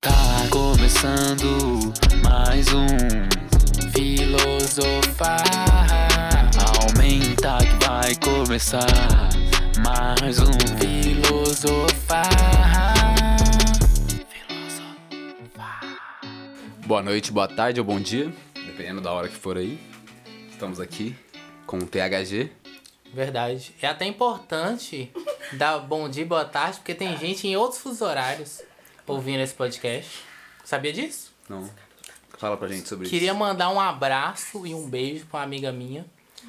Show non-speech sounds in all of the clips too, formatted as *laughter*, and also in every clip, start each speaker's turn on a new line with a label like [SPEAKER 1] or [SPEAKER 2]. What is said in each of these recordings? [SPEAKER 1] Tá começando mais um
[SPEAKER 2] Filosofar,
[SPEAKER 1] Aumenta que vai começar mais um
[SPEAKER 2] filosofar.
[SPEAKER 3] Boa noite, boa tarde ou bom dia, dependendo da hora que for aí. Estamos aqui com o THG.
[SPEAKER 2] Verdade. É até importante *laughs* dar bom dia e boa tarde, porque tem gente em outros fusos horários ouvindo esse podcast. Sabia disso?
[SPEAKER 3] Não. Fala pra gente sobre
[SPEAKER 2] Queria
[SPEAKER 3] isso.
[SPEAKER 2] mandar um abraço e um beijo pra uma amiga minha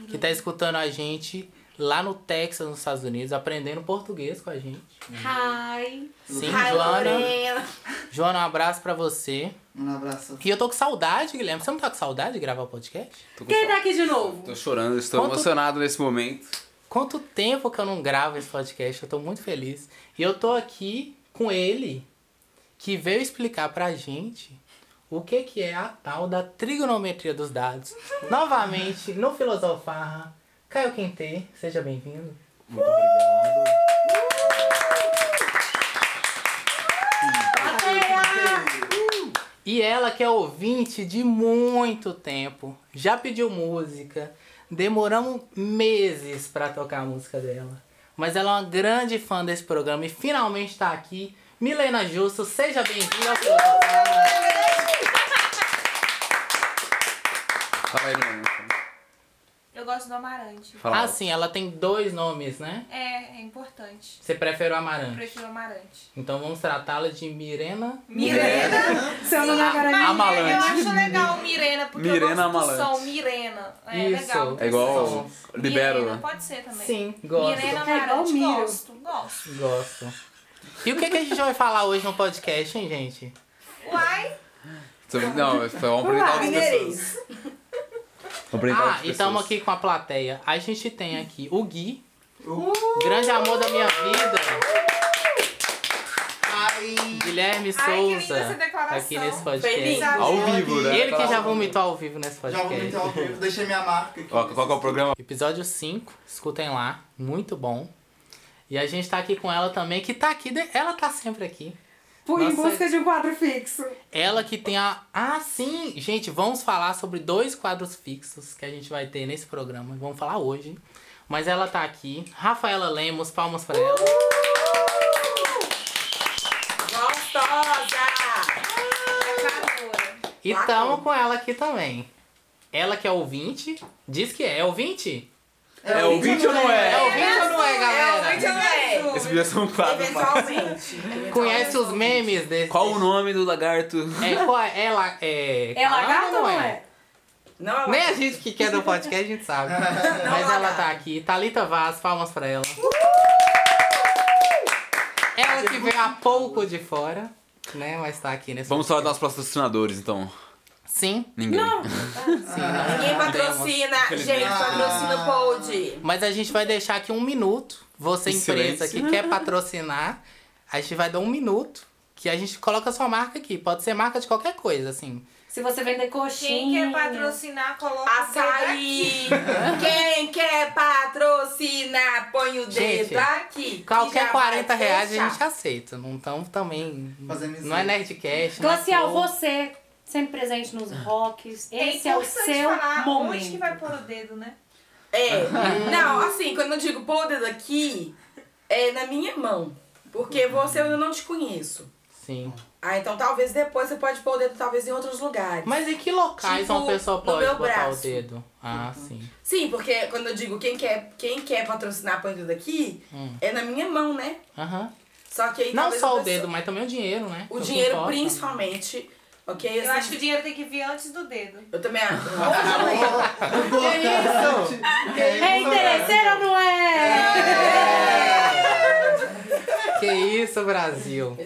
[SPEAKER 2] que tá escutando a gente lá no Texas, nos Estados Unidos, aprendendo português com a gente.
[SPEAKER 4] Hi.
[SPEAKER 2] Sim,
[SPEAKER 4] Hi,
[SPEAKER 2] Joana.
[SPEAKER 4] Lorena.
[SPEAKER 2] Joana, um abraço pra você.
[SPEAKER 5] Um abraço.
[SPEAKER 2] E eu tô com saudade, Guilherme. Você não tá com saudade de gravar podcast?
[SPEAKER 3] Tô, com
[SPEAKER 4] Quem tá
[SPEAKER 3] cho-
[SPEAKER 4] aqui de novo?
[SPEAKER 3] tô chorando, estou
[SPEAKER 2] Quanto-
[SPEAKER 3] emocionado nesse momento.
[SPEAKER 2] Quanto tempo que eu não gravo esse podcast, eu tô muito feliz. E eu tô aqui com ele, que veio explicar pra gente o que que é a tal da trigonometria dos dados. Novamente, no Filosofarra, Caio Quintê, seja bem-vindo.
[SPEAKER 5] Muito obrigado.
[SPEAKER 2] E ela que é ouvinte de muito tempo, já pediu música, demoramos meses pra tocar a música dela. Mas ela é uma grande fã desse programa e finalmente tá aqui. Milena Justo, seja bem-vinda ao Filosofarra.
[SPEAKER 3] Fala aí, mano.
[SPEAKER 6] Eu gosto do amarante.
[SPEAKER 3] Fala.
[SPEAKER 2] Ah, sim, ela tem dois nomes, né?
[SPEAKER 6] É, é importante.
[SPEAKER 2] Você prefere o
[SPEAKER 6] Eu
[SPEAKER 2] Amarante.
[SPEAKER 6] prefiro amarante.
[SPEAKER 2] Então vamos tratá-la de Mirena.
[SPEAKER 6] Mirena! Seu nome é amarante.
[SPEAKER 2] Amarante.
[SPEAKER 6] Eu acho legal Mirena, porque
[SPEAKER 3] Mirena
[SPEAKER 6] eu gosto do
[SPEAKER 3] Amarante.
[SPEAKER 6] som Mirena. É
[SPEAKER 2] Isso.
[SPEAKER 6] legal.
[SPEAKER 3] É igual
[SPEAKER 2] São-
[SPEAKER 3] Libero. né?
[SPEAKER 6] Mirena, pode ser também.
[SPEAKER 2] Sim, gosto.
[SPEAKER 6] Mirena
[SPEAKER 4] É igual
[SPEAKER 6] Amarante,
[SPEAKER 4] Miro.
[SPEAKER 6] gosto, gosto.
[SPEAKER 2] Gosto. E o que, que a gente vai falar hoje no podcast, hein, gente?
[SPEAKER 6] Uai,
[SPEAKER 3] Sobre- Não, é foi vamos apresentar outras pessoas. Vamos apresentar
[SPEAKER 2] Ah,
[SPEAKER 3] outras
[SPEAKER 2] e estamos
[SPEAKER 3] pessoas.
[SPEAKER 2] aqui com a plateia. A gente tem aqui o Gui,
[SPEAKER 3] Uh!
[SPEAKER 2] grande amor da minha vida. Guilherme
[SPEAKER 6] Ai, que linda
[SPEAKER 2] Souza,
[SPEAKER 6] essa declaração.
[SPEAKER 2] aqui nesse
[SPEAKER 4] Bem
[SPEAKER 2] podcast.
[SPEAKER 4] linda.
[SPEAKER 3] Ao vivo, né?
[SPEAKER 2] Ele que
[SPEAKER 3] Fala.
[SPEAKER 2] já vomitou ao vivo nesse
[SPEAKER 5] Já vou pintar
[SPEAKER 2] podcast.
[SPEAKER 5] ao vivo, deixei minha marca aqui.
[SPEAKER 3] Ó, qual que é o programa?
[SPEAKER 2] Episódio 5, escutem lá, muito bom. E a gente tá aqui com ela também, que tá aqui, de- ela tá sempre aqui.
[SPEAKER 4] Fui em
[SPEAKER 2] Nossa.
[SPEAKER 4] busca de um quadro fixo.
[SPEAKER 2] Ela que tem a. Ah, sim! Gente, vamos falar sobre dois quadros fixos que a gente vai ter nesse programa. Vamos falar hoje. Mas ela tá aqui. Rafaela Lemos, palmas pra ela.
[SPEAKER 4] Gostosa!
[SPEAKER 6] pecadora.
[SPEAKER 2] E tamo com ela aqui também. Ela que é ouvinte. Diz que é. É ouvinte?
[SPEAKER 3] É ouvinte ou não
[SPEAKER 2] É
[SPEAKER 3] é?
[SPEAKER 2] ouvinte ou não é, galera?
[SPEAKER 6] Realmente eu não
[SPEAKER 3] Esse podia ser um quadro.
[SPEAKER 4] Eventualmente.
[SPEAKER 2] Conhece os memes desse.
[SPEAKER 3] Qual o nome do lagarto?
[SPEAKER 2] É, qual é? Ela é.
[SPEAKER 6] É lagarto
[SPEAKER 2] Calma,
[SPEAKER 6] ou não
[SPEAKER 2] ué.
[SPEAKER 6] é?
[SPEAKER 4] Não é
[SPEAKER 2] Nem a gente que quer do podcast, a gente sabe. Mas ela tá aqui. Thalita Vaz, palmas pra ela. Ela que veio há pouco de fora, né? Mas tá aqui nesse.
[SPEAKER 3] Vamos falar dos nossos patrocinadores, então.
[SPEAKER 2] Sim,
[SPEAKER 3] Ninguém.
[SPEAKER 2] sim.
[SPEAKER 7] Ah.
[SPEAKER 2] nós
[SPEAKER 4] Ninguém
[SPEAKER 2] tivemos.
[SPEAKER 4] patrocina. Gente, patrocina o Pod.
[SPEAKER 2] Mas a gente vai deixar aqui um minuto. Você,
[SPEAKER 3] Em
[SPEAKER 2] empresa
[SPEAKER 3] silêncio.
[SPEAKER 2] que quer patrocinar, a gente vai dar um minuto. Que a gente coloca a sua marca aqui. Pode ser marca de qualquer coisa, assim.
[SPEAKER 4] Se você vender
[SPEAKER 6] Quem
[SPEAKER 4] coxinha...
[SPEAKER 6] quer patrocinar, coloca o dedo
[SPEAKER 4] Açaí! *laughs* Quem quer patrocinar, põe o dedo
[SPEAKER 2] Gente,
[SPEAKER 4] aqui. que
[SPEAKER 2] Qualquer
[SPEAKER 4] já
[SPEAKER 2] 40
[SPEAKER 4] vai
[SPEAKER 2] reais a
[SPEAKER 4] fechar.
[SPEAKER 2] gente aceita. Não tão também.
[SPEAKER 5] Fazendo
[SPEAKER 2] Não é
[SPEAKER 5] isso.
[SPEAKER 2] Nerdcast.
[SPEAKER 7] Então,
[SPEAKER 2] não é
[SPEAKER 8] Glacial,
[SPEAKER 2] Flow.
[SPEAKER 8] você sempre presente nos rocks.
[SPEAKER 6] É
[SPEAKER 8] Esse é o
[SPEAKER 6] importante
[SPEAKER 8] seu
[SPEAKER 6] falar onde que
[SPEAKER 8] momento.
[SPEAKER 6] vai pôr o dedo, né?
[SPEAKER 7] É.
[SPEAKER 2] *laughs*
[SPEAKER 7] Não, assim, quando eu digo pôr o dedo aqui, é na minha mão. Porque você eu não te conheço.
[SPEAKER 2] Sim.
[SPEAKER 7] Ah, então talvez depois você pode pôr o dedo talvez em outros lugares.
[SPEAKER 2] Mas em que locais
[SPEAKER 7] Tipo,
[SPEAKER 2] uma pessoa
[SPEAKER 7] no
[SPEAKER 2] pode
[SPEAKER 7] meu
[SPEAKER 2] botar o
[SPEAKER 7] braço. Uhum.
[SPEAKER 2] dedo? Ah, sim.
[SPEAKER 7] Sim, porque quando eu digo quem quer, quem quer patrocinar põe o dedo aqui, é na minha mão, né?
[SPEAKER 2] Hum. Aham.
[SPEAKER 7] Só que aí
[SPEAKER 2] Não
[SPEAKER 7] talvez
[SPEAKER 2] só
[SPEAKER 7] a
[SPEAKER 2] o
[SPEAKER 7] pessoa-
[SPEAKER 2] dedo, mas também o dinheiro, né?
[SPEAKER 7] O
[SPEAKER 2] que *laughs*
[SPEAKER 7] dinheiro
[SPEAKER 2] importa.
[SPEAKER 7] principalmente, ok?
[SPEAKER 6] Eu
[SPEAKER 7] Assim,
[SPEAKER 6] acho que o dinheiro tem que vir antes do dedo.
[SPEAKER 7] Eu também acho. Ou
[SPEAKER 2] *laughs*
[SPEAKER 7] também.
[SPEAKER 5] Importante.
[SPEAKER 8] É interesseiro ou não é?
[SPEAKER 2] Que isso, Brasil.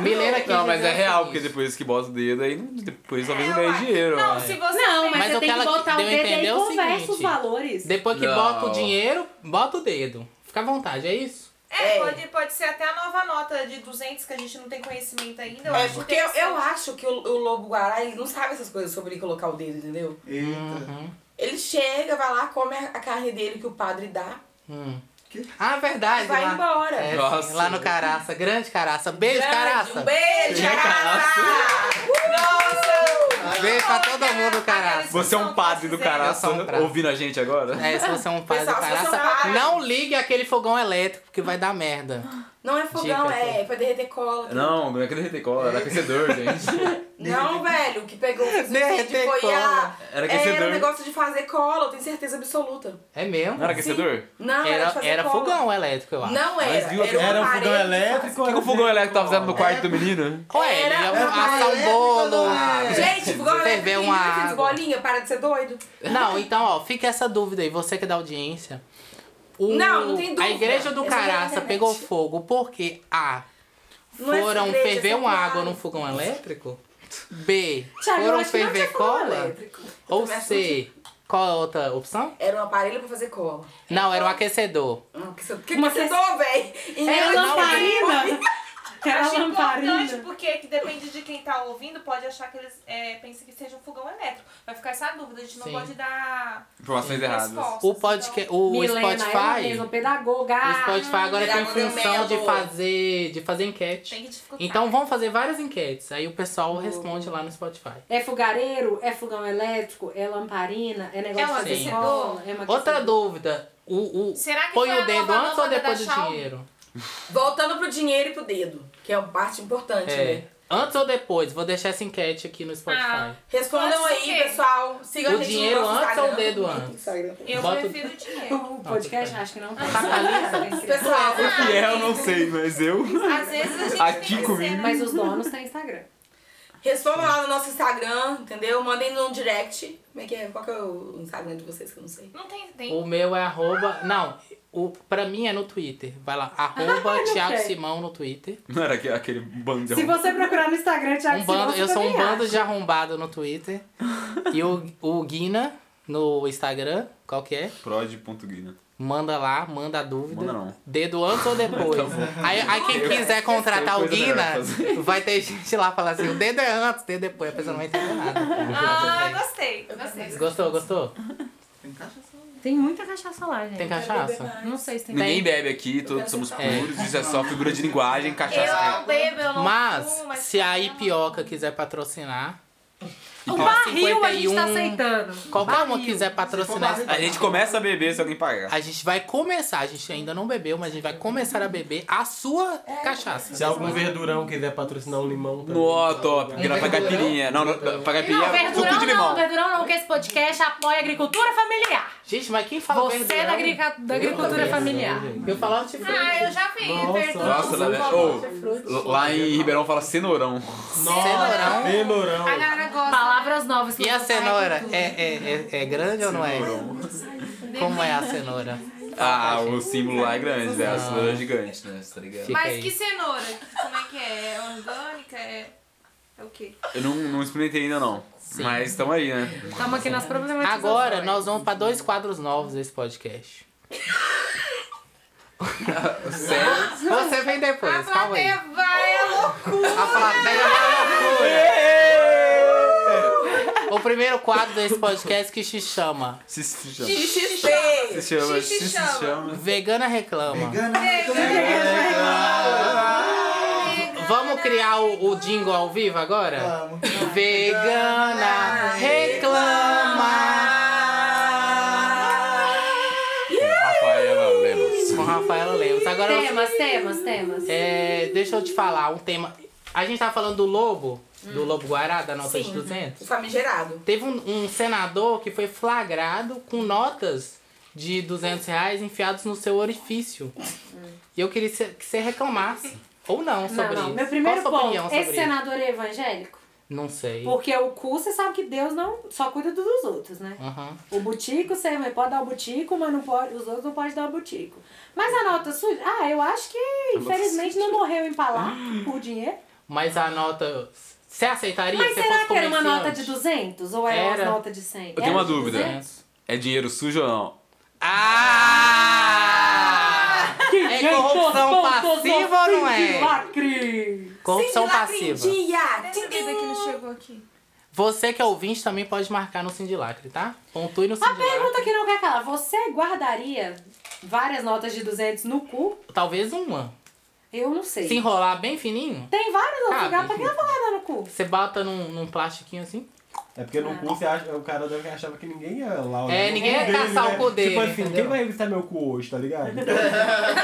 [SPEAKER 2] Milena aqui. assim.
[SPEAKER 3] Não, mas é real, porque depois que bota o dedo, aí depois talvez não ganhe dinheiro.
[SPEAKER 6] Não,
[SPEAKER 3] né?
[SPEAKER 6] se você
[SPEAKER 8] Não, mas,
[SPEAKER 2] Mas
[SPEAKER 8] você
[SPEAKER 2] o que
[SPEAKER 8] tem que
[SPEAKER 2] ela
[SPEAKER 8] botar o
[SPEAKER 2] deu
[SPEAKER 8] dedo
[SPEAKER 2] a
[SPEAKER 8] aí
[SPEAKER 2] entender
[SPEAKER 8] e
[SPEAKER 2] é o
[SPEAKER 8] conversa
[SPEAKER 2] seguinte.
[SPEAKER 8] os valores.
[SPEAKER 2] Depois que
[SPEAKER 3] Não.
[SPEAKER 2] bota o dinheiro, bota o dedo. Fica à vontade, é isso?
[SPEAKER 6] É,
[SPEAKER 7] É.
[SPEAKER 6] Pode, pode ser até a nova nota de 200 que a gente não tem conhecimento ainda. Eu
[SPEAKER 7] É
[SPEAKER 6] acho
[SPEAKER 7] porque eu, eu
[SPEAKER 6] interessante.
[SPEAKER 7] acho que o, o lobo guará, ele não sabe essas coisas sobre ele colocar o dedo, entendeu?
[SPEAKER 5] Eita.
[SPEAKER 2] Uhum.
[SPEAKER 7] Ele chega, vai lá, come a a carne dele que o padre dá.
[SPEAKER 2] Hum. Ah, verdade.
[SPEAKER 7] Vai
[SPEAKER 2] lá-
[SPEAKER 7] embora.
[SPEAKER 2] É, sim,
[SPEAKER 3] Nossa.
[SPEAKER 2] lá no Caraça. Grande Caraça. Beijo, Caraça.
[SPEAKER 7] Um beijo, caraca!
[SPEAKER 2] Beijo pra todo mundo, Caraça.
[SPEAKER 3] Você é um padre do caraça
[SPEAKER 2] Eu sou um padre.
[SPEAKER 3] ouvindo a gente agora?
[SPEAKER 2] É, se você é um pai do
[SPEAKER 7] Pessoal, se você é um
[SPEAKER 2] Caraça,
[SPEAKER 7] pai-
[SPEAKER 2] não ligue aquele fogão elétrico, porque vai dar merda.
[SPEAKER 7] Não é fogão,
[SPEAKER 2] Dica,
[SPEAKER 7] é pra derreter cola.
[SPEAKER 3] Não, não é que derreter cola, era aquecedor, gente.
[SPEAKER 2] *laughs*
[SPEAKER 7] Não, velho, o que pegou o incêndio
[SPEAKER 2] Derreter
[SPEAKER 7] foi
[SPEAKER 2] cola.
[SPEAKER 7] a...
[SPEAKER 3] Era
[SPEAKER 7] Era
[SPEAKER 3] aquecedor.
[SPEAKER 7] um negócio de fazer cola, eu tenho certeza absoluta.
[SPEAKER 2] É mesmo?
[SPEAKER 3] Não era aquecedor?
[SPEAKER 7] Não, era, de
[SPEAKER 2] Era,
[SPEAKER 7] fazer
[SPEAKER 2] era
[SPEAKER 7] cola.
[SPEAKER 2] fogão elétrico, eu acho.
[SPEAKER 7] Não
[SPEAKER 3] Mas
[SPEAKER 7] era,
[SPEAKER 3] viu que
[SPEAKER 7] era,
[SPEAKER 9] Era
[SPEAKER 7] um
[SPEAKER 9] um fogão
[SPEAKER 7] aparelho.
[SPEAKER 9] elétrico?
[SPEAKER 3] O que, que o fogão elétrico
[SPEAKER 2] tá
[SPEAKER 3] um é. tava fazendo no quarto do menino?
[SPEAKER 2] Ué, ele ia
[SPEAKER 7] Era
[SPEAKER 9] uma
[SPEAKER 2] assar um
[SPEAKER 9] elétrica,
[SPEAKER 2] bolo.
[SPEAKER 9] não é?
[SPEAKER 7] Gente, fogão
[SPEAKER 2] Ferver
[SPEAKER 7] elétrico,
[SPEAKER 2] uma
[SPEAKER 7] uma...
[SPEAKER 2] água.
[SPEAKER 7] bolinha, para de ser doido.
[SPEAKER 2] Não, então, ó, fica essa dúvida aí, você que é da audiência. O-
[SPEAKER 7] Não, não tem dúvida.
[SPEAKER 2] A igreja do
[SPEAKER 7] Essa é a
[SPEAKER 2] Caraça
[SPEAKER 7] internet.
[SPEAKER 2] pegou fogo porque A.
[SPEAKER 7] Não é
[SPEAKER 2] Foram
[SPEAKER 7] segredo,
[SPEAKER 2] ferver
[SPEAKER 7] essa
[SPEAKER 2] uma
[SPEAKER 7] piada.
[SPEAKER 2] água num fogão elétrico? B.
[SPEAKER 10] Thiago, eu
[SPEAKER 2] foram
[SPEAKER 10] acho que não
[SPEAKER 2] ferver
[SPEAKER 10] tinha fogão
[SPEAKER 2] cola?
[SPEAKER 10] elétrico.
[SPEAKER 2] Ou
[SPEAKER 7] também acho
[SPEAKER 2] C. Qual é a outra opção?
[SPEAKER 7] Era um aparelho pra fazer cola.
[SPEAKER 2] Não, era um aquecedor.
[SPEAKER 7] Hum, que você- que
[SPEAKER 10] Uma
[SPEAKER 7] você
[SPEAKER 10] cesta-
[SPEAKER 7] dou, velho? Em
[SPEAKER 10] É
[SPEAKER 7] nenhum-
[SPEAKER 10] lamparina? É
[SPEAKER 6] Acho importante
[SPEAKER 10] lamparina.
[SPEAKER 6] porque que depende de quem tá ouvindo, pode achar que eles é, pensam que seja um fogão elétrico. Vai ficar essa dúvida, a gente não
[SPEAKER 2] Sim.
[SPEAKER 6] pode dar
[SPEAKER 3] Informações erradas.
[SPEAKER 6] respostas.
[SPEAKER 2] O podcast,
[SPEAKER 7] então.
[SPEAKER 2] o
[SPEAKER 10] Milena, ela
[SPEAKER 2] Spotify,
[SPEAKER 10] mesma, pedagoga.
[SPEAKER 2] o
[SPEAKER 6] Ah,
[SPEAKER 2] Spotify agora tem
[SPEAKER 7] Dragão do
[SPEAKER 2] função de
[SPEAKER 7] Melo.
[SPEAKER 2] fazer, de fazer
[SPEAKER 6] Então, um tem
[SPEAKER 2] enquete.
[SPEAKER 6] que dificultar.
[SPEAKER 2] Então vão fazer várias enquetes, aí o pessoal responde lá no Spotify.
[SPEAKER 10] É fogareiro, é fogão elétrico, é lamparina, é
[SPEAKER 6] É um
[SPEAKER 10] negócio de fazer
[SPEAKER 2] aquecedor.
[SPEAKER 10] cola, é uma
[SPEAKER 2] Outra dúvida, o, o
[SPEAKER 6] Será que
[SPEAKER 2] põe
[SPEAKER 6] foi
[SPEAKER 2] o
[SPEAKER 6] a
[SPEAKER 2] dedo
[SPEAKER 6] nova
[SPEAKER 2] antes ou
[SPEAKER 6] moda da
[SPEAKER 2] depois do
[SPEAKER 6] Xiaomi?
[SPEAKER 2] dinheiro?
[SPEAKER 7] Voltando pro dinheiro e pro dedo, que é uma parte importante,
[SPEAKER 2] É.
[SPEAKER 7] né?
[SPEAKER 2] Antes ou depois? Vou deixar essa enquete aqui no Spotify.
[SPEAKER 6] Ah.
[SPEAKER 7] Respondam
[SPEAKER 6] Pode
[SPEAKER 7] aí,
[SPEAKER 6] ser.
[SPEAKER 7] pessoal. Sigam
[SPEAKER 2] O
[SPEAKER 7] a gente
[SPEAKER 2] dinheiro
[SPEAKER 7] no nosso
[SPEAKER 2] antes ou o
[SPEAKER 7] Instagram.
[SPEAKER 2] dedo antes?
[SPEAKER 7] Instagram.
[SPEAKER 6] Eu
[SPEAKER 2] Bota-
[SPEAKER 6] prefiro o dinheiro.
[SPEAKER 10] O podcast acho que não tá.
[SPEAKER 7] Pessoal,
[SPEAKER 3] E é, eu não sei, mas eu.
[SPEAKER 6] Às vezes a gente né?
[SPEAKER 3] Aqui
[SPEAKER 6] tem que
[SPEAKER 3] comigo.
[SPEAKER 6] ser...
[SPEAKER 10] Mas os donos têm Instagram.
[SPEAKER 7] respondam lá no nosso Instagram, entendeu? Mandem no direct. Como é que é? Qual que é o Instagram de vocês que eu não sei?
[SPEAKER 6] Não tem, tem.
[SPEAKER 2] O meu é arroba. Não, o, pra mim é no Twitter. Vai lá, arroba Thiago
[SPEAKER 10] Ah, sei.
[SPEAKER 2] Simão no Twitter.
[SPEAKER 3] Não era aquele, aquele bando de
[SPEAKER 10] Se você procurar no Instagram, Thiago
[SPEAKER 2] Um
[SPEAKER 3] Assim,
[SPEAKER 2] bando,
[SPEAKER 10] Simão,
[SPEAKER 2] eu
[SPEAKER 10] você
[SPEAKER 2] sou um
[SPEAKER 10] também
[SPEAKER 2] bando
[SPEAKER 10] acha.
[SPEAKER 2] de arrombado no Twitter. e o, o Guina no Instagram, qual que é?
[SPEAKER 3] Prod.guina.
[SPEAKER 2] Manda lá, manda a dúvida.
[SPEAKER 3] Manda não. Tá
[SPEAKER 2] Dedo antes ou depois. aí, aí quem quiser contratar o
[SPEAKER 3] coisa melhor pra
[SPEAKER 2] Guina, vai ter gente lá falar assim, o dedo é antes, o dedo é depois. A pessoa não vai entender nada.
[SPEAKER 6] Ah, gostei, gostei.
[SPEAKER 2] Gostou, gostou?
[SPEAKER 10] Tem muita cachaça lá, gente.
[SPEAKER 2] Tem cachaça?
[SPEAKER 10] Não sei se tem.
[SPEAKER 3] Ninguém bebe aqui, todos somos puros, isso é só figura de linguagem,
[SPEAKER 6] um. Eu
[SPEAKER 3] cachaça.
[SPEAKER 6] não bebo, eu não
[SPEAKER 2] Mas,
[SPEAKER 6] fumo, mas
[SPEAKER 2] se a
[SPEAKER 6] eu amo.
[SPEAKER 2] Ipioca quiser patrocinar,
[SPEAKER 10] O barril a gente tá
[SPEAKER 2] 51.
[SPEAKER 10] aceitando.
[SPEAKER 2] qualquer uma
[SPEAKER 10] Barril.
[SPEAKER 2] quiser patrocinar,
[SPEAKER 3] A gente começa a beber se alguém pagar.
[SPEAKER 2] a gente vai começar. A gente ainda não bebeu, mas a gente vai começar a beber a sua
[SPEAKER 6] É,
[SPEAKER 9] Se
[SPEAKER 2] cachaça.
[SPEAKER 9] algum verdurão quiser patrocinar um limão também.
[SPEAKER 3] No top, porque não paga caipirinha. Não, não, não paga
[SPEAKER 2] é um
[SPEAKER 10] Não,
[SPEAKER 3] caipirinha, suco
[SPEAKER 10] verdurão
[SPEAKER 3] de
[SPEAKER 10] não,
[SPEAKER 3] limão.
[SPEAKER 10] verdurão não, que esse podcast apoia a agricultura familiar.
[SPEAKER 2] Gente, mas quem fala
[SPEAKER 10] Você é
[SPEAKER 2] verdurão?
[SPEAKER 10] da, agrica- da agricultura familiar.
[SPEAKER 2] Eu tipo, falo hortifruti.
[SPEAKER 6] né? Ah, eu já vi,
[SPEAKER 9] Nossa.
[SPEAKER 6] verdura.
[SPEAKER 3] Nossa, lá, oh, lá em Ribeirão fala cenourão.
[SPEAKER 2] Cenourão.
[SPEAKER 9] Cenourão.
[SPEAKER 6] A galera gosta.
[SPEAKER 10] Palavras novas. que
[SPEAKER 2] E a
[SPEAKER 3] tá
[SPEAKER 10] você sai
[SPEAKER 2] cenoura
[SPEAKER 10] com tudo.
[SPEAKER 2] é, é, é, é grande ou não é? Como é a cenoura?
[SPEAKER 3] Ah, o símbolo lá é grande, velho. A cenoura é gigante, né? Você tá ligado?
[SPEAKER 2] Fica
[SPEAKER 6] Mas
[SPEAKER 2] aí.
[SPEAKER 6] que cenoura? Como é que é? É orgânica? É, é o quê?
[SPEAKER 3] Eu não, não experimentei ainda, não. Mas estamos aí, né?
[SPEAKER 10] Estamos aqui nas problematizações.
[SPEAKER 2] Agora nós vamos para dois quadros novos desse podcast.
[SPEAKER 3] *laughs* Sério?
[SPEAKER 2] Você vem
[SPEAKER 6] A
[SPEAKER 2] depois, calma aí.
[SPEAKER 6] plateia vai, é loucura.
[SPEAKER 2] A plateia é uma loucura. O primeiro quadro desse podcast que se chama
[SPEAKER 3] Se se chama.
[SPEAKER 7] XXP!
[SPEAKER 3] Se chama.
[SPEAKER 6] Xixi
[SPEAKER 3] Se se
[SPEAKER 6] chama.
[SPEAKER 3] chama.
[SPEAKER 2] Vegana Reclama.
[SPEAKER 6] Vegana.
[SPEAKER 2] Vamos criar o, o jingle ao vivo agora? Vegana Reclama.
[SPEAKER 3] Rafaela Lemos.
[SPEAKER 2] Com Rafaela Lemos. Agora eu-
[SPEAKER 10] Temas, temas, temas.
[SPEAKER 2] É, deixa eu te falar um tema. A gente tava falando do lobo, do lobo guará, da nota de 200.
[SPEAKER 7] O famigerado.
[SPEAKER 2] Teve um, um senador que foi flagrado com notas de 200 reais enfiados no seu orifício. E eu queria se- que você reclamasse. Ou não
[SPEAKER 10] Não,
[SPEAKER 2] sobre
[SPEAKER 10] não.
[SPEAKER 2] isso.
[SPEAKER 10] Meu primeiro
[SPEAKER 2] Qual a sua
[SPEAKER 10] ponto,
[SPEAKER 2] opinião sobre
[SPEAKER 10] esse
[SPEAKER 2] isso?
[SPEAKER 10] senador é evangélico?
[SPEAKER 2] Não sei.
[SPEAKER 10] Porque o cu, você sabe que Deus não só cuida dos outros, né?
[SPEAKER 2] Aham.
[SPEAKER 10] O butico, você mas pode dar o butico, mas não pode, os outros não podem dar o butico. Mas a nota suja, ah, eu acho que infelizmente não morreu em palar por dinheiro.
[SPEAKER 2] Mas a nota. Você aceitaria
[SPEAKER 10] Mas
[SPEAKER 2] se
[SPEAKER 10] será
[SPEAKER 2] fosse
[SPEAKER 10] que era uma
[SPEAKER 2] comerciante?
[SPEAKER 10] nota de 200 ou era,
[SPEAKER 2] Era.
[SPEAKER 10] uma nota de 100?
[SPEAKER 3] Eu tenho
[SPEAKER 10] Era
[SPEAKER 3] uma
[SPEAKER 10] de
[SPEAKER 3] dúvida. *laughs*
[SPEAKER 10] 200?
[SPEAKER 3] tipo, É dinheiro sujo ou não?
[SPEAKER 2] Ah! É corrupção passiva ou não
[SPEAKER 10] Que
[SPEAKER 2] é?
[SPEAKER 10] lacre!
[SPEAKER 2] Corrupção
[SPEAKER 7] Cindy Lacre em
[SPEAKER 2] passiva.
[SPEAKER 7] dia.
[SPEAKER 6] Dessa vez aqui não chegou aqui.
[SPEAKER 2] Você que é ouvinte também pode marcar no Sindilacre, tá? Pontue no
[SPEAKER 10] A
[SPEAKER 2] Sindilacre.
[SPEAKER 10] pergunta que não quer calar, você guardaria várias notas de 200 no cu,
[SPEAKER 2] Talvez uma.
[SPEAKER 10] eu não sei.
[SPEAKER 2] Se enrolar bem fininho,
[SPEAKER 10] Tem vários outros
[SPEAKER 2] Ah,
[SPEAKER 10] lugares pra que
[SPEAKER 2] enfim.
[SPEAKER 10] ela vai no cu. Ah.
[SPEAKER 2] você bota num, num plastiquinho assim.
[SPEAKER 9] É porque no cu você acha, o cara deve achava que ninguém ia lá. olhar
[SPEAKER 2] É,
[SPEAKER 9] no
[SPEAKER 2] ninguém
[SPEAKER 9] cu
[SPEAKER 2] ia
[SPEAKER 9] dele,
[SPEAKER 2] caçar
[SPEAKER 9] né?
[SPEAKER 2] o cu dele,
[SPEAKER 9] Tipo assim,
[SPEAKER 2] entendeu?
[SPEAKER 9] quem vai visitar meu cu hoje, tá ligado? Então,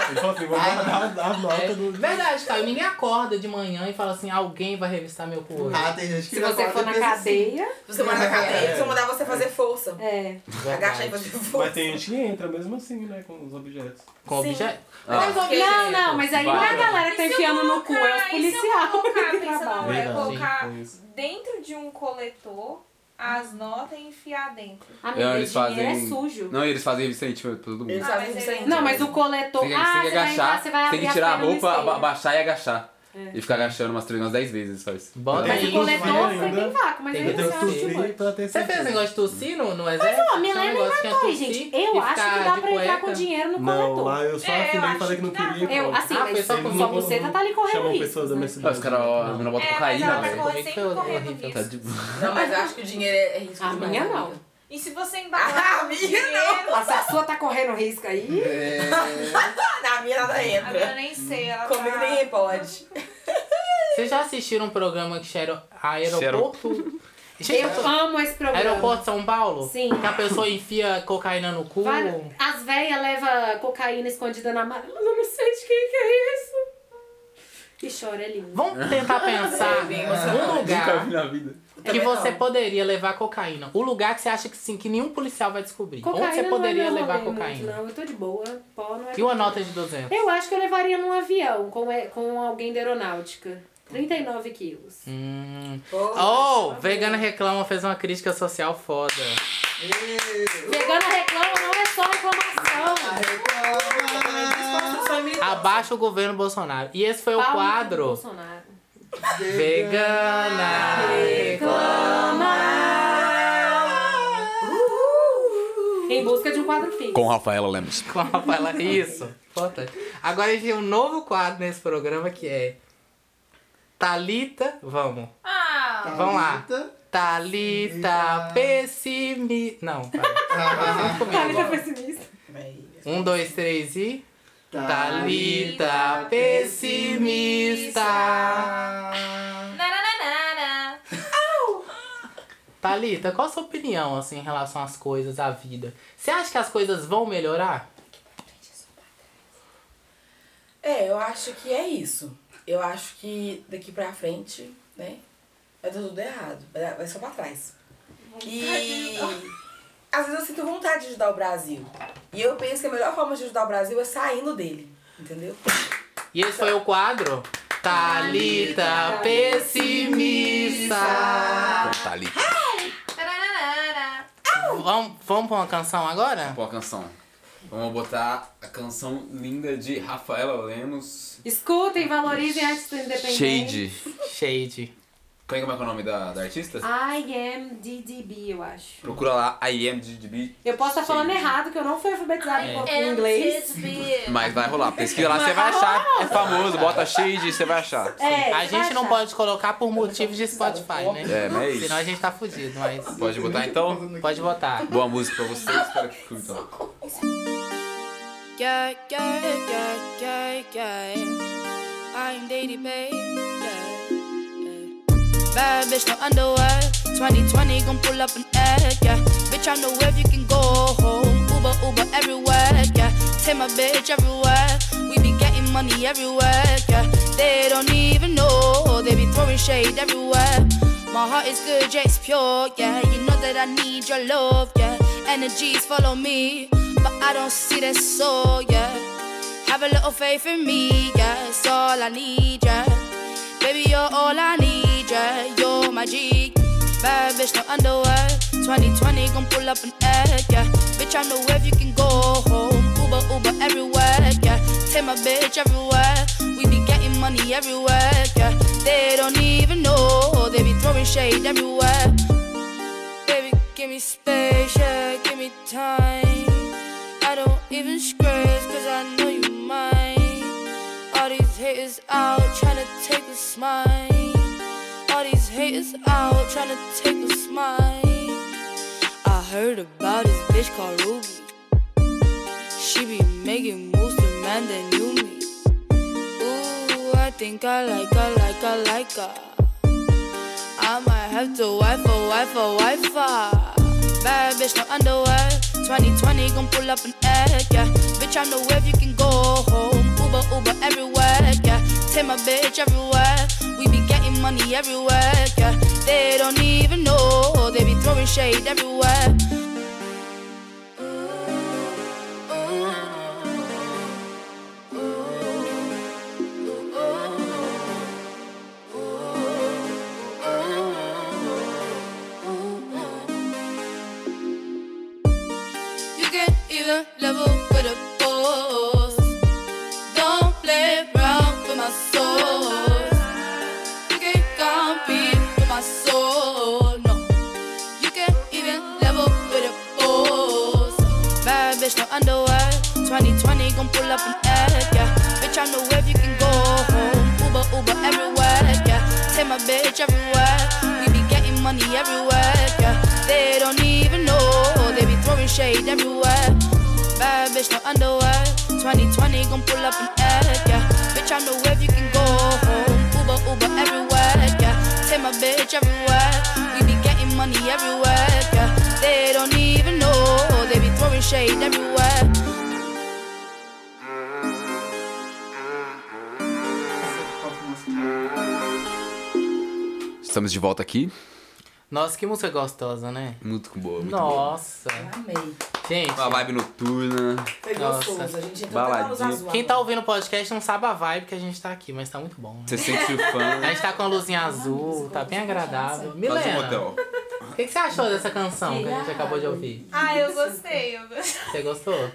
[SPEAKER 9] ele falou assim, vou guardar as- as
[SPEAKER 2] É
[SPEAKER 9] notas do...
[SPEAKER 2] verdade, Caio. Ninguém acorda de manhã e fala assim, alguém vai revistar meu cu hoje.
[SPEAKER 11] Ah, tem gente que
[SPEAKER 10] Se você
[SPEAKER 11] acorda
[SPEAKER 10] for
[SPEAKER 11] e
[SPEAKER 10] na
[SPEAKER 11] pensa assim.
[SPEAKER 10] cadeia,
[SPEAKER 7] Se você morar
[SPEAKER 2] É.
[SPEAKER 7] na cadeia, eles vão mandar você fazer força.
[SPEAKER 10] é.
[SPEAKER 7] Agachar e fazer
[SPEAKER 9] Mas
[SPEAKER 7] força.
[SPEAKER 9] tem gente que entra mesmo assim, né, com os objetos.
[SPEAKER 2] Com objeto.
[SPEAKER 3] Ah,
[SPEAKER 10] Não, não, mas aí não é a
[SPEAKER 3] Vai.
[SPEAKER 10] galera que tá
[SPEAKER 6] E se eu
[SPEAKER 10] enfiando no cu, é os
[SPEAKER 6] colocar- e se eu
[SPEAKER 10] policiais
[SPEAKER 6] colocar,
[SPEAKER 10] que
[SPEAKER 6] pensa
[SPEAKER 10] trabalham.
[SPEAKER 6] Não, é
[SPEAKER 9] Verdade,
[SPEAKER 6] colocar-
[SPEAKER 9] tem isso.
[SPEAKER 6] Dentro de um coletor, as notas e enfiar dentro.
[SPEAKER 10] Amiga,
[SPEAKER 3] eles
[SPEAKER 10] dinheiro
[SPEAKER 3] fazem.
[SPEAKER 10] é sujo.
[SPEAKER 6] *laughs*
[SPEAKER 3] Não, eles fazem isso aí, tipo, pra todo mundo.
[SPEAKER 7] Eles
[SPEAKER 3] Você
[SPEAKER 6] Ah,
[SPEAKER 7] sabem
[SPEAKER 6] mas
[SPEAKER 7] disso
[SPEAKER 6] aí-
[SPEAKER 7] ainda.
[SPEAKER 10] Não, mas o coletor.
[SPEAKER 3] tem que,
[SPEAKER 10] ah,
[SPEAKER 3] você tem
[SPEAKER 10] você
[SPEAKER 3] que
[SPEAKER 10] vai entrar,
[SPEAKER 3] agachar,
[SPEAKER 10] você vai
[SPEAKER 3] tem
[SPEAKER 10] abrir
[SPEAKER 3] que tirar a
[SPEAKER 10] perna no
[SPEAKER 3] roupa,
[SPEAKER 10] espelho.
[SPEAKER 3] aba- abaixar e agachar.
[SPEAKER 10] É.
[SPEAKER 3] E ficar agachando umas três, umas dez vezes, só isso.
[SPEAKER 2] Bota
[SPEAKER 9] Tem
[SPEAKER 10] Mas o
[SPEAKER 2] aí.
[SPEAKER 9] gente que
[SPEAKER 10] coletor
[SPEAKER 9] ainda-
[SPEAKER 10] você tem vácuo, mas
[SPEAKER 2] Tem
[SPEAKER 10] aí
[SPEAKER 9] Eu
[SPEAKER 2] que
[SPEAKER 10] você
[SPEAKER 9] tenho
[SPEAKER 2] Exato.
[SPEAKER 10] acha
[SPEAKER 9] que
[SPEAKER 10] de
[SPEAKER 9] sofrer pra
[SPEAKER 10] boa.
[SPEAKER 9] ter
[SPEAKER 2] Você fez
[SPEAKER 9] certeza.
[SPEAKER 2] negócio de tossir no, no exército?
[SPEAKER 10] Ó,
[SPEAKER 2] Tem um
[SPEAKER 10] Milena
[SPEAKER 2] negócio que é
[SPEAKER 10] inventou aí,
[SPEAKER 2] tossir
[SPEAKER 10] gente.
[SPEAKER 2] e
[SPEAKER 10] Eu acho
[SPEAKER 2] ficar
[SPEAKER 10] que dá
[SPEAKER 2] de
[SPEAKER 10] pra entrar com
[SPEAKER 2] cueca.
[SPEAKER 10] dinheiro no
[SPEAKER 9] Não,
[SPEAKER 10] coletor.
[SPEAKER 9] lá eu só
[SPEAKER 6] É,
[SPEAKER 9] afinei
[SPEAKER 6] eu
[SPEAKER 9] e
[SPEAKER 6] acho
[SPEAKER 9] falei que não
[SPEAKER 6] que dá.
[SPEAKER 9] queria. e
[SPEAKER 10] Eu,
[SPEAKER 9] pronto.
[SPEAKER 10] assim,
[SPEAKER 2] Ah, foi
[SPEAKER 10] mas
[SPEAKER 2] só com-
[SPEAKER 10] só você tá ali correndo
[SPEAKER 9] Chamam
[SPEAKER 10] risco,
[SPEAKER 9] pessoas da
[SPEAKER 10] né?
[SPEAKER 9] minha
[SPEAKER 3] Ah, os caras, ó, a mina bota
[SPEAKER 6] é, mas
[SPEAKER 3] cocaína,
[SPEAKER 6] ela vai
[SPEAKER 3] velho.
[SPEAKER 6] correr
[SPEAKER 2] Comigo
[SPEAKER 6] sempre
[SPEAKER 2] foi horrível,
[SPEAKER 6] correndo
[SPEAKER 2] tá?
[SPEAKER 3] Tá
[SPEAKER 6] risco.
[SPEAKER 3] de
[SPEAKER 7] Não, mas eu acho que o dinheiro é é risco
[SPEAKER 10] A
[SPEAKER 7] demais,
[SPEAKER 10] minha não.
[SPEAKER 7] amiga. Ah,
[SPEAKER 6] E se
[SPEAKER 7] *laughs*
[SPEAKER 6] você embalar
[SPEAKER 7] A
[SPEAKER 6] com
[SPEAKER 7] minha
[SPEAKER 6] dinheiro,
[SPEAKER 10] Nossa, a sua tá correndo risco aí.
[SPEAKER 9] É.
[SPEAKER 7] Ah, Na minha nada
[SPEAKER 6] a minha
[SPEAKER 7] entra.
[SPEAKER 6] nem sei, ela
[SPEAKER 7] Comigo
[SPEAKER 6] tá...
[SPEAKER 7] ninguém pode.
[SPEAKER 2] Vocês já assistiram um programa que era aeroporto? Gente,
[SPEAKER 10] Eu amo esse programa.
[SPEAKER 2] aeroporto de São Paulo?
[SPEAKER 10] Sim.
[SPEAKER 2] Que a pessoa enfia cocaína no cu.
[SPEAKER 10] Vai- As velhas levam cocaína escondida na mala. Eu não sei de quem que é isso. E chora, é lindo.
[SPEAKER 2] Vamos tentar
[SPEAKER 10] *laughs*
[SPEAKER 2] pensar num
[SPEAKER 3] Nunca vi
[SPEAKER 2] lugar
[SPEAKER 3] na vida.
[SPEAKER 2] que
[SPEAKER 7] Também
[SPEAKER 2] você
[SPEAKER 7] não.
[SPEAKER 2] poderia levar cocaína. O lugar que você acha que sim, que nenhum policial vai descobrir. Onde você
[SPEAKER 10] não é
[SPEAKER 2] poderia
[SPEAKER 10] meu
[SPEAKER 2] levar
[SPEAKER 10] rolê muito,
[SPEAKER 2] cocaína?
[SPEAKER 10] não, eu tô de boa. Pó não é.
[SPEAKER 2] E uma nota de 200?
[SPEAKER 10] Eu acho que eu levaria num avião com, é, com alguém da aeronáutica. 39 quilos.
[SPEAKER 2] Hum.
[SPEAKER 7] Pô, tá
[SPEAKER 2] Oh, Vegana Reclama fez uma crítica social foda.
[SPEAKER 10] Vegana reclama, não é só reclamação.
[SPEAKER 7] desconstrução e militância.
[SPEAKER 2] Abaixa o governo Bolsonaro. E esse foi o
[SPEAKER 10] Pau no cu do
[SPEAKER 2] quadro
[SPEAKER 10] Bolsonaro.
[SPEAKER 2] Vegana
[SPEAKER 10] Reclama. Em busca de um quadro fixo.
[SPEAKER 3] Com Rafaela Lemos.
[SPEAKER 2] Com a Rafaela. Isso. Importante. Agora a gente tem um novo quadro nesse programa que é. Talita. Vamos.
[SPEAKER 6] Ah,
[SPEAKER 2] Vamos lá.
[SPEAKER 11] Eita.
[SPEAKER 2] Talita pessimista. Não, para.
[SPEAKER 11] Ah,
[SPEAKER 10] Talita pessimista.
[SPEAKER 2] Um, dois, três e.
[SPEAKER 11] tá.
[SPEAKER 2] Talita pessimista.
[SPEAKER 6] nananana.
[SPEAKER 2] Thalita, qual a sua opinião assim, em relação às coisas, à vida? Você acha que as coisas vão melhorar?
[SPEAKER 7] É, eu acho que é isso. Eu acho que daqui pra frente, né? Vai dar tudo errado. Vai dar- vai só pra trás. E. Às vezes eu sinto vontade de ajudar o Brasil. E eu penso que a melhor forma de ajudar o Brasil é saindo dele. Entendeu?
[SPEAKER 2] E esse foi o quadro. Talita pessimista.
[SPEAKER 3] Tá ali.
[SPEAKER 6] Nananana.
[SPEAKER 2] Vamos, vamos pra uma canção agora?
[SPEAKER 3] Qual a canção? Vamos botar a canção linda de Rafaela Lemos.
[SPEAKER 10] Escutem, valorizem a artista independente.
[SPEAKER 3] Shade.
[SPEAKER 2] Shade.
[SPEAKER 3] Como é que é o nome da, da artista?
[SPEAKER 10] Ah, I am DDB, eu acho.
[SPEAKER 3] Procura lá, I am DDB.
[SPEAKER 10] Eu posso estar falando
[SPEAKER 3] Shade.
[SPEAKER 10] errado, que eu não fui alfabetizada em
[SPEAKER 6] É,
[SPEAKER 10] em inglês. É.
[SPEAKER 3] *laughs*
[SPEAKER 6] Shakespeare.
[SPEAKER 3] Mas vai rolar, pesquisa lá, você vai achar. É famoso, bota Shade e você vai achar.
[SPEAKER 10] É,
[SPEAKER 2] A
[SPEAKER 10] você vai
[SPEAKER 2] gente não
[SPEAKER 10] achar.
[SPEAKER 2] pode colocar por motivos de Spotify, né?
[SPEAKER 3] É, mas é isso.
[SPEAKER 2] Senão a gente tá fudido, mas.
[SPEAKER 3] Pode botar então?
[SPEAKER 2] Pode botar.
[SPEAKER 3] Boa música pra vocês, espero que curtam.
[SPEAKER 12] Yeah, yeah, yeah, yeah, yeah. I'm Dady Babe. Yeah, yeah. Bad bitch, no underwear. 2020 gon' pull up an egg. Yeah, bitch, I know if you can go home. Uber, Uber everywhere. Yeah, take my bitch everywhere. We be getting money everywhere. Yeah, they don't even know. They be throwing shade everywhere. My heart is good, yeah, it's pure. Yeah, you know that I need your love. Yeah, energies follow me but I don't see the soul, yeah. Have a little faith in me, yeah. It's all I need, yeah. Baby, you're all I need, yeah. You're my G. Bad bitch, no underwear. 2020 gon' pull up an egg, yeah. Bitch, I know if you can go home. Uber, Uber everywhere, yeah. Take my bitch everywhere. We be getting money everywhere, yeah. They don't even know. They be throwing shade everywhere. Baby, give me space, yeah, give me time. I don't even stress, cause I know you mine. All these haters out tryna take us mine. All these haters out tryna take us mine. I heard about this bitch called Ruby. She be making moves to man that knew me. Ooh, I think I like her, like her, like her. I might have to wife a wife a wife her. Bad bitch, no underwear. 2020 gon' pull up an egg, yeah. Bitch, I'm the wave, you can go home. Uber, Uber everywhere, yeah. Take my bitch everywhere. We be getting money everywhere, yeah. They don't even know. They be throwing shade everywhere. You can either level with a boss. Don't play around with my soul. You can't compete with my soul. No, you can't even level with a boss. Bad bitch, no underwear. 2020 gon' pull up an egg, yeah. Bitch, I'm the wave, you can go home. Uber, Uber everywhere, yeah. Take my bitch everywhere. We be getting money everywhere, yeah. They don't even know. They be throwing shade everywhere. Bad bitch, no underwear. 2020 gon' pull up an egg, yeah. Bitch, I'm the wave, you can go home. Uber, Uber everywhere, yeah. Take my bitch everywhere. We be getting money everywhere, yeah. They don't even know. They be throwing shade everywhere.
[SPEAKER 3] Estamos de volta aqui.
[SPEAKER 2] Nossa, que música gostosa, né?
[SPEAKER 3] Muito boa, muito boa.
[SPEAKER 2] Nossa.
[SPEAKER 7] Amei.
[SPEAKER 2] Gente,
[SPEAKER 3] Uma vibe noturna.
[SPEAKER 7] Foi
[SPEAKER 2] Nossa.
[SPEAKER 7] gostoso. A gente entrou até na luz
[SPEAKER 3] Baladinha.
[SPEAKER 7] azul.
[SPEAKER 2] quem tá
[SPEAKER 7] agora.
[SPEAKER 2] ouvindo o podcast não sabe a vibe que a gente tá aqui, mas tá muito bom. Né?
[SPEAKER 3] Você sente o fã.
[SPEAKER 2] A gente tá com a luzinha azul, tá bem agradável.
[SPEAKER 3] Faz um
[SPEAKER 2] Milena,
[SPEAKER 3] motel.
[SPEAKER 2] o que, que você achou dessa canção que a gente acabou de ouvir?
[SPEAKER 6] Ah, eu gostei. Eu gostei. *laughs*
[SPEAKER 2] Você gostou?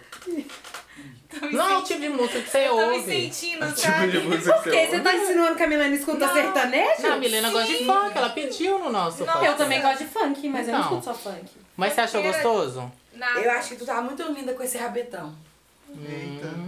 [SPEAKER 6] Tô me
[SPEAKER 2] Não é o tipo
[SPEAKER 6] sentindo-
[SPEAKER 2] de música que você
[SPEAKER 6] Tô me
[SPEAKER 2] ouve.
[SPEAKER 6] sentindo,
[SPEAKER 3] Tipo de
[SPEAKER 6] sabe?
[SPEAKER 3] música que
[SPEAKER 8] Porque
[SPEAKER 3] você
[SPEAKER 8] você tá insinuando que a Milena escuta sertanejo?
[SPEAKER 2] Não, a Milena gosta de funk, ela pediu no nosso
[SPEAKER 6] Não,
[SPEAKER 2] podcast.
[SPEAKER 8] Eu também gosto de funk, mas eu não
[SPEAKER 2] Então.
[SPEAKER 8] escuto só funk.
[SPEAKER 2] Mas você achou gostoso?
[SPEAKER 6] Nada.
[SPEAKER 7] Eu acho que tu tá muito linda com esse rabetão.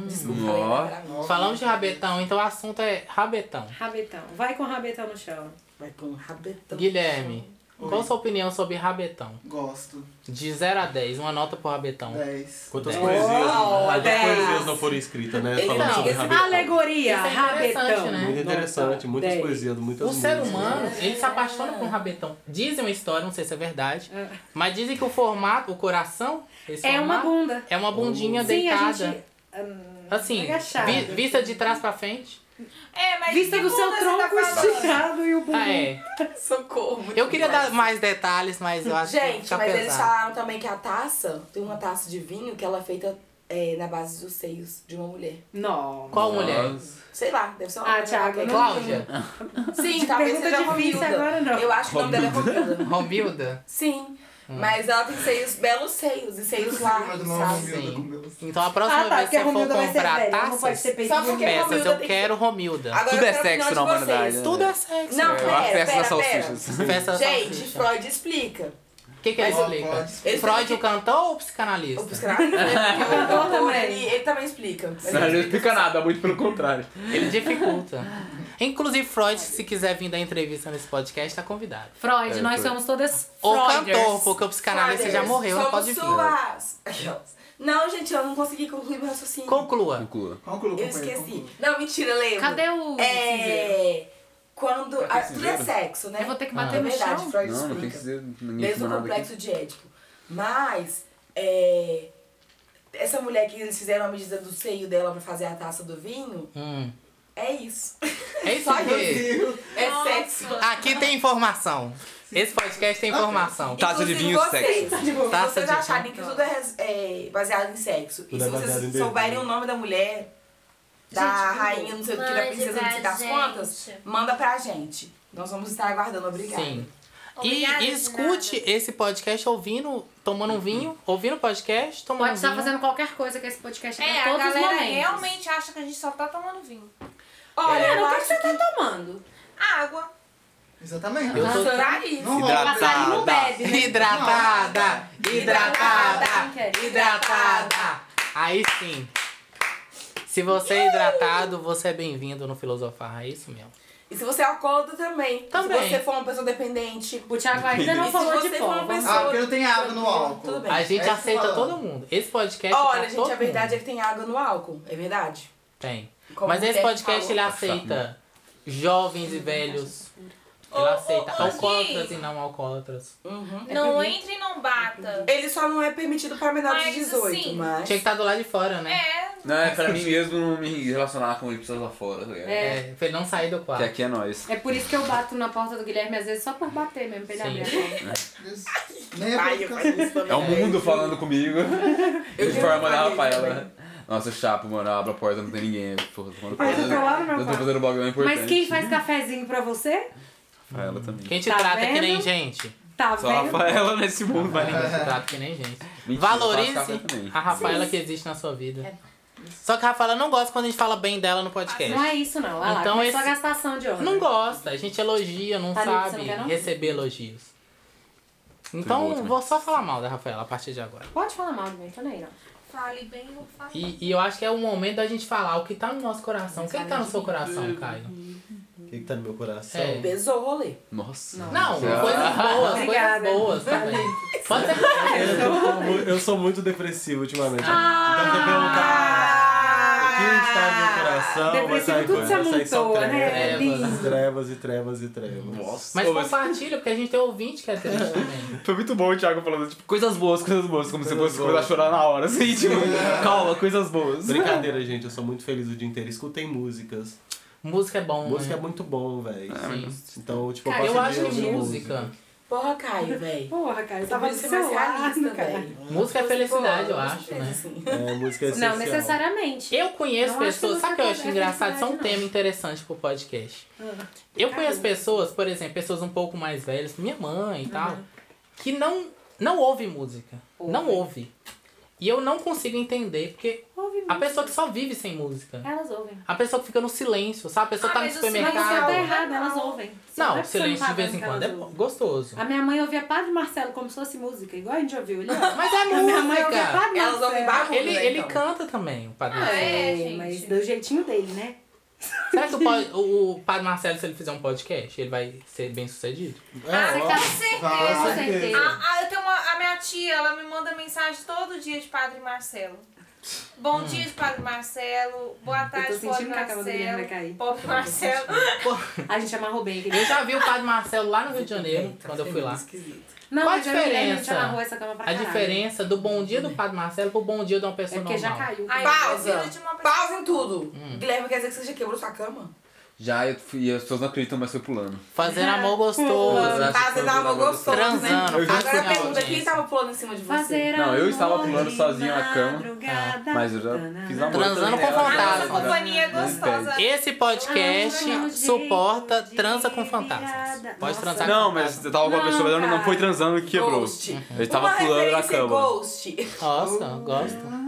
[SPEAKER 7] Desculpa, falei
[SPEAKER 3] Ó.
[SPEAKER 7] na cara.
[SPEAKER 2] Falamos de rabetão, então o assunto é rabetão.
[SPEAKER 8] Rabetão. Vai com rabetão no chão.
[SPEAKER 7] Vai com um rabetão.
[SPEAKER 2] Guilherme, qual a sua opinião sobre rabetão?
[SPEAKER 5] Gosto.
[SPEAKER 2] De 0 a 10, uma nota pro rabetão.
[SPEAKER 5] 10.
[SPEAKER 9] Quantas
[SPEAKER 2] Dez.
[SPEAKER 9] poesias, né?
[SPEAKER 7] Uau,
[SPEAKER 9] quantas
[SPEAKER 7] dez.
[SPEAKER 9] poesias não foram escritas, né?
[SPEAKER 7] Então,
[SPEAKER 9] Falando sobre
[SPEAKER 7] esse-
[SPEAKER 9] rabetão.
[SPEAKER 8] Alegoria,
[SPEAKER 2] Isso é interessante,
[SPEAKER 8] rabetão.
[SPEAKER 2] né?
[SPEAKER 9] Então,
[SPEAKER 2] É.
[SPEAKER 9] Muito interessante, muitas
[SPEAKER 8] Dez.
[SPEAKER 9] poesias, muitas
[SPEAKER 2] O ser
[SPEAKER 9] músicas.
[SPEAKER 2] humano, ele se apaixona por um rabetão. Dizem uma história, não sei se é verdade, mas dizem que o formato, o coração, esse
[SPEAKER 8] É uma
[SPEAKER 2] formato,
[SPEAKER 8] bunda.
[SPEAKER 2] é uma bundinha
[SPEAKER 8] Sim, a
[SPEAKER 2] deitada.
[SPEAKER 8] gente.
[SPEAKER 10] hum,
[SPEAKER 8] é
[SPEAKER 2] assim,
[SPEAKER 8] agachada.
[SPEAKER 2] vi- vista de trás pra frente.
[SPEAKER 6] É, mas
[SPEAKER 8] Vista
[SPEAKER 6] que
[SPEAKER 8] do seu
[SPEAKER 6] bunda você
[SPEAKER 8] tronco
[SPEAKER 6] tá falando?
[SPEAKER 8] esticado e o bumbum.
[SPEAKER 2] Ah, é.
[SPEAKER 8] *laughs*
[SPEAKER 7] Socorro. muito
[SPEAKER 2] Eu queria
[SPEAKER 7] demais.
[SPEAKER 2] dar mais detalhes, mas eu acho que
[SPEAKER 7] Gente,
[SPEAKER 2] fica
[SPEAKER 7] mas eles
[SPEAKER 2] pesado.
[SPEAKER 7] falaram também que a taça, tem uma taça de vinho que ela é feita é, na base dos seios de uma mulher.
[SPEAKER 8] Não.
[SPEAKER 2] Qual mulher?
[SPEAKER 7] Sei lá, deve ser uma
[SPEAKER 8] Ah, Thiago, não.
[SPEAKER 2] Cláudia?
[SPEAKER 8] *laughs*
[SPEAKER 7] Sim, talvez
[SPEAKER 8] pergunta
[SPEAKER 7] seja
[SPEAKER 8] difícil
[SPEAKER 7] Romilda.
[SPEAKER 8] agora não.
[SPEAKER 7] Eu acho que o nome dela é Romilda.
[SPEAKER 2] Romilda?
[SPEAKER 7] Sim.
[SPEAKER 2] Hum.
[SPEAKER 7] Mas ela tem seios, belos seios e seios largos,
[SPEAKER 2] é
[SPEAKER 7] sabe?
[SPEAKER 2] Sim.
[SPEAKER 5] Romilda.
[SPEAKER 2] Então a próxima
[SPEAKER 8] Ah, tá,
[SPEAKER 2] vez
[SPEAKER 8] porque
[SPEAKER 2] que
[SPEAKER 8] a
[SPEAKER 2] você for
[SPEAKER 8] Romilda vai ser
[SPEAKER 2] comprar tá?
[SPEAKER 8] velha, não pode
[SPEAKER 2] taças,
[SPEAKER 8] ser peito
[SPEAKER 7] Só
[SPEAKER 8] de
[SPEAKER 7] porque
[SPEAKER 8] mulher.
[SPEAKER 7] a
[SPEAKER 2] peças,
[SPEAKER 7] Romilda
[SPEAKER 2] é eu
[SPEAKER 7] tem que-
[SPEAKER 2] quero Romilda.
[SPEAKER 7] Agora
[SPEAKER 3] Tudo é
[SPEAKER 7] eu quero a opinião
[SPEAKER 3] sexo na
[SPEAKER 7] de vocês.
[SPEAKER 3] humanidade, né?
[SPEAKER 2] Tudo é sexo.
[SPEAKER 7] Não,
[SPEAKER 3] É uma
[SPEAKER 7] pera,
[SPEAKER 3] festa das
[SPEAKER 7] pera, pera.
[SPEAKER 3] salsichas.
[SPEAKER 2] Festa da
[SPEAKER 7] Gente,
[SPEAKER 2] salsicha.
[SPEAKER 7] Freud explica.
[SPEAKER 2] O que, que ele
[SPEAKER 7] Mas eu-
[SPEAKER 2] explica?
[SPEAKER 7] Ele
[SPEAKER 2] Freud,
[SPEAKER 7] explica
[SPEAKER 2] o cantor ou o psicanalista?
[SPEAKER 7] O psicanalista, né? Porque o doutor, ele, ele também explica.
[SPEAKER 3] *laughs*
[SPEAKER 7] Mas
[SPEAKER 3] Não,
[SPEAKER 7] ele
[SPEAKER 3] não explica nada, muito pelo contrário.
[SPEAKER 2] Ele *laughs* dificulta. Inclusive, Freud, se quiser vir dar entrevista nesse podcast, tá convidado.
[SPEAKER 8] Freud,
[SPEAKER 3] É,
[SPEAKER 8] nós
[SPEAKER 3] Freud.
[SPEAKER 8] somos todas
[SPEAKER 2] Ou
[SPEAKER 8] Freuders.
[SPEAKER 2] cantor, porque o psicanalista já
[SPEAKER 7] Fathers,
[SPEAKER 2] morreu, não
[SPEAKER 7] somos
[SPEAKER 2] pode vir.
[SPEAKER 7] suas. Aquelas. Não, gente, eu não consegui concluir meu raciocínio.
[SPEAKER 2] Conclua.
[SPEAKER 5] Conclua,
[SPEAKER 7] Eu
[SPEAKER 5] companheiro,
[SPEAKER 7] esqueci.
[SPEAKER 5] conclua.
[SPEAKER 7] Não, mentira, lembro.
[SPEAKER 10] Cadê o cinzeiro?
[SPEAKER 7] É... Quando... Ah, tudo é sexo, né?
[SPEAKER 10] Eu vou ter que
[SPEAKER 7] É
[SPEAKER 10] bater no
[SPEAKER 7] verdade,
[SPEAKER 10] chão.
[SPEAKER 7] Freud
[SPEAKER 3] Ah. Não, não tem que
[SPEAKER 7] explica.
[SPEAKER 3] ser ninguém
[SPEAKER 7] Desde
[SPEAKER 3] fuma
[SPEAKER 7] o
[SPEAKER 3] nada aqui.
[SPEAKER 7] complexo de Édipo. Mas, é, essa mulher que eles fizeram a medida do seio dela pra fazer a taça do vinho,
[SPEAKER 2] Hum.
[SPEAKER 7] é isso.
[SPEAKER 2] É
[SPEAKER 7] *laughs*
[SPEAKER 2] isso aí.
[SPEAKER 7] É sexo.
[SPEAKER 2] Aqui tem informação. Esse podcast tem informação.
[SPEAKER 3] Taça de
[SPEAKER 7] Inclusive
[SPEAKER 3] vinho,
[SPEAKER 7] vocês,
[SPEAKER 3] sexo.
[SPEAKER 7] Tipo,
[SPEAKER 2] Taça
[SPEAKER 7] vocês
[SPEAKER 2] de
[SPEAKER 7] acharem que tudo é, é, baseado em sexo.
[SPEAKER 9] Tudo
[SPEAKER 7] e se
[SPEAKER 9] é baseado em
[SPEAKER 7] vocês
[SPEAKER 9] bebida.
[SPEAKER 7] souberem o nome da mulher, da rainha, não sei o que, da
[SPEAKER 10] mande
[SPEAKER 7] princesa, não sei
[SPEAKER 10] pra
[SPEAKER 7] das quantas,
[SPEAKER 10] gente.
[SPEAKER 7] manda pra gente. Nós vamos estar aguardando. Obrigada.
[SPEAKER 2] Sim. E
[SPEAKER 10] Obrigada, de
[SPEAKER 2] escute esse podcast ouvindo, tomando um vinho, ouvindo o podcast, tomando
[SPEAKER 10] Pode
[SPEAKER 2] um
[SPEAKER 10] estar
[SPEAKER 2] vinho.
[SPEAKER 10] fazendo qualquer coisa com esse podcast aqui
[SPEAKER 6] É,
[SPEAKER 10] em
[SPEAKER 6] a
[SPEAKER 10] todos os
[SPEAKER 6] galera
[SPEAKER 10] momentos.
[SPEAKER 6] realmente acha que a gente só tá tomando vinho.
[SPEAKER 7] Olha, eu
[SPEAKER 8] Cara, o que, que
[SPEAKER 7] acho
[SPEAKER 8] você
[SPEAKER 7] que...
[SPEAKER 8] tá tomando?
[SPEAKER 6] Água.
[SPEAKER 5] Exatamente.
[SPEAKER 2] Eu tô
[SPEAKER 7] Clarice.
[SPEAKER 8] Passarinho
[SPEAKER 3] Hidratada.
[SPEAKER 8] bebe, né?
[SPEAKER 2] Hidratada, hidratada,
[SPEAKER 8] Hidratada.
[SPEAKER 2] hidratada. Aí sim. Se você é hidratado, você é bem-vindo no Filosofar, é isso mesmo.
[SPEAKER 7] E se você é alcoólatra também.
[SPEAKER 2] Também.
[SPEAKER 7] Se você for uma pessoa dependente.
[SPEAKER 10] O Thiago
[SPEAKER 2] ainda não falou de pó, vamos lá. Ah, porque não
[SPEAKER 7] tem água no álcool. Tudo bem.
[SPEAKER 2] A gente
[SPEAKER 7] É isso que eu tô
[SPEAKER 2] aceita
[SPEAKER 7] falando.
[SPEAKER 2] todo mundo. Esse podcast é pra
[SPEAKER 7] Olha,
[SPEAKER 2] todo
[SPEAKER 7] gente, a verdade é que tem água no álcool. É verdade.
[SPEAKER 2] mundo. tem.
[SPEAKER 7] Como
[SPEAKER 2] Mas
[SPEAKER 7] o
[SPEAKER 2] esse
[SPEAKER 7] Guilherme
[SPEAKER 2] podcast
[SPEAKER 7] falou.
[SPEAKER 2] ele aceita jovens
[SPEAKER 7] Hum,
[SPEAKER 2] e
[SPEAKER 7] tá
[SPEAKER 2] velhos. Ele aceita
[SPEAKER 6] ô,
[SPEAKER 2] alcoólatras
[SPEAKER 6] Gui.
[SPEAKER 2] e não alcoólatras.
[SPEAKER 7] Uhum.
[SPEAKER 6] Não entre e não bata.
[SPEAKER 7] É Ele só não é permitido para menores
[SPEAKER 6] Mas,
[SPEAKER 7] de 18,
[SPEAKER 6] assim,
[SPEAKER 7] mas.
[SPEAKER 2] Tinha que estar do lado de fora, né?
[SPEAKER 6] É.
[SPEAKER 3] Não, é pra mim mesmo não me relacionar com pessoas lá fora, tá ligado?
[SPEAKER 2] É, pra ele não sair do
[SPEAKER 3] Que
[SPEAKER 2] quarto.
[SPEAKER 3] aqui é nós.
[SPEAKER 13] É por isso que eu bato na porta do Guilherme às vezes só por bater mesmo, pra ele abrir a porta.
[SPEAKER 7] Nem Ai, eu faço isso também.
[SPEAKER 3] Né? É o mundo falando
[SPEAKER 10] *laughs*
[SPEAKER 3] comigo. Eu de forma da Rafaela. Nossa, chapo, mano, eu abro a porta, não tem ninguém. Pô, tô tomando
[SPEAKER 10] Mas
[SPEAKER 3] conta,
[SPEAKER 10] eu tô lá no meu
[SPEAKER 3] eu tô
[SPEAKER 10] quarto.
[SPEAKER 3] fazendo um bagulho importante.
[SPEAKER 10] Mas quem faz cafezinho pra você,
[SPEAKER 3] Rafaela também.
[SPEAKER 2] Quem te
[SPEAKER 10] Tá
[SPEAKER 2] trata que
[SPEAKER 10] vendo?
[SPEAKER 2] nem gente?
[SPEAKER 10] tá
[SPEAKER 3] Só a
[SPEAKER 10] vendo?
[SPEAKER 3] Rafaela né? nesse mundo, vai
[SPEAKER 2] Ninguém te
[SPEAKER 3] ninguém.
[SPEAKER 2] trata tá que nem gente.
[SPEAKER 3] Mentira, eu faço café
[SPEAKER 2] Valorize
[SPEAKER 3] também.
[SPEAKER 2] a Rafaela que existe na sua vida.
[SPEAKER 7] É.
[SPEAKER 2] Só que a Rafaela não gosta quando a gente fala bem dela no podcast.
[SPEAKER 10] Não é isso não. Olha
[SPEAKER 2] Então
[SPEAKER 10] lá, começou
[SPEAKER 2] esse-
[SPEAKER 10] a gastação de ouro.
[SPEAKER 2] Não gosta, a gente elogia, não
[SPEAKER 10] Tá, Nico, você
[SPEAKER 2] sabe
[SPEAKER 10] não quer não?
[SPEAKER 2] receber elogios.
[SPEAKER 3] Tudo
[SPEAKER 2] Então,
[SPEAKER 3] bom,
[SPEAKER 2] vou só falar mal da Rafaela a partir de agora.
[SPEAKER 10] Pode falar mal de mim, tô nem aí, não.
[SPEAKER 6] Fale bem, não fale.
[SPEAKER 2] E, e eu acho que é o momento da gente falar o que tá no nosso coração. O que, que tá no seu coração, Caio?
[SPEAKER 9] O que, que tá no meu coração?
[SPEAKER 2] É.
[SPEAKER 7] Pesou o rolê.
[SPEAKER 3] Nossa.
[SPEAKER 2] Não, coisas boas, coisas
[SPEAKER 10] Obrigada.
[SPEAKER 2] boas também. Pode ser
[SPEAKER 9] *laughs* Eu, sou mu- eu sou muito depressivo ultimamente.
[SPEAKER 2] Ah!
[SPEAKER 9] então você perguntar o que está no meu coração, vai
[SPEAKER 10] Depressivo
[SPEAKER 9] sair
[SPEAKER 10] tudo
[SPEAKER 9] coisa,
[SPEAKER 10] se
[SPEAKER 9] vai sair só
[SPEAKER 10] amontoa, né?
[SPEAKER 2] É,
[SPEAKER 9] trevas, trevas e trevas e trevas.
[SPEAKER 3] Nossa.
[SPEAKER 2] Mas
[SPEAKER 3] Ô, mas
[SPEAKER 2] compartilha, porque a gente tem ouvinte que é triste
[SPEAKER 9] *laughs*
[SPEAKER 2] também.
[SPEAKER 3] foi muito bom o Thiago falando, tipo, coisas boas, coisas boas, como se
[SPEAKER 9] Coisas
[SPEAKER 3] fosse
[SPEAKER 9] boas.
[SPEAKER 3] coisa a chorar na hora, assim,
[SPEAKER 9] *laughs*
[SPEAKER 3] tipo, calma, coisas boas.
[SPEAKER 9] Brincadeira, gente, eu sou muito feliz o dia inteiro. Escutem músicas.
[SPEAKER 2] Música é bom,
[SPEAKER 9] Música é
[SPEAKER 2] né?
[SPEAKER 9] muito bom, velho.
[SPEAKER 2] Sim.
[SPEAKER 9] Então, tipo, eu
[SPEAKER 10] Cara,
[SPEAKER 9] passo
[SPEAKER 2] Eu
[SPEAKER 9] o dia
[SPEAKER 2] acho que
[SPEAKER 9] ouvindo
[SPEAKER 2] música.
[SPEAKER 7] Porra, Caio, velho.
[SPEAKER 10] Porra, cara, eu
[SPEAKER 7] Você
[SPEAKER 10] tava
[SPEAKER 7] vai
[SPEAKER 10] do
[SPEAKER 7] ser
[SPEAKER 10] seu
[SPEAKER 7] é mais realista,
[SPEAKER 10] lado, cara.
[SPEAKER 7] velho.
[SPEAKER 2] Música é felicidade,
[SPEAKER 7] Pô,
[SPEAKER 2] eu
[SPEAKER 7] com
[SPEAKER 2] acho,
[SPEAKER 7] certeza,
[SPEAKER 2] né?
[SPEAKER 7] assim.
[SPEAKER 9] É, música é
[SPEAKER 10] Não
[SPEAKER 9] essencial.
[SPEAKER 10] necessariamente.
[SPEAKER 2] Eu conheço
[SPEAKER 10] Não acho
[SPEAKER 2] pessoas.
[SPEAKER 10] que
[SPEAKER 2] Sabe o que eu
[SPEAKER 10] música
[SPEAKER 2] acho
[SPEAKER 10] é
[SPEAKER 2] engraçado? Isso é um
[SPEAKER 10] felicidade,
[SPEAKER 2] tema
[SPEAKER 10] não.
[SPEAKER 2] interessante pro podcast. Eu conheço pessoas, por exemplo, pessoas um pouco mais velhas, minha mãe e
[SPEAKER 6] Uhum.
[SPEAKER 2] tal, que não, não ouve música. Não ouve. E eu não consigo entender, porque
[SPEAKER 10] Ouve
[SPEAKER 2] a
[SPEAKER 10] muito.
[SPEAKER 2] pessoa que só vive sem música.
[SPEAKER 10] Elas ouvem.
[SPEAKER 2] A pessoa que fica no silêncio, sabe? A pessoa
[SPEAKER 6] Ah,
[SPEAKER 2] tá no
[SPEAKER 6] mas o silêncio
[SPEAKER 10] Mas você tá
[SPEAKER 2] supermercado.
[SPEAKER 10] errado, elas ouvem. Você
[SPEAKER 6] tá
[SPEAKER 2] Não,
[SPEAKER 10] é
[SPEAKER 2] o silêncio de
[SPEAKER 10] pagando
[SPEAKER 2] vez em
[SPEAKER 10] que
[SPEAKER 2] quando é
[SPEAKER 10] elas
[SPEAKER 2] bom,
[SPEAKER 10] ouvem.
[SPEAKER 2] gostoso.
[SPEAKER 10] A minha mãe ouvia Padre Marcelo como se fosse música, igual a gente ouviu. Ele
[SPEAKER 2] *laughs*
[SPEAKER 10] a
[SPEAKER 2] Mas é
[SPEAKER 10] minha mãe ouvia
[SPEAKER 2] música.
[SPEAKER 10] Padre
[SPEAKER 7] Elas ouvem
[SPEAKER 10] Marcelo.
[SPEAKER 7] barulho,
[SPEAKER 2] Ele,
[SPEAKER 7] né,
[SPEAKER 2] ele
[SPEAKER 7] então.
[SPEAKER 2] canta também, o Padre
[SPEAKER 6] Ah,
[SPEAKER 2] Marcelo.
[SPEAKER 6] é, gente.
[SPEAKER 10] Mas do jeitinho dele, né?
[SPEAKER 2] Será que o, pod- o, o Padre Marcelo, se ele fizer um podcast, ele vai ser bem sucedido?
[SPEAKER 9] É,
[SPEAKER 6] Ah,
[SPEAKER 9] ó.
[SPEAKER 6] com certeza.
[SPEAKER 13] Com certeza.
[SPEAKER 6] Ah, ah, eu tenho uma, a minha tia, ela me manda mensagem todo dia de Padre Marcelo. Bom dia de Padre Marcelo, boa tarde,
[SPEAKER 10] sentindo
[SPEAKER 6] Padre
[SPEAKER 10] que a cama do Guilherme vai
[SPEAKER 6] Marcelo.
[SPEAKER 10] cair. Tá
[SPEAKER 6] Pobre Marcelo.
[SPEAKER 10] *laughs* A gente amarrou bem aquele
[SPEAKER 2] Eu já vi o Padre Marcelo lá no Rio de Janeiro,
[SPEAKER 3] Tá
[SPEAKER 7] Eita,
[SPEAKER 2] quando eu fui lá.
[SPEAKER 7] Esquisito.
[SPEAKER 10] Não,
[SPEAKER 2] Qual a
[SPEAKER 10] mas eu e o Guilherme, a gente
[SPEAKER 2] diferença?
[SPEAKER 10] amarrou essa cama pra
[SPEAKER 2] A
[SPEAKER 10] caralho.
[SPEAKER 2] diferença do bom dia do Padre Marcelo pro bom dia de uma
[SPEAKER 10] É
[SPEAKER 2] pessoa
[SPEAKER 10] porque já
[SPEAKER 2] normal.
[SPEAKER 10] caiu.
[SPEAKER 6] Ai,
[SPEAKER 7] Pausa!
[SPEAKER 6] eu preciso de uma pessoa-
[SPEAKER 7] Pausa em tudo.
[SPEAKER 2] Hum.
[SPEAKER 7] Guilherme quer dizer que você já quebrou sua cama?
[SPEAKER 3] Já, eu fui- e as pessoas não acreditam, mas foi pulando.
[SPEAKER 2] Fazendo amor gostoso.
[SPEAKER 3] Transando.
[SPEAKER 7] Ah, você tava gostoso, né?
[SPEAKER 2] Transando.
[SPEAKER 7] Agora
[SPEAKER 2] Transando,
[SPEAKER 7] pergunta quem
[SPEAKER 2] gente.
[SPEAKER 7] tava pulando em cima de você.
[SPEAKER 10] Fazer
[SPEAKER 3] Não, eu
[SPEAKER 10] amor
[SPEAKER 3] estava pulando
[SPEAKER 10] de
[SPEAKER 3] sozinho na cama,
[SPEAKER 10] madrugada.
[SPEAKER 3] Mas eu já fiz amor. também,
[SPEAKER 2] Transando com
[SPEAKER 3] né?
[SPEAKER 6] A nossa
[SPEAKER 2] fantasma.
[SPEAKER 6] companhia é gostosa.
[SPEAKER 2] Esse podcast
[SPEAKER 10] Ah, não,
[SPEAKER 2] suporta
[SPEAKER 10] gente,
[SPEAKER 2] transa com fantasmas.
[SPEAKER 10] piada.
[SPEAKER 2] Pode
[SPEAKER 10] Nossa.
[SPEAKER 2] transar
[SPEAKER 3] Não,
[SPEAKER 2] com
[SPEAKER 3] mas eu tava com a
[SPEAKER 10] Não,
[SPEAKER 3] pessoa, mas eu não, não
[SPEAKER 10] cara.
[SPEAKER 3] foi transando que quebrou.
[SPEAKER 7] Ghost.
[SPEAKER 3] Eu estava
[SPEAKER 7] Uma
[SPEAKER 3] pulando na
[SPEAKER 7] referência
[SPEAKER 3] cama.
[SPEAKER 7] Ghost.
[SPEAKER 2] fantasmas. Nossa, gosto.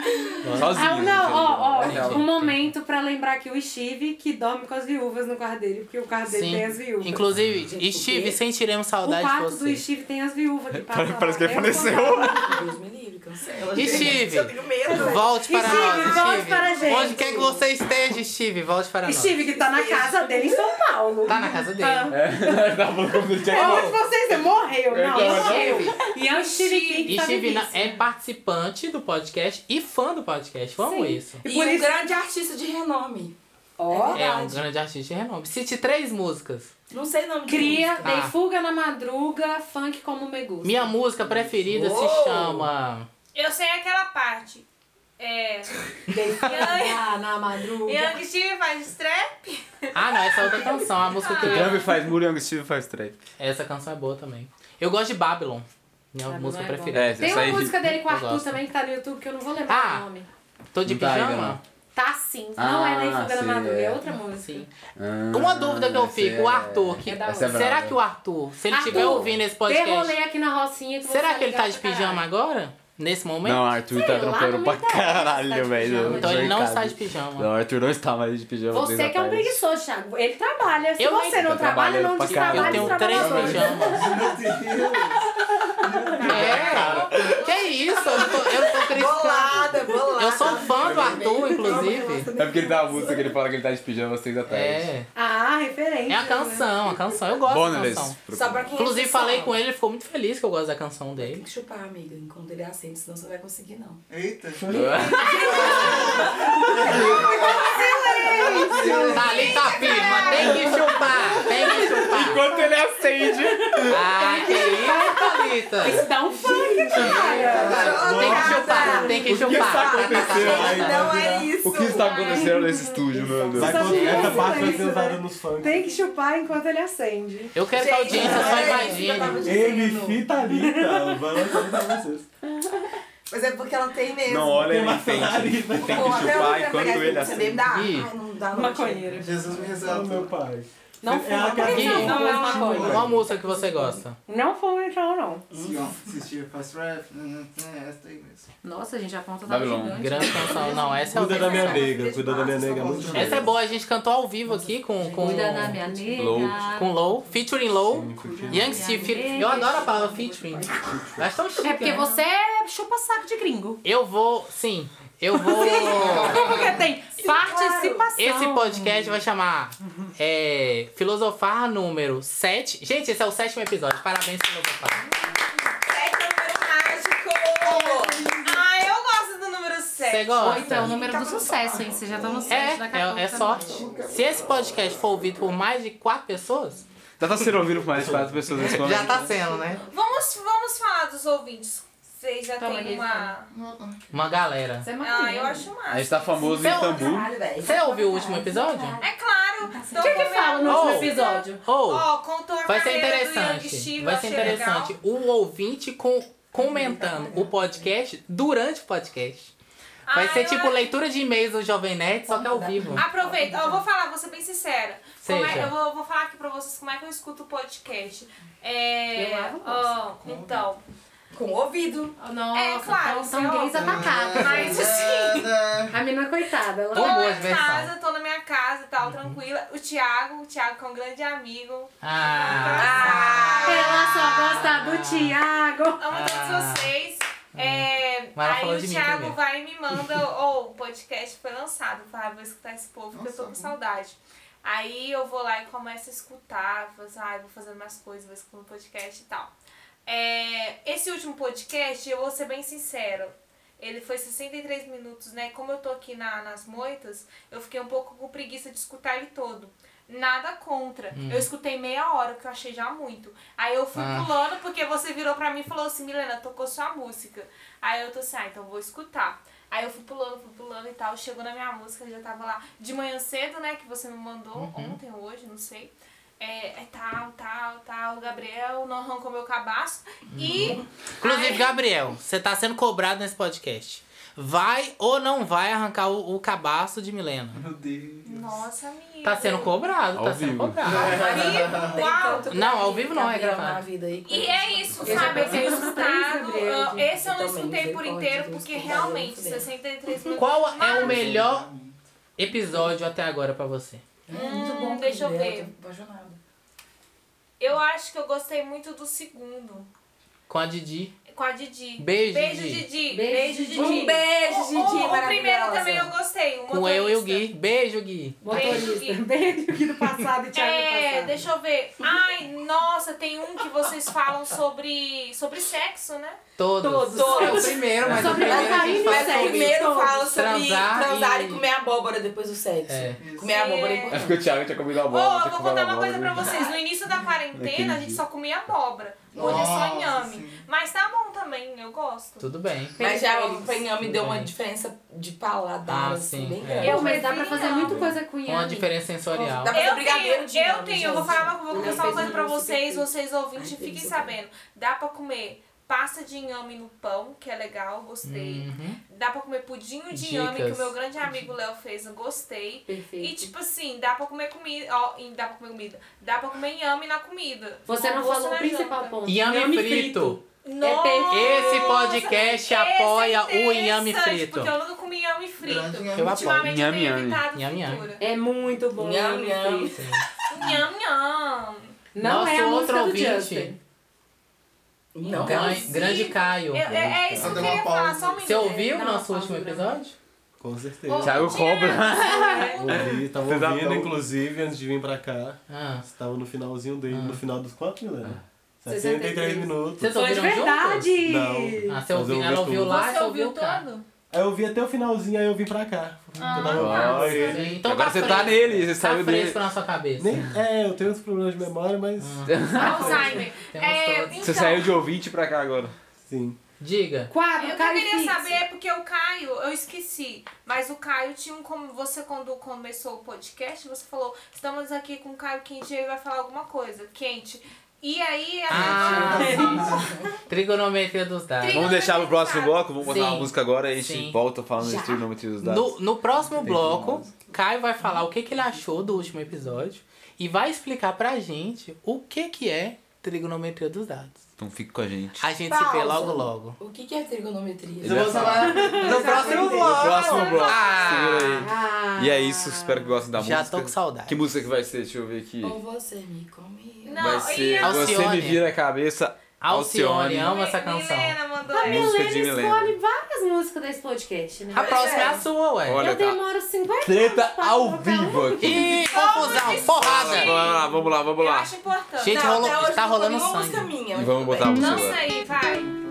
[SPEAKER 3] Sozinho.
[SPEAKER 10] Ah, não, ó,
[SPEAKER 3] entendeu?
[SPEAKER 10] ó. Um momento pra lembrar que o Steve que dorme com as viúvas no quarto dele, porque o quarto dele
[SPEAKER 2] Sim.
[SPEAKER 10] tem as viúvas.
[SPEAKER 2] Inclusive, Steve, sentiremos
[SPEAKER 10] o
[SPEAKER 2] saudade de
[SPEAKER 10] quarto do
[SPEAKER 2] você.
[SPEAKER 10] Steve tem as viúvas
[SPEAKER 3] *laughs*
[SPEAKER 10] que passam.
[SPEAKER 3] Parece que é ele faleceu.
[SPEAKER 10] *laughs*
[SPEAKER 7] Deus me livre, cancela.
[SPEAKER 2] E Steve?
[SPEAKER 7] Eu tenho medo.
[SPEAKER 2] Volte para
[SPEAKER 10] Steve,
[SPEAKER 2] nós,
[SPEAKER 10] é. volte
[SPEAKER 2] Steve.
[SPEAKER 10] para a gente.
[SPEAKER 2] Onde quer que você esteja, Steve, volte para nós.
[SPEAKER 10] Steve que tá na casa dele em São Paulo. Ah,
[SPEAKER 2] Tá na casa dele.
[SPEAKER 3] É, *laughs* tava como se ele tinha
[SPEAKER 10] É
[SPEAKER 3] acabado.
[SPEAKER 10] onde vocês você morreu, não.
[SPEAKER 3] Eu
[SPEAKER 10] morreu.
[SPEAKER 2] Steve,
[SPEAKER 10] E é o Steve King que
[SPEAKER 2] E
[SPEAKER 10] tá
[SPEAKER 2] Steve na-
[SPEAKER 10] vivíssimo.
[SPEAKER 2] é participante do podcast e fã do podcast. Vamos
[SPEAKER 10] Sim.
[SPEAKER 2] isso.
[SPEAKER 10] E
[SPEAKER 7] E
[SPEAKER 10] por
[SPEAKER 7] um
[SPEAKER 10] isso.
[SPEAKER 7] grande artista de renome.
[SPEAKER 10] Ó,
[SPEAKER 2] É um grande artista de renome. Cite três músicas.
[SPEAKER 7] Não sei o nome
[SPEAKER 10] cria,
[SPEAKER 7] de música.
[SPEAKER 10] dei fuga na madruga, funk como me gusta.
[SPEAKER 2] Ah. Minha música preferida se
[SPEAKER 7] Uou!
[SPEAKER 2] chama.
[SPEAKER 6] Eu sei aquela parte. É.
[SPEAKER 10] Dei fuga na madruga.
[SPEAKER 6] Young Steve faz trap.
[SPEAKER 2] Ah, não, essa é outra canção. A música que
[SPEAKER 3] O
[SPEAKER 2] eu...
[SPEAKER 3] Grammy faz muro e o Young Steve faz trap.
[SPEAKER 2] Essa canção é boa também. Eu gosto de Babylon. Minha
[SPEAKER 10] Babylon
[SPEAKER 2] música
[SPEAKER 10] é
[SPEAKER 2] preferida.
[SPEAKER 3] É,
[SPEAKER 10] Tem
[SPEAKER 3] essa
[SPEAKER 10] uma
[SPEAKER 3] aí-
[SPEAKER 10] música dele com o
[SPEAKER 2] eu
[SPEAKER 10] Arthur
[SPEAKER 2] gosto.
[SPEAKER 10] também que tá no YouTube que eu não vou lembrar
[SPEAKER 2] Ah.
[SPEAKER 10] o nome.
[SPEAKER 2] Tô de
[SPEAKER 3] Não tá ainda,
[SPEAKER 2] pijama?
[SPEAKER 10] Tá sim. não é Dei
[SPEAKER 3] Ah, sim,
[SPEAKER 10] Fuga na Madruga, é
[SPEAKER 3] é.
[SPEAKER 10] outra música.
[SPEAKER 2] Sim.
[SPEAKER 3] Ah,
[SPEAKER 2] Uma dúvida que eu
[SPEAKER 3] essa
[SPEAKER 2] fico,
[SPEAKER 3] é-
[SPEAKER 2] o Arthur, que-
[SPEAKER 10] da
[SPEAKER 3] essa é
[SPEAKER 2] será
[SPEAKER 3] brava.
[SPEAKER 2] que o Arthur, se ele
[SPEAKER 10] Arthur,
[SPEAKER 2] estiver ouvindo esse
[SPEAKER 10] Dê rolê
[SPEAKER 2] podcast,
[SPEAKER 10] aqui na Rocinha que você
[SPEAKER 2] será
[SPEAKER 10] vai
[SPEAKER 2] que ele
[SPEAKER 10] ligar
[SPEAKER 2] tá de
[SPEAKER 10] pra
[SPEAKER 2] pijama
[SPEAKER 10] caralho.
[SPEAKER 2] agora? Nesse momento?
[SPEAKER 3] Não, o Arthur
[SPEAKER 10] Sei
[SPEAKER 3] tá
[SPEAKER 10] lá,
[SPEAKER 3] trampando
[SPEAKER 10] não
[SPEAKER 3] pra
[SPEAKER 10] me interessa se tá
[SPEAKER 3] caralho,
[SPEAKER 10] de
[SPEAKER 3] velho.
[SPEAKER 10] pijama.
[SPEAKER 2] Então ele não
[SPEAKER 3] Mercado.
[SPEAKER 2] está de pijama.
[SPEAKER 3] Não, o Arthur não está mais de pijama.
[SPEAKER 10] Você que é um preguiçoso, Thiago. Ele trabalha. Se
[SPEAKER 2] Eu nem-
[SPEAKER 10] você não
[SPEAKER 3] Tá
[SPEAKER 10] trabalha,
[SPEAKER 3] trabalhando
[SPEAKER 10] não
[SPEAKER 3] pra caralho.
[SPEAKER 10] destrabalha
[SPEAKER 2] Eu
[SPEAKER 10] os
[SPEAKER 2] tenho três
[SPEAKER 10] trabalhadores.
[SPEAKER 9] Meu
[SPEAKER 2] pijamas.
[SPEAKER 9] Deus.
[SPEAKER 2] É, cara. Que isso? Eu tô, eu tô cristã.
[SPEAKER 7] Bolada, bolada.
[SPEAKER 2] Eu sou fã do Arthur, inclusive.
[SPEAKER 3] É porque ele tá a música que ele fala que ele tá de pijama às seis da tarde.
[SPEAKER 2] É.
[SPEAKER 8] Ah, referente.
[SPEAKER 2] É a canção, a canção. Eu gosto
[SPEAKER 3] Boneless.
[SPEAKER 2] da canção.
[SPEAKER 7] Só pra quem
[SPEAKER 2] Inclusive,
[SPEAKER 7] é
[SPEAKER 2] falei
[SPEAKER 7] cristão.
[SPEAKER 2] com ele, ele ficou muito feliz que eu gosto da canção dele.
[SPEAKER 7] Tem que chupar, amiga, enquanto ele acende, senão você não vai conseguir, não.
[SPEAKER 11] Eita.
[SPEAKER 2] Tá ali, tá firma. Tem que chupar, tem que chupar.
[SPEAKER 3] Enquanto ele acende.
[SPEAKER 2] Ah, que isso, Thalita.
[SPEAKER 8] Isso dá um
[SPEAKER 2] *laughs*
[SPEAKER 8] funk, cara.
[SPEAKER 2] Tem que chupar, tem que
[SPEAKER 3] O que está
[SPEAKER 2] chupar.
[SPEAKER 3] acontecendo aí?
[SPEAKER 7] Não é isso.
[SPEAKER 3] O que está acontecendo nesse estúdio, meu Deus?
[SPEAKER 9] Vai
[SPEAKER 8] Só
[SPEAKER 9] colocar- essa
[SPEAKER 8] que
[SPEAKER 9] parte vai
[SPEAKER 8] isso,
[SPEAKER 9] ser usada
[SPEAKER 8] né?
[SPEAKER 9] nos funk.
[SPEAKER 8] Tem que chupar enquanto ele acende.
[SPEAKER 2] Eu quero que a audiência só imagine.
[SPEAKER 9] MF
[SPEAKER 2] *laughs*
[SPEAKER 9] Thalita, então, vai lançar pra vocês.
[SPEAKER 7] Mas é porque ela tem mesmo.
[SPEAKER 3] Não, olha ele
[SPEAKER 9] Tem uma
[SPEAKER 3] entende. Tem que
[SPEAKER 7] Pô, até eu
[SPEAKER 3] chupar
[SPEAKER 7] quero
[SPEAKER 3] enquanto
[SPEAKER 7] pegar
[SPEAKER 3] ele
[SPEAKER 7] esse CD,
[SPEAKER 3] acende.
[SPEAKER 7] dá?
[SPEAKER 2] Ih.
[SPEAKER 7] Ai, não dá, não.
[SPEAKER 8] Maconheiro.
[SPEAKER 11] Jesus me
[SPEAKER 9] Oh,
[SPEAKER 11] resalta.
[SPEAKER 9] meu pai.
[SPEAKER 8] Não
[SPEAKER 9] É a
[SPEAKER 8] fuma. Por que
[SPEAKER 9] cabeça-
[SPEAKER 8] não fuma
[SPEAKER 2] Gui,
[SPEAKER 8] maconha?
[SPEAKER 2] Qual música que você gosta?
[SPEAKER 8] Não fuma então, não.
[SPEAKER 11] Se eu assistir Fast Rap, não, não, não, é essa aí mesmo.
[SPEAKER 10] Nossa, gente, a ponta tá
[SPEAKER 3] Babylon.
[SPEAKER 10] gigante.
[SPEAKER 2] Grande canção. Não, essa é
[SPEAKER 9] Cuida da
[SPEAKER 2] outra
[SPEAKER 9] minha
[SPEAKER 2] canção.
[SPEAKER 9] nega, cuida da minha nega. é muito chique.
[SPEAKER 2] Essa é boa, a gente cantou ao vivo aqui com, com,
[SPEAKER 10] Cuida da minha nega.
[SPEAKER 3] Low.
[SPEAKER 2] com Low, featuring Low, Young Steve. Eu adoro a palavra featuring. Mas tão chique,
[SPEAKER 10] É porque
[SPEAKER 2] né?
[SPEAKER 10] você chupa saco de gringo.
[SPEAKER 2] Eu vou, sim, eu vou.
[SPEAKER 10] *laughs* Porque tem participação.
[SPEAKER 2] Esse podcast vai chamar é, Filosofar número 7. Gente, esse é o sétimo episódio. Parabéns, Filosofar.
[SPEAKER 4] Sete é o número mágico!
[SPEAKER 6] Ah, eu gosto do número
[SPEAKER 2] Você
[SPEAKER 6] 7.
[SPEAKER 2] gosta?
[SPEAKER 10] Oito é o número do sucesso, hein? Você já tá no sucesso daqui a pouco
[SPEAKER 2] É, é, é
[SPEAKER 10] também.
[SPEAKER 2] sorte. Se esse podcast for ouvido por mais de quatro pessoas,
[SPEAKER 3] Já tá sendo ouvido por mais de quatro pessoas nesse momento.
[SPEAKER 2] já tá sendo, né?
[SPEAKER 6] Vamos, vamos falar dos ouvintes. Vocês já
[SPEAKER 10] Toma aí,
[SPEAKER 6] têm uma.
[SPEAKER 10] Hum,
[SPEAKER 2] Uma galera.
[SPEAKER 10] Você é
[SPEAKER 6] Ah, eu
[SPEAKER 10] maconheiro.
[SPEAKER 6] acho
[SPEAKER 3] A gente tá
[SPEAKER 6] massa.
[SPEAKER 3] famoso em Tambu.
[SPEAKER 7] Caralho, velho.
[SPEAKER 2] Você ouviu o último episódio?
[SPEAKER 6] É claro.
[SPEAKER 10] tá O que que fala no último
[SPEAKER 2] Oh.
[SPEAKER 10] episódio?
[SPEAKER 2] Ou
[SPEAKER 6] Ó, contou a
[SPEAKER 2] vai ser
[SPEAKER 6] carreira do Young
[SPEAKER 2] interessante.
[SPEAKER 6] Steve,
[SPEAKER 2] Vai
[SPEAKER 6] eu
[SPEAKER 2] ser
[SPEAKER 6] achei é legal.
[SPEAKER 2] interessante o ouvinte com, comentando o podcast durante o podcast. Vai
[SPEAKER 6] Ah,
[SPEAKER 2] ser
[SPEAKER 6] eu
[SPEAKER 2] tipo
[SPEAKER 6] acho-
[SPEAKER 2] leitura de e-mails do Jovem Nerd, só que ao vivo.
[SPEAKER 6] Aproveita, ó, eu vou falar, vou ser bem sincera. Como é-
[SPEAKER 2] Seja.
[SPEAKER 6] eu vou, vou falar aqui pra vocês como é que eu escuto o podcast. É.
[SPEAKER 10] Eu lavo
[SPEAKER 6] ó, então.
[SPEAKER 7] Com o ouvido.
[SPEAKER 10] Nossa,
[SPEAKER 6] É, claro,
[SPEAKER 10] são,
[SPEAKER 6] isso é
[SPEAKER 10] são gays
[SPEAKER 6] óbvio.
[SPEAKER 10] atacados.
[SPEAKER 6] Mas assim.
[SPEAKER 10] A menina coitada, ela
[SPEAKER 6] Tô na
[SPEAKER 2] Ou
[SPEAKER 6] minha
[SPEAKER 2] boas versões.
[SPEAKER 6] casa, tô na minha casa e
[SPEAKER 2] Uhum.
[SPEAKER 6] tal, tranquila. O Thiago, o Thiago que é um grande amigo.
[SPEAKER 2] Ah,
[SPEAKER 10] Ela só gosta do Thiago.
[SPEAKER 6] Amo
[SPEAKER 2] Ah.
[SPEAKER 6] todos É vocês. É,
[SPEAKER 2] Mas ela
[SPEAKER 6] aí
[SPEAKER 2] falou
[SPEAKER 6] o
[SPEAKER 2] de mim
[SPEAKER 6] Thiago
[SPEAKER 2] primeiro.
[SPEAKER 6] vai e me manda, ou o podcast foi lançado, tá? Vou escutar esse povo porque eu tô com saudade. Aí eu vou lá e começo a escutar, falo assim, ah, vou fazendo mais coisas, vou escutando podcast e tal. É, esse último podcast, eu vou ser bem sincero, ele foi 63 minutos, né? Como eu tô aqui na, nas moitas, eu fiquei um pouco com preguiça de escutar ele todo. Nada contra.
[SPEAKER 2] Hum.
[SPEAKER 6] Eu escutei meia hora, que eu achei já muito. Aí eu fui
[SPEAKER 2] Ah.
[SPEAKER 6] pulando, porque você virou pra mim e falou assim, Milena, tocou sua música. Aí eu tô assim, ah, então vou escutar. Aí eu fui pulando, fui pulando e tal. Chegou na minha música, já tava lá de manhã cedo, né? Que você me mandou
[SPEAKER 2] Uhum.
[SPEAKER 6] ontem, hoje, não sei. É, é tal, tal, tal. O Gabriel não arrancou meu cabaço. E. Ah, é?
[SPEAKER 2] Inclusive, Gabriel, você tá sendo cobrado nesse podcast. Vai ou não vai arrancar o, o cabaço de Milena?
[SPEAKER 11] Meu Deus.
[SPEAKER 6] Nossa, amiga.
[SPEAKER 2] Tá sendo cobrado,
[SPEAKER 3] Ao
[SPEAKER 2] tá sendo
[SPEAKER 11] *laughs*
[SPEAKER 3] vivo.
[SPEAKER 2] cobrado.
[SPEAKER 7] Tem
[SPEAKER 6] Uau.
[SPEAKER 7] tanto
[SPEAKER 2] Não, ao vivo não, é
[SPEAKER 7] Gabriel
[SPEAKER 2] gravado.
[SPEAKER 7] na vida aí.
[SPEAKER 6] E é isso,
[SPEAKER 7] Eu já
[SPEAKER 6] sabe? Eu
[SPEAKER 7] pensei
[SPEAKER 6] tenho
[SPEAKER 7] nos
[SPEAKER 6] escutado.
[SPEAKER 8] três, Gabriel,
[SPEAKER 6] ah, Esse eu não
[SPEAKER 7] Eu também,
[SPEAKER 6] escutei por
[SPEAKER 7] misericórdia,
[SPEAKER 6] inteiro,
[SPEAKER 7] Deus,
[SPEAKER 6] porque
[SPEAKER 7] que
[SPEAKER 6] realmente,
[SPEAKER 7] barulho, fudeu.
[SPEAKER 6] 63 minutos.
[SPEAKER 2] Qual é o melhor episódio até agora pra você?
[SPEAKER 7] É muito bom.
[SPEAKER 6] deixa eu
[SPEAKER 7] Gabriel,
[SPEAKER 6] ver.
[SPEAKER 7] tô apaixonada.
[SPEAKER 6] Eu acho que eu gostei muito do segundo.
[SPEAKER 2] Com a Didi.
[SPEAKER 6] Com a Didi.
[SPEAKER 2] Beijo,
[SPEAKER 6] Beijo,
[SPEAKER 2] Didi.
[SPEAKER 6] Didi.
[SPEAKER 10] Beijo,
[SPEAKER 6] Beijo, Didi.
[SPEAKER 10] Didi.
[SPEAKER 7] Um beijo,
[SPEAKER 6] O-
[SPEAKER 7] Didi,
[SPEAKER 6] O, o primeiro
[SPEAKER 7] maravilhosa.
[SPEAKER 6] também eu gostei. O
[SPEAKER 2] Com eu e o
[SPEAKER 6] motorista.
[SPEAKER 2] Gui. Beijo, Gui.
[SPEAKER 6] Beijo,
[SPEAKER 8] Motorista. Beijo aqui do passado e Thiago do
[SPEAKER 6] É,
[SPEAKER 8] passado.
[SPEAKER 6] deixa eu ver. Ai, nossa, tem um que vocês falam sobre, sobre sexo, né?
[SPEAKER 2] Todos.
[SPEAKER 8] Todos.
[SPEAKER 2] É o primeiro, mas o
[SPEAKER 10] Sobre
[SPEAKER 2] primeiro a gente faz
[SPEAKER 10] Catarina e
[SPEAKER 7] Mas
[SPEAKER 10] Sérgio.
[SPEAKER 2] sobre
[SPEAKER 7] primeiro fala sobre
[SPEAKER 2] Transar
[SPEAKER 7] transar,
[SPEAKER 2] e-
[SPEAKER 7] e... comer abóbora depois do sexo.
[SPEAKER 2] É.
[SPEAKER 7] Comer abóbora é
[SPEAKER 6] É.
[SPEAKER 7] importante.
[SPEAKER 3] Acho que o Thiago tinha comido a
[SPEAKER 6] Ô,
[SPEAKER 3] bola.
[SPEAKER 6] eu
[SPEAKER 3] tinha
[SPEAKER 6] vou
[SPEAKER 3] comido
[SPEAKER 6] contar
[SPEAKER 3] a
[SPEAKER 6] uma
[SPEAKER 3] bola, né?
[SPEAKER 6] coisa pra
[SPEAKER 3] viu?
[SPEAKER 6] vocês. No início da quarentena, a gente só comia abóbora. Hoje é só
[SPEAKER 11] Nossa,
[SPEAKER 6] inhame.
[SPEAKER 11] sim.
[SPEAKER 6] Mas tá bom também, eu gosto.
[SPEAKER 2] Tudo bem.
[SPEAKER 7] Mas já o panhame deu uma
[SPEAKER 2] Bem.
[SPEAKER 7] diferença de paladar,
[SPEAKER 2] Ah,
[SPEAKER 7] assim,
[SPEAKER 2] sim,
[SPEAKER 7] bem
[SPEAKER 2] é.
[SPEAKER 7] grande.
[SPEAKER 10] Pô, mas dá pra
[SPEAKER 6] prefiro
[SPEAKER 10] fazer
[SPEAKER 6] não.
[SPEAKER 10] muita coisa com
[SPEAKER 2] Uma
[SPEAKER 10] Yami.
[SPEAKER 2] diferença sensorial.
[SPEAKER 7] Dá pra
[SPEAKER 6] Eu
[SPEAKER 7] fazer brigadeiro
[SPEAKER 6] tenho,
[SPEAKER 7] de
[SPEAKER 6] eu
[SPEAKER 7] inhame,
[SPEAKER 6] tenho, eu vou
[SPEAKER 7] gente.
[SPEAKER 6] falar uma, vou
[SPEAKER 7] Ele
[SPEAKER 6] confessar uma
[SPEAKER 7] fez
[SPEAKER 6] coisa
[SPEAKER 7] um
[SPEAKER 6] pra
[SPEAKER 7] super
[SPEAKER 6] vocês,
[SPEAKER 7] feito.
[SPEAKER 6] vocês ouvintes,
[SPEAKER 7] Ai, fez
[SPEAKER 6] fiquem
[SPEAKER 7] isso
[SPEAKER 6] sabendo. Dá pra comer pasta de inhame no pão, que é legal, gostei.
[SPEAKER 2] Uhum.
[SPEAKER 6] Dá pra comer pudim de inhame, que o
[SPEAKER 2] Dicas.
[SPEAKER 6] meu grande amigo Léo fez, eu gostei. E
[SPEAKER 10] Perfeito.
[SPEAKER 6] tipo assim, dá pra comer comida, ó, e dá pra comer comida, dá pra comer inhame na comida.
[SPEAKER 10] Você
[SPEAKER 6] No
[SPEAKER 10] não
[SPEAKER 6] almoço,
[SPEAKER 10] falou o
[SPEAKER 6] na
[SPEAKER 10] principal
[SPEAKER 6] janta.
[SPEAKER 10] ponto.
[SPEAKER 2] Inhame,
[SPEAKER 10] Yami
[SPEAKER 2] frito.
[SPEAKER 6] Nossa,
[SPEAKER 10] perfeito.
[SPEAKER 2] Esse
[SPEAKER 6] é
[SPEAKER 2] podcast apoia o inhame
[SPEAKER 6] interessante,
[SPEAKER 2] frito.
[SPEAKER 6] Porque eu nunca comi inhame frito.
[SPEAKER 11] Grande inhame.
[SPEAKER 2] Eu apoio.
[SPEAKER 6] Ultimamente
[SPEAKER 3] Nham,
[SPEAKER 6] eu tenho
[SPEAKER 3] nham.
[SPEAKER 6] evitado
[SPEAKER 2] Nham, nham.
[SPEAKER 6] fritura.
[SPEAKER 10] É muito bom.
[SPEAKER 7] Nham,
[SPEAKER 10] Yami
[SPEAKER 7] nham.
[SPEAKER 10] frito.
[SPEAKER 6] Nham, nham.
[SPEAKER 10] Não
[SPEAKER 2] Nosso
[SPEAKER 10] é a música
[SPEAKER 2] um outro
[SPEAKER 10] do
[SPEAKER 2] ouvinte.
[SPEAKER 10] Justin.
[SPEAKER 2] Não, grande, grande Caio.
[SPEAKER 6] É, é- é isso que eu queria falar, só um minuto.
[SPEAKER 2] Você ouviu
[SPEAKER 6] Dá
[SPEAKER 2] o
[SPEAKER 6] uma
[SPEAKER 2] nosso
[SPEAKER 6] pausa
[SPEAKER 2] último
[SPEAKER 6] pra mim.
[SPEAKER 2] episódio?
[SPEAKER 9] Com certeza.
[SPEAKER 6] Ô, Thiago Thiago. Cobra.
[SPEAKER 9] Ouvi, tava
[SPEAKER 5] Vocês
[SPEAKER 9] ouvindo,
[SPEAKER 5] adoram.
[SPEAKER 9] inclusive, antes de vir pra cá.
[SPEAKER 2] Ah.
[SPEAKER 9] Você tava no finalzinho dele, no final dos né? quantos, Milena?
[SPEAKER 14] Ah.
[SPEAKER 2] 63
[SPEAKER 9] 63 minutos.
[SPEAKER 2] Vocês ouviram Foi de juntos? verdade!
[SPEAKER 9] Não.
[SPEAKER 2] Ah, você
[SPEAKER 9] mas eu
[SPEAKER 2] ouviu-
[SPEAKER 9] ouvi
[SPEAKER 2] ela
[SPEAKER 9] tudo.
[SPEAKER 2] ouviu lá, Você você
[SPEAKER 6] ouviu todo?
[SPEAKER 9] Aí É, eu vi até o finalzinho, aí eu vim pra cá.
[SPEAKER 6] Ah,
[SPEAKER 9] Eu tava-
[SPEAKER 6] tá.
[SPEAKER 9] Olha.
[SPEAKER 6] Sim,
[SPEAKER 2] então Agora tá você tá fresco. nele, você Tá saiu dele. fresco na sua cabeça.
[SPEAKER 9] Nem- é, eu tenho uns problemas de memória, mas...
[SPEAKER 6] Alzheimer. É,
[SPEAKER 3] Você
[SPEAKER 6] então,
[SPEAKER 3] saiu de ouvinte pra cá agora.
[SPEAKER 9] Sim.
[SPEAKER 2] Diga.
[SPEAKER 6] eu que queria saber é porque o Caio, eu esqueci, mas o Caio tinha um como você quando começou o podcast, você falou, estamos aqui com o Caio quente, ele vai falar alguma coisa quente. E aí,
[SPEAKER 2] Ah,
[SPEAKER 6] a
[SPEAKER 2] *laughs* Trigonometria dos dados.
[SPEAKER 3] Vamos deixar pro próximo bloco, vamos botar
[SPEAKER 2] Sim.
[SPEAKER 3] uma música agora e a gente
[SPEAKER 2] Sim.
[SPEAKER 3] volta falando
[SPEAKER 2] Já.
[SPEAKER 3] de trigonometria dos dados.
[SPEAKER 2] No, no próximo bloco, Caio vai falar o que, que ele achou do último episódio e vai explicar pra gente o que, que é trigonometria dos dados.
[SPEAKER 3] Então fica com a gente.
[SPEAKER 2] A gente se vê
[SPEAKER 7] Pausa.
[SPEAKER 2] logo logo.
[SPEAKER 7] O que que é trigonometria?
[SPEAKER 3] Ele vai falar.
[SPEAKER 2] No próximo bloco.
[SPEAKER 3] No próximo bloco.
[SPEAKER 2] Ah.
[SPEAKER 3] Segura aí. E é isso, espero que gostem da
[SPEAKER 2] Já
[SPEAKER 3] música.
[SPEAKER 2] tô com saudade.
[SPEAKER 3] Que música que vai ser? Deixa eu ver aqui.
[SPEAKER 7] Ou você me come.
[SPEAKER 3] vai ser Você Me
[SPEAKER 2] Alcione.
[SPEAKER 3] Vira a Cabeça.
[SPEAKER 2] Alcione, amo essa canção.
[SPEAKER 3] Música
[SPEAKER 6] A
[SPEAKER 8] Milena
[SPEAKER 3] de Milena.
[SPEAKER 8] escolhe várias músicas desse podcast, né?
[SPEAKER 2] A próxima é a sua, ué. tá.
[SPEAKER 3] Olha,
[SPEAKER 8] Eu
[SPEAKER 3] cara.
[SPEAKER 8] demoro 50
[SPEAKER 3] Treta ao vivo
[SPEAKER 6] um
[SPEAKER 3] aqui. Ah,
[SPEAKER 2] Ih, confusão, porrada.
[SPEAKER 3] Vamos lá, vamos lá, vamos lá.
[SPEAKER 6] importante.
[SPEAKER 2] Gente,
[SPEAKER 6] Não,
[SPEAKER 2] rolou-
[SPEAKER 6] até hoje
[SPEAKER 2] está
[SPEAKER 6] não foi
[SPEAKER 2] rolando
[SPEAKER 6] nenhuma
[SPEAKER 2] sangue.
[SPEAKER 6] música minha,
[SPEAKER 3] E
[SPEAKER 6] mas
[SPEAKER 3] vamos
[SPEAKER 6] tudo
[SPEAKER 3] botar a
[SPEAKER 6] bem.
[SPEAKER 3] música
[SPEAKER 6] Lança
[SPEAKER 3] agora.
[SPEAKER 6] aí, vai.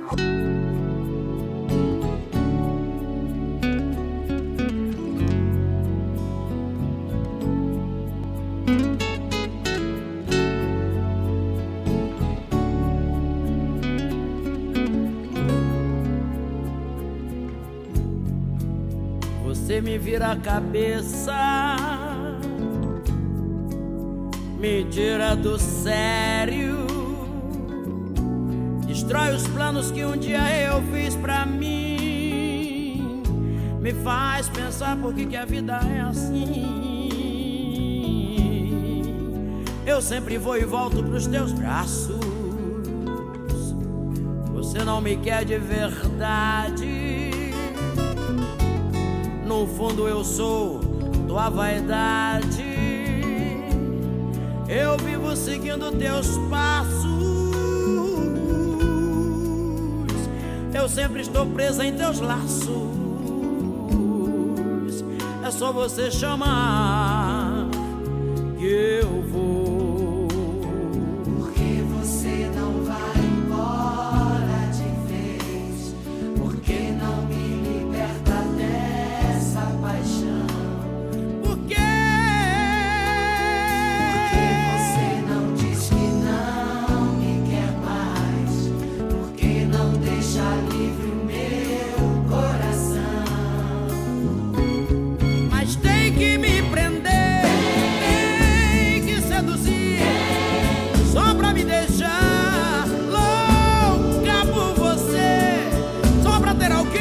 [SPEAKER 15] Você me vira a cabeça, me tira do sério, destrói os planos que um dia eu fiz pra mim, me faz pensar por que, que a vida é assim. Eu sempre vou e volto pros teus braços, você não me quer de verdade. No fundo eu sou tua vaidade. Eu vivo seguindo teus passos. Eu sempre estou presa em teus laços. É só você chamar que eu vou.
[SPEAKER 14] Porque você não vai embora de vez? Porque não me liberta dessa paixão? Por quê? Porque você não diz que não me quer mais? Porque não deixa livre o meu coração?
[SPEAKER 15] Mas tem que me prender, tem que seduzir, só pra me deixar louca por você, só pra ter alguém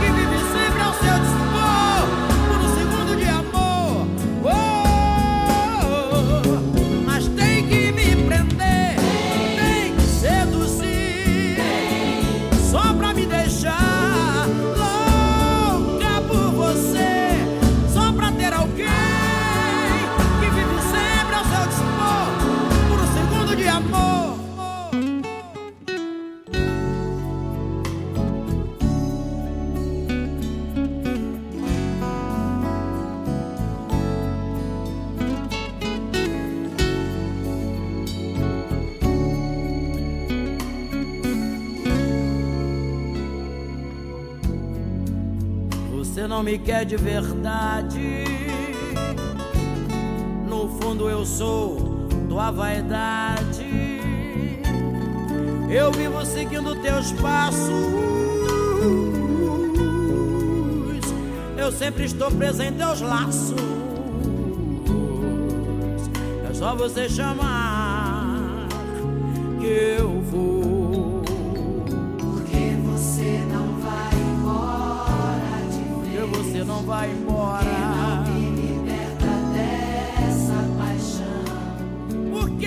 [SPEAKER 15] que vive sempre ao seu dispor, por um segundo de amor. Oh, mas tem que me prender, tem que seduzir, só pra me deixar louca por você, só pra ter alguém que vive sempre ao seu dispor, por um segundo de amor. Você não me quer de verdade. No fundo eu sou tua vaidade. Eu vivo seguindo teus passos. Eu sempre estou preso em teus laços. É só você chamar que eu vou.
[SPEAKER 14] Porque você não vai embora de
[SPEAKER 15] Porque você não vai embora.
[SPEAKER 14] liberta dessa paixão?
[SPEAKER 15] Por quê?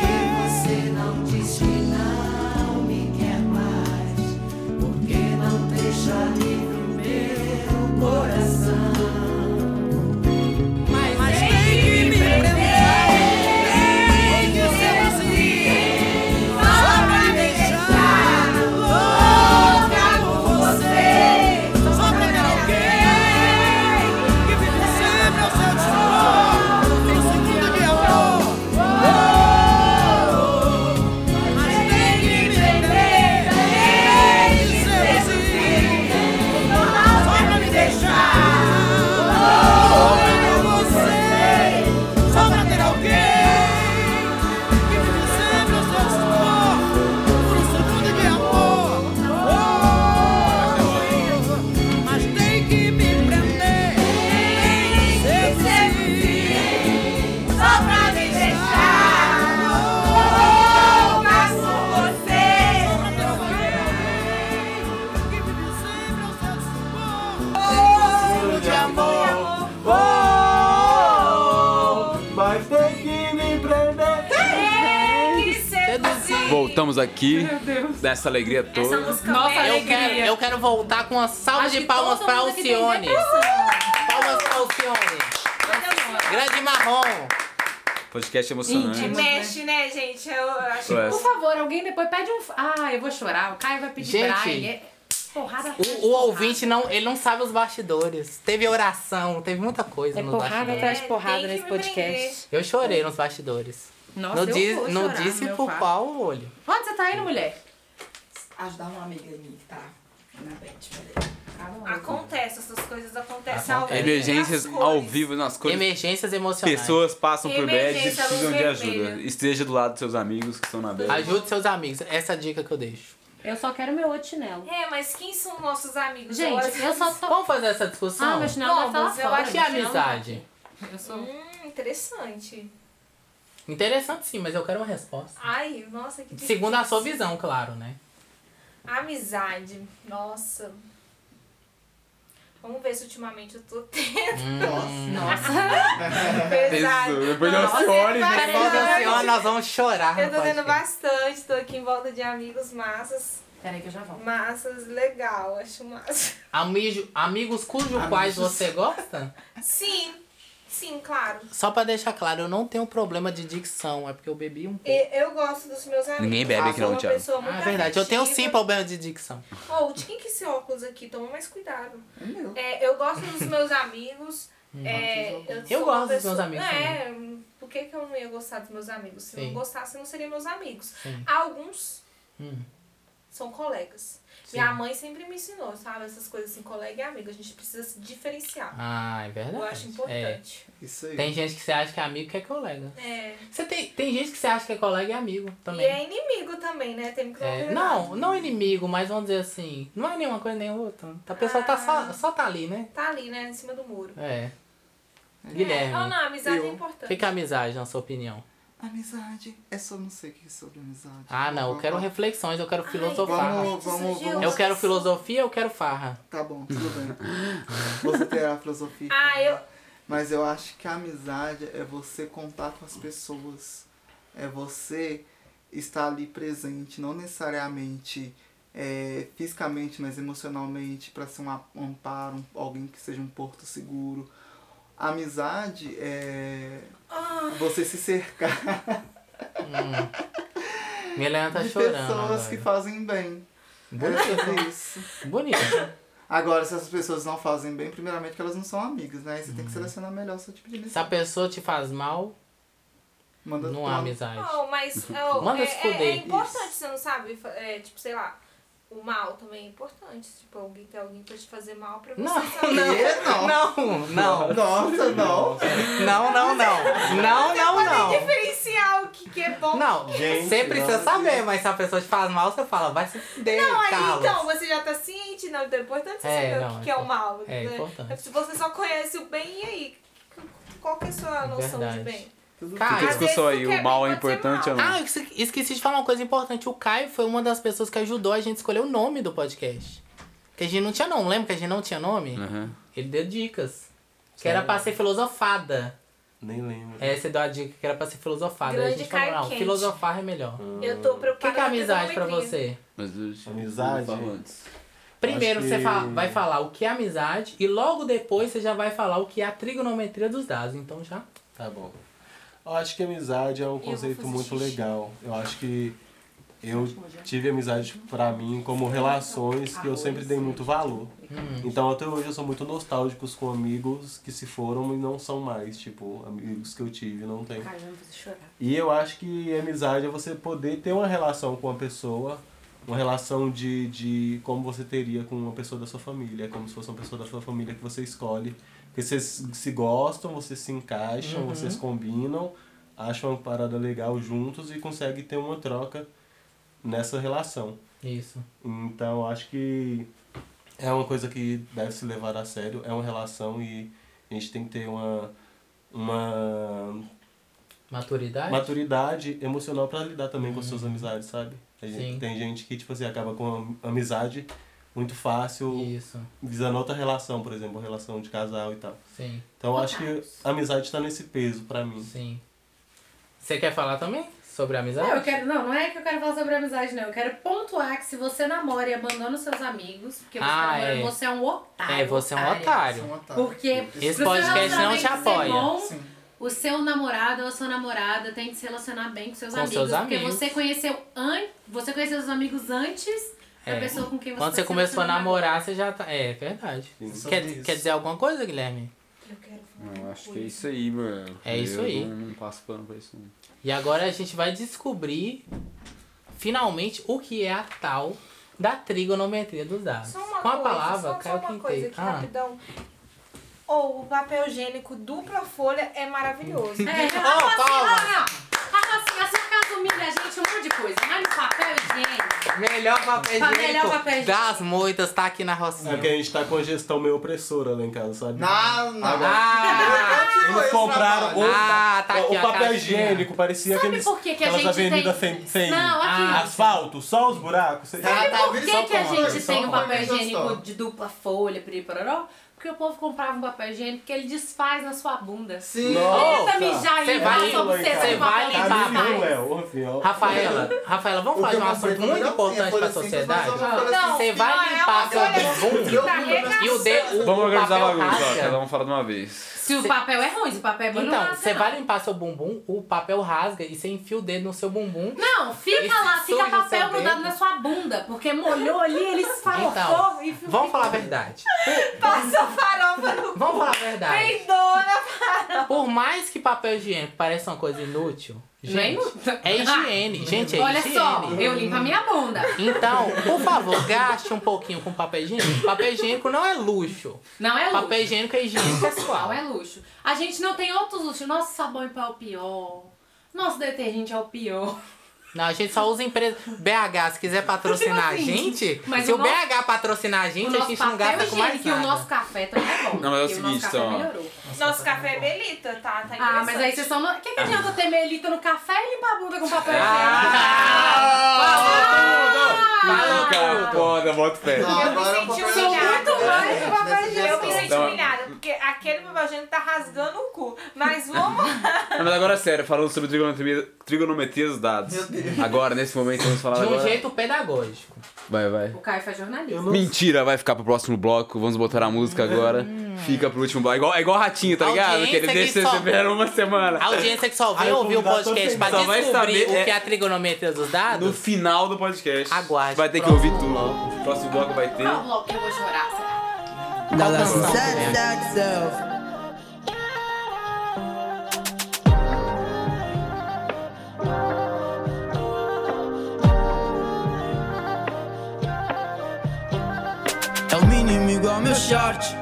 [SPEAKER 14] Porque você não diz que não me quer mais? Porque não deixa livre o meu coração?
[SPEAKER 15] Mas tem que assim. me prender, tem que
[SPEAKER 14] oh! Oh,
[SPEAKER 3] estamos aqui
[SPEAKER 2] Meu Deus.
[SPEAKER 3] nessa alegria toda.
[SPEAKER 2] Nossa, eu quero, eu quero voltar com uma salva de palmas pra Alcione. Palmas pra Alcione. Grande marrom.
[SPEAKER 3] Podcast emocionante.
[SPEAKER 6] Gente, mexe, né, gente? Eu, eu acho
[SPEAKER 3] Ué.
[SPEAKER 6] que.
[SPEAKER 10] Por favor, alguém depois pede um. Ah, eu vou chorar. O Caio vai pedir
[SPEAKER 2] Gente.
[SPEAKER 10] braille. É Porrada.
[SPEAKER 2] O, o ouvinte não, ele não sabe os bastidores. Teve oração, teve muita coisa
[SPEAKER 10] É
[SPEAKER 2] nos
[SPEAKER 10] porrada
[SPEAKER 2] bastidores.
[SPEAKER 10] atrás de porrada É, tem nesse que me podcast.
[SPEAKER 2] Eu chorei nos bastidores.
[SPEAKER 10] Nossa,
[SPEAKER 2] não
[SPEAKER 10] eu
[SPEAKER 2] diz-
[SPEAKER 10] vou
[SPEAKER 2] não
[SPEAKER 10] chorar no
[SPEAKER 2] disse
[SPEAKER 10] meu
[SPEAKER 2] por
[SPEAKER 10] quarto.
[SPEAKER 2] qual o olho.
[SPEAKER 10] Onde você tá indo, mulher?
[SPEAKER 7] Ajudar uma amiga minha que tá na frente, peraí.
[SPEAKER 10] Ah,
[SPEAKER 6] Acontece, essas coisas acontecem. ao vivo.
[SPEAKER 3] Emergências ao vivo nas coisas.
[SPEAKER 2] Emergências emocionais.
[SPEAKER 3] Pessoas passam por
[SPEAKER 6] Emergência,
[SPEAKER 3] bad e precisam
[SPEAKER 6] luz
[SPEAKER 3] de
[SPEAKER 6] vermelha.
[SPEAKER 3] ajuda. Esteja do lado dos seus amigos que estão na bad.
[SPEAKER 2] Ajude seus amigos. Essa é a dica que eu deixo.
[SPEAKER 10] Eu só quero meu outro chinelo.
[SPEAKER 6] É, mas quem são nossos amigos?
[SPEAKER 10] Gente, eu só tô.
[SPEAKER 2] Vamos fazer essa discussão?
[SPEAKER 10] Ah, meu chinelo vai estar lá
[SPEAKER 6] Vamos, eu
[SPEAKER 10] fora.
[SPEAKER 6] acho
[SPEAKER 2] que é amizade?
[SPEAKER 10] Eu sou.
[SPEAKER 6] Hum, interessante.
[SPEAKER 2] Interessante sim, mas eu quero uma resposta.
[SPEAKER 6] Ai, nossa, que difícil.
[SPEAKER 2] Segundo a sua visão, claro, né?
[SPEAKER 6] Amizade. Nossa. Vamos ver se ultimamente eu tô tendo.
[SPEAKER 2] Hum, Nossa.
[SPEAKER 6] *laughs* Pesado.
[SPEAKER 2] Pesou. Depois da
[SPEAKER 6] Nossa,
[SPEAKER 2] Alcione,
[SPEAKER 6] é
[SPEAKER 2] depois da
[SPEAKER 6] pesado.
[SPEAKER 2] Alcione, assim, nós vamos chorar no
[SPEAKER 6] Eu tô tendo
[SPEAKER 2] podcast.
[SPEAKER 6] bastante, tô aqui em volta de amigos massas.
[SPEAKER 10] Peraí que eu já volto.
[SPEAKER 6] Massas, legal,
[SPEAKER 2] *laughs*
[SPEAKER 6] acho massa.
[SPEAKER 2] Amigo, amigos cujo quais você gosta?
[SPEAKER 6] Sim, sim, claro.
[SPEAKER 2] Só pra deixar claro, eu não tenho problema de dicção, é porque eu bebi um pouco.
[SPEAKER 6] E- Eu gosto dos meus amigos.
[SPEAKER 2] Ninguém bebe
[SPEAKER 6] Eu
[SPEAKER 2] aqui
[SPEAKER 6] sou
[SPEAKER 2] não,
[SPEAKER 6] uma
[SPEAKER 2] Thiago.
[SPEAKER 6] pessoa muito
[SPEAKER 2] Ah, é verdade, eu tenho sim
[SPEAKER 6] afetiva.
[SPEAKER 2] problema de dicção.
[SPEAKER 6] Ô, de quem que é esse óculos aqui? Toma mais cuidado. É, eu gosto dos meus amigos.
[SPEAKER 2] Hum.
[SPEAKER 6] é, eu
[SPEAKER 2] Eu
[SPEAKER 6] sou
[SPEAKER 2] gosto
[SPEAKER 6] uma
[SPEAKER 2] dos
[SPEAKER 6] pessoa-
[SPEAKER 2] meus amigos
[SPEAKER 6] É, hum, por que, que eu não ia gostar dos meus amigos? Se eu
[SPEAKER 2] Sim.
[SPEAKER 6] não gostasse, não seriam meus amigos.
[SPEAKER 2] Sim.
[SPEAKER 6] Alguns
[SPEAKER 2] Hum.
[SPEAKER 6] são colegas.
[SPEAKER 2] Sim.
[SPEAKER 6] Minha mãe sempre me ensinou, sabe? Essas coisas assim, colega e amigo. A gente precisa se diferenciar.
[SPEAKER 2] Ah, é verdade.
[SPEAKER 6] Eu acho importante.
[SPEAKER 2] É. Tem gente que você acha que é amigo que é colega.
[SPEAKER 6] É.
[SPEAKER 2] Você tem, tem gente que você acha que é colega e amigo
[SPEAKER 6] E é
[SPEAKER 2] também.
[SPEAKER 6] inimigo também, né? Tem que tomar
[SPEAKER 2] É,
[SPEAKER 6] cuidado.
[SPEAKER 2] não, não inimigo, mas vamos dizer assim, não é nenhuma coisa nem outra. A pessoa tá
[SPEAKER 6] Ah.
[SPEAKER 2] só, só tá ali, né?
[SPEAKER 6] Tá ali, né? Em cima do muro.
[SPEAKER 2] É.
[SPEAKER 6] É, não,
[SPEAKER 2] Guilherme.
[SPEAKER 6] não, amizade é
[SPEAKER 2] O
[SPEAKER 6] importante.
[SPEAKER 2] que que é amizade, na sua opinião?
[SPEAKER 11] Amizade. É só não sei o que é sobre amizade.
[SPEAKER 2] Ah, não, eu quero reflexões, eu quero filosofar.
[SPEAKER 11] vamos, vamos, vamos.
[SPEAKER 2] Eu quero filosofia, eu quero farra.
[SPEAKER 11] Tá bom, tudo bem. Você terá a filosofia.
[SPEAKER 6] Ah, eu.
[SPEAKER 11] Mas eu acho que a amizade é você contar com as pessoas. É você estar ali presente, não necessariamente é, fisicamente, mas emocionalmente, para ser um a- um amparo, um- alguém que seja um porto seguro. Amizade é
[SPEAKER 6] Ah.
[SPEAKER 11] você se cercar
[SPEAKER 2] Hum. Milena tá
[SPEAKER 11] de
[SPEAKER 2] chorando.
[SPEAKER 11] pessoas que
[SPEAKER 2] agora.
[SPEAKER 11] fazem bem.
[SPEAKER 2] Bonito. né?
[SPEAKER 11] É sobre isso.
[SPEAKER 2] Bonito.
[SPEAKER 11] Agora, se as pessoas não fazem bem, primeiramente que elas não são amigas, né? Aí
[SPEAKER 2] Uhum.
[SPEAKER 11] você tem que selecionar melhor o
[SPEAKER 2] é
[SPEAKER 11] seu tipo de
[SPEAKER 2] Se a
[SPEAKER 11] amizade.
[SPEAKER 2] pessoa te faz mal,
[SPEAKER 11] Manda
[SPEAKER 2] não
[SPEAKER 11] tomar
[SPEAKER 2] há
[SPEAKER 11] no
[SPEAKER 2] amizade. *laughs*
[SPEAKER 6] Não, mas ó,
[SPEAKER 2] Manda
[SPEAKER 6] é,
[SPEAKER 2] se
[SPEAKER 6] é-
[SPEAKER 2] fuder.
[SPEAKER 6] é importante, você não sabe? fa- é, tipo, sei lá, o mal também é importante. Tipo, alguém ter alguém pra te fazer mal pra
[SPEAKER 2] *laughs*
[SPEAKER 6] você
[SPEAKER 2] Não,
[SPEAKER 6] saber. Tipo,
[SPEAKER 2] não, não, não.
[SPEAKER 11] é Nossa, não.
[SPEAKER 2] Não, não, não. Não, não,
[SPEAKER 6] Tem que
[SPEAKER 2] não.
[SPEAKER 6] diferenciar o que, que é bom.
[SPEAKER 2] Não,
[SPEAKER 6] Gente,
[SPEAKER 2] você precisa
[SPEAKER 6] não.
[SPEAKER 2] saber, mas se a pessoa te faz mal, você fala, vai se fuder,
[SPEAKER 6] Não, aí
[SPEAKER 2] Carlos.
[SPEAKER 6] então, você já tá ciente, não. Então é importante você
[SPEAKER 2] É,
[SPEAKER 6] saber
[SPEAKER 2] não,
[SPEAKER 6] o
[SPEAKER 2] é
[SPEAKER 6] que, que é o
[SPEAKER 2] impor-
[SPEAKER 6] mal.
[SPEAKER 2] é
[SPEAKER 6] né?
[SPEAKER 2] importante.
[SPEAKER 6] Se você só conhece o bem, e aí? Qual que é a sua noção
[SPEAKER 2] verdade.
[SPEAKER 6] de bem?
[SPEAKER 3] Fica a discussão aí, o mal é importante ou não?
[SPEAKER 2] Ah, eu esque- esqueci de falar uma coisa importante. O Caio foi uma das pessoas que ajudou a gente a escolher o nome do podcast. Que a gente não tinha nome, lembra que a gente não tinha nome?
[SPEAKER 3] Aham.
[SPEAKER 2] Ele deu dicas. Que era pra ser filosofada.
[SPEAKER 9] Nem lembro.
[SPEAKER 2] É, você deu a dica que era pra ser filosofada. Aí a
[SPEAKER 6] Grande
[SPEAKER 2] gente falou,
[SPEAKER 6] Caio
[SPEAKER 2] não,
[SPEAKER 6] Quente.
[SPEAKER 2] filosofar é melhor.
[SPEAKER 6] Eu tô
[SPEAKER 2] O que,
[SPEAKER 6] preocupada
[SPEAKER 2] que é
[SPEAKER 6] com a
[SPEAKER 2] amizade pra
[SPEAKER 6] trigonometria.
[SPEAKER 2] você?
[SPEAKER 9] Amizade.
[SPEAKER 2] Primeiro
[SPEAKER 9] Acho
[SPEAKER 2] você
[SPEAKER 9] que-
[SPEAKER 2] fa- vai falar o que é amizade e logo depois você já vai falar o que é a trigonometria dos dados. Então já.
[SPEAKER 9] Tá bom. Eu acho que amizade é um conceito
[SPEAKER 2] fazer
[SPEAKER 9] muito
[SPEAKER 2] xixi.
[SPEAKER 9] legal. Eu acho que eu tive amizade pra mim como relações que eu sempre dei muito valor.
[SPEAKER 2] Hum.
[SPEAKER 9] Então até hoje eu sou muito nostálgico com amigos que se foram e não são mais, tipo, amigos que eu tive, não tem.
[SPEAKER 8] Ai, eu não preciso chorar.
[SPEAKER 9] E eu acho que amizade é você poder ter uma relação com uma pessoa, uma relação de, de como você teria com uma pessoa da sua família, como se fosse uma pessoa da sua família que você escolhe. Porque vocês se gostam, vocês se encaixam,
[SPEAKER 2] Uhum.
[SPEAKER 9] vocês combinam, acham uma parada legal juntos e conseguem ter uma troca nessa relação.
[SPEAKER 2] Isso.
[SPEAKER 9] Então acho que é uma coisa que deve se levar a sério, é uma relação e a gente tem que ter uma. uma
[SPEAKER 2] Maturidade? Hum.
[SPEAKER 9] maturidade emocional pra lidar também com suas amizades, sabe? A gente-
[SPEAKER 2] Sim.
[SPEAKER 9] Tem gente que, tipo assim, acaba com am- amizade muito fácil, visando outra relação, por exemplo, relação de casal e tal.
[SPEAKER 2] Sim.
[SPEAKER 9] Então eu acho que a amizade tá nesse peso pra mim.
[SPEAKER 2] Sim. Você quer falar também? Sobre a amizade?
[SPEAKER 10] Não, eu quero, não, não é que eu quero falar sobre amizade, não. Eu quero pontuar que se você namora e abandona os seus amigos, porque você
[SPEAKER 2] Ah,
[SPEAKER 10] namora,
[SPEAKER 2] é.
[SPEAKER 10] você é um otário.
[SPEAKER 2] É, você é um otário.
[SPEAKER 10] Porque
[SPEAKER 2] Esse podcast
[SPEAKER 10] pro
[SPEAKER 2] não te
[SPEAKER 10] relacionamento ser
[SPEAKER 2] apoia.
[SPEAKER 10] bom, o seu namorado ou a sua namorada tem que se relacionar bem com seus
[SPEAKER 2] Com
[SPEAKER 10] amigos.
[SPEAKER 2] seus
[SPEAKER 10] porque
[SPEAKER 2] amigos.
[SPEAKER 10] você conheceu an... você conheceu seus amigos antes da
[SPEAKER 2] É.
[SPEAKER 10] pessoa com quem você
[SPEAKER 2] Quando
[SPEAKER 10] tá
[SPEAKER 2] você
[SPEAKER 10] se
[SPEAKER 2] começou a
[SPEAKER 10] relacionando
[SPEAKER 2] namorar, você já tá. É, verdade.
[SPEAKER 3] Sim.
[SPEAKER 2] Quer,
[SPEAKER 3] Sobre isso.
[SPEAKER 2] quer dizer alguma coisa, Guilherme?
[SPEAKER 3] Não, acho que é isso aí, mano.
[SPEAKER 2] É isso
[SPEAKER 3] Eu
[SPEAKER 2] aí.
[SPEAKER 3] Não, não passo pano pra isso, não.
[SPEAKER 2] E agora a gente vai descobrir finalmente o que é a tal da trigonometria dos dados.
[SPEAKER 6] Só uma
[SPEAKER 2] Com a
[SPEAKER 6] coisa,
[SPEAKER 2] palavra,
[SPEAKER 6] só, só
[SPEAKER 2] Caio
[SPEAKER 6] uma
[SPEAKER 2] Quintei.
[SPEAKER 6] coisa aqui,
[SPEAKER 2] Ah.
[SPEAKER 6] rapidão. Ou o papel higiênico dupla folha é
[SPEAKER 2] *laughs*
[SPEAKER 6] maravilhoso.
[SPEAKER 10] É,
[SPEAKER 6] Não,
[SPEAKER 10] Rafa,
[SPEAKER 6] assim,
[SPEAKER 10] palmas.
[SPEAKER 6] não, não.
[SPEAKER 10] Rafa, assim, a sua casa humilha a gente um monte de coisa, mas no papel higiênico.
[SPEAKER 2] Melhor papel
[SPEAKER 10] Pra
[SPEAKER 2] higiênico
[SPEAKER 10] Tá, melhor papel higiênico.
[SPEAKER 2] das moitas tá aqui na rocinha.
[SPEAKER 9] É porque a gente tá com a gestão meio opressora lá em casa, sabe?
[SPEAKER 2] Não, não.
[SPEAKER 9] Agora-
[SPEAKER 2] Ah,
[SPEAKER 9] eles compraram o,
[SPEAKER 2] Ah, tá
[SPEAKER 9] o
[SPEAKER 2] aqui a
[SPEAKER 9] papel
[SPEAKER 2] caixinha.
[SPEAKER 9] higiênico, parecia
[SPEAKER 10] Sabe
[SPEAKER 9] aqueles,
[SPEAKER 10] por que que a
[SPEAKER 9] aquelas
[SPEAKER 10] gente tem-
[SPEAKER 9] avenidas sem, sem
[SPEAKER 10] Não, aqui.
[SPEAKER 9] asfalto, só os buracos. sem-
[SPEAKER 2] Ah, tá,
[SPEAKER 10] Sabe por que, que a gente tem um papel
[SPEAKER 9] Só
[SPEAKER 10] higiênico de dupla folha, piripororó? Porque o povo comprava um papel higiênico que ele desfaz na sua bunda.
[SPEAKER 2] Sim.
[SPEAKER 10] Tenta
[SPEAKER 2] Nossa.
[SPEAKER 10] mijar
[SPEAKER 2] Cê
[SPEAKER 10] e limpar
[SPEAKER 2] vai-
[SPEAKER 10] só pra você.
[SPEAKER 2] cê vai limpar. Rafaela, Rafaela, vamos
[SPEAKER 9] O que
[SPEAKER 2] fazer
[SPEAKER 9] eu comprei
[SPEAKER 2] um assunto
[SPEAKER 9] também
[SPEAKER 2] muito
[SPEAKER 9] não
[SPEAKER 2] importante
[SPEAKER 9] tinha
[SPEAKER 2] pra
[SPEAKER 9] folha simples, mas
[SPEAKER 2] sociedade.
[SPEAKER 9] é uma folha
[SPEAKER 2] assim, Você
[SPEAKER 9] simples.
[SPEAKER 2] vai
[SPEAKER 9] Não, é
[SPEAKER 2] limpar
[SPEAKER 9] uma
[SPEAKER 2] seu
[SPEAKER 9] folha
[SPEAKER 2] bumbum
[SPEAKER 10] simples.
[SPEAKER 2] e o, de, o,
[SPEAKER 3] Vamos
[SPEAKER 2] o
[SPEAKER 3] organizar a
[SPEAKER 2] papel
[SPEAKER 3] bagunça, ó,
[SPEAKER 2] rasga.
[SPEAKER 3] cada um fala de uma vez.
[SPEAKER 10] Se o papel é ruim, se o papel é bom, não
[SPEAKER 2] Então,
[SPEAKER 10] nasce,
[SPEAKER 2] você
[SPEAKER 10] não.
[SPEAKER 2] vai limpar seu bumbum, o papel rasga e você enfia o dedo no seu bumbum.
[SPEAKER 10] Não, fica
[SPEAKER 2] E suja
[SPEAKER 10] lá,
[SPEAKER 2] o
[SPEAKER 10] fica
[SPEAKER 2] seu
[SPEAKER 10] papel grudado
[SPEAKER 2] dedo.
[SPEAKER 10] na sua bunda, porque molhou ali, ele esfarofou
[SPEAKER 2] Então,
[SPEAKER 10] e
[SPEAKER 2] vamos falar a verdade.
[SPEAKER 6] Passa farofa no
[SPEAKER 2] Vamos falar a verdade.
[SPEAKER 6] Peidona, farofa.
[SPEAKER 2] Por mais que papel higiênico pareça uma coisa inútil,
[SPEAKER 10] Não
[SPEAKER 2] gente, é higiene. Gente, é
[SPEAKER 10] Ah, Olha
[SPEAKER 2] higiene.
[SPEAKER 10] só, eu limpo a minha bunda.
[SPEAKER 2] Então, por favor, gaste um pouquinho com papel higiênico. Papel higiênico não é luxo.
[SPEAKER 10] Não é luxo.
[SPEAKER 2] Papel higiênico é higiene pessoal.
[SPEAKER 10] Não é luxo. A gente não tem outros luxos. Nosso sabão em pó é o pior. Nosso detergente é o pior.
[SPEAKER 2] Não, a gente só usa empresa. BH, se quiser patrocinar
[SPEAKER 10] Tipo
[SPEAKER 2] a
[SPEAKER 10] assim,
[SPEAKER 2] gente,
[SPEAKER 10] mas
[SPEAKER 2] se
[SPEAKER 10] o
[SPEAKER 2] o,
[SPEAKER 10] nosso-
[SPEAKER 2] BH patrocinar a
[SPEAKER 10] o
[SPEAKER 2] gente, a
[SPEAKER 10] nosso
[SPEAKER 2] gente não
[SPEAKER 10] papel
[SPEAKER 2] gasta com mais
[SPEAKER 10] higiênico e o
[SPEAKER 2] nada.
[SPEAKER 10] nosso café também é bom.
[SPEAKER 3] Não, mas é o
[SPEAKER 10] porque nosso
[SPEAKER 3] seguinte,
[SPEAKER 10] café
[SPEAKER 3] então, ó.
[SPEAKER 10] melhorou.
[SPEAKER 6] Nosso café é melita, tá? tá
[SPEAKER 10] Ah, mas aí você só não... O que, que adianta ter melita no café e limpar a bunda com papel
[SPEAKER 2] Ah.
[SPEAKER 10] higiênico?
[SPEAKER 2] Ah.
[SPEAKER 3] Cara, foda, bota fé.
[SPEAKER 2] um
[SPEAKER 6] Eu me senti humilhada.
[SPEAKER 2] É.
[SPEAKER 10] muito mais que
[SPEAKER 6] Eu
[SPEAKER 10] papel
[SPEAKER 6] me senti- Eu me senti
[SPEAKER 3] Então-
[SPEAKER 6] humilhada, porque aquele papel higiênico tá rasgando o cu. Mas vamos
[SPEAKER 3] Não, mas agora é sério, falando sobre trigonometria, trigonometria dos dados. Agora, nesse momento, vamos falar
[SPEAKER 2] De um
[SPEAKER 3] agora.
[SPEAKER 2] jeito pedagógico.
[SPEAKER 3] Vai, vai.
[SPEAKER 10] O Caio faz jornalismo.
[SPEAKER 3] Mentira, vai ficar pro próximo bloco. Vamos botar a música agora. Fica pro último bloco. É igual, é igual ratinho, tá ligado? Que
[SPEAKER 2] Hum. Audiência
[SPEAKER 3] ele
[SPEAKER 2] que
[SPEAKER 3] deixa
[SPEAKER 2] só-
[SPEAKER 3] você esperar uma semana.
[SPEAKER 2] A audiência que só vem ouvir o podcast pra
[SPEAKER 3] Só vai
[SPEAKER 2] descobrir
[SPEAKER 3] saber,
[SPEAKER 2] o que é
[SPEAKER 3] é-
[SPEAKER 2] a trigonometria dos dados.
[SPEAKER 3] No final do podcast.
[SPEAKER 2] Aguarde.
[SPEAKER 3] Vai ter que ouvir tudo. O próximo bloco vai ter.
[SPEAKER 10] Não, logo eu vou chorar. será?
[SPEAKER 16] É o mínimo igual meu short.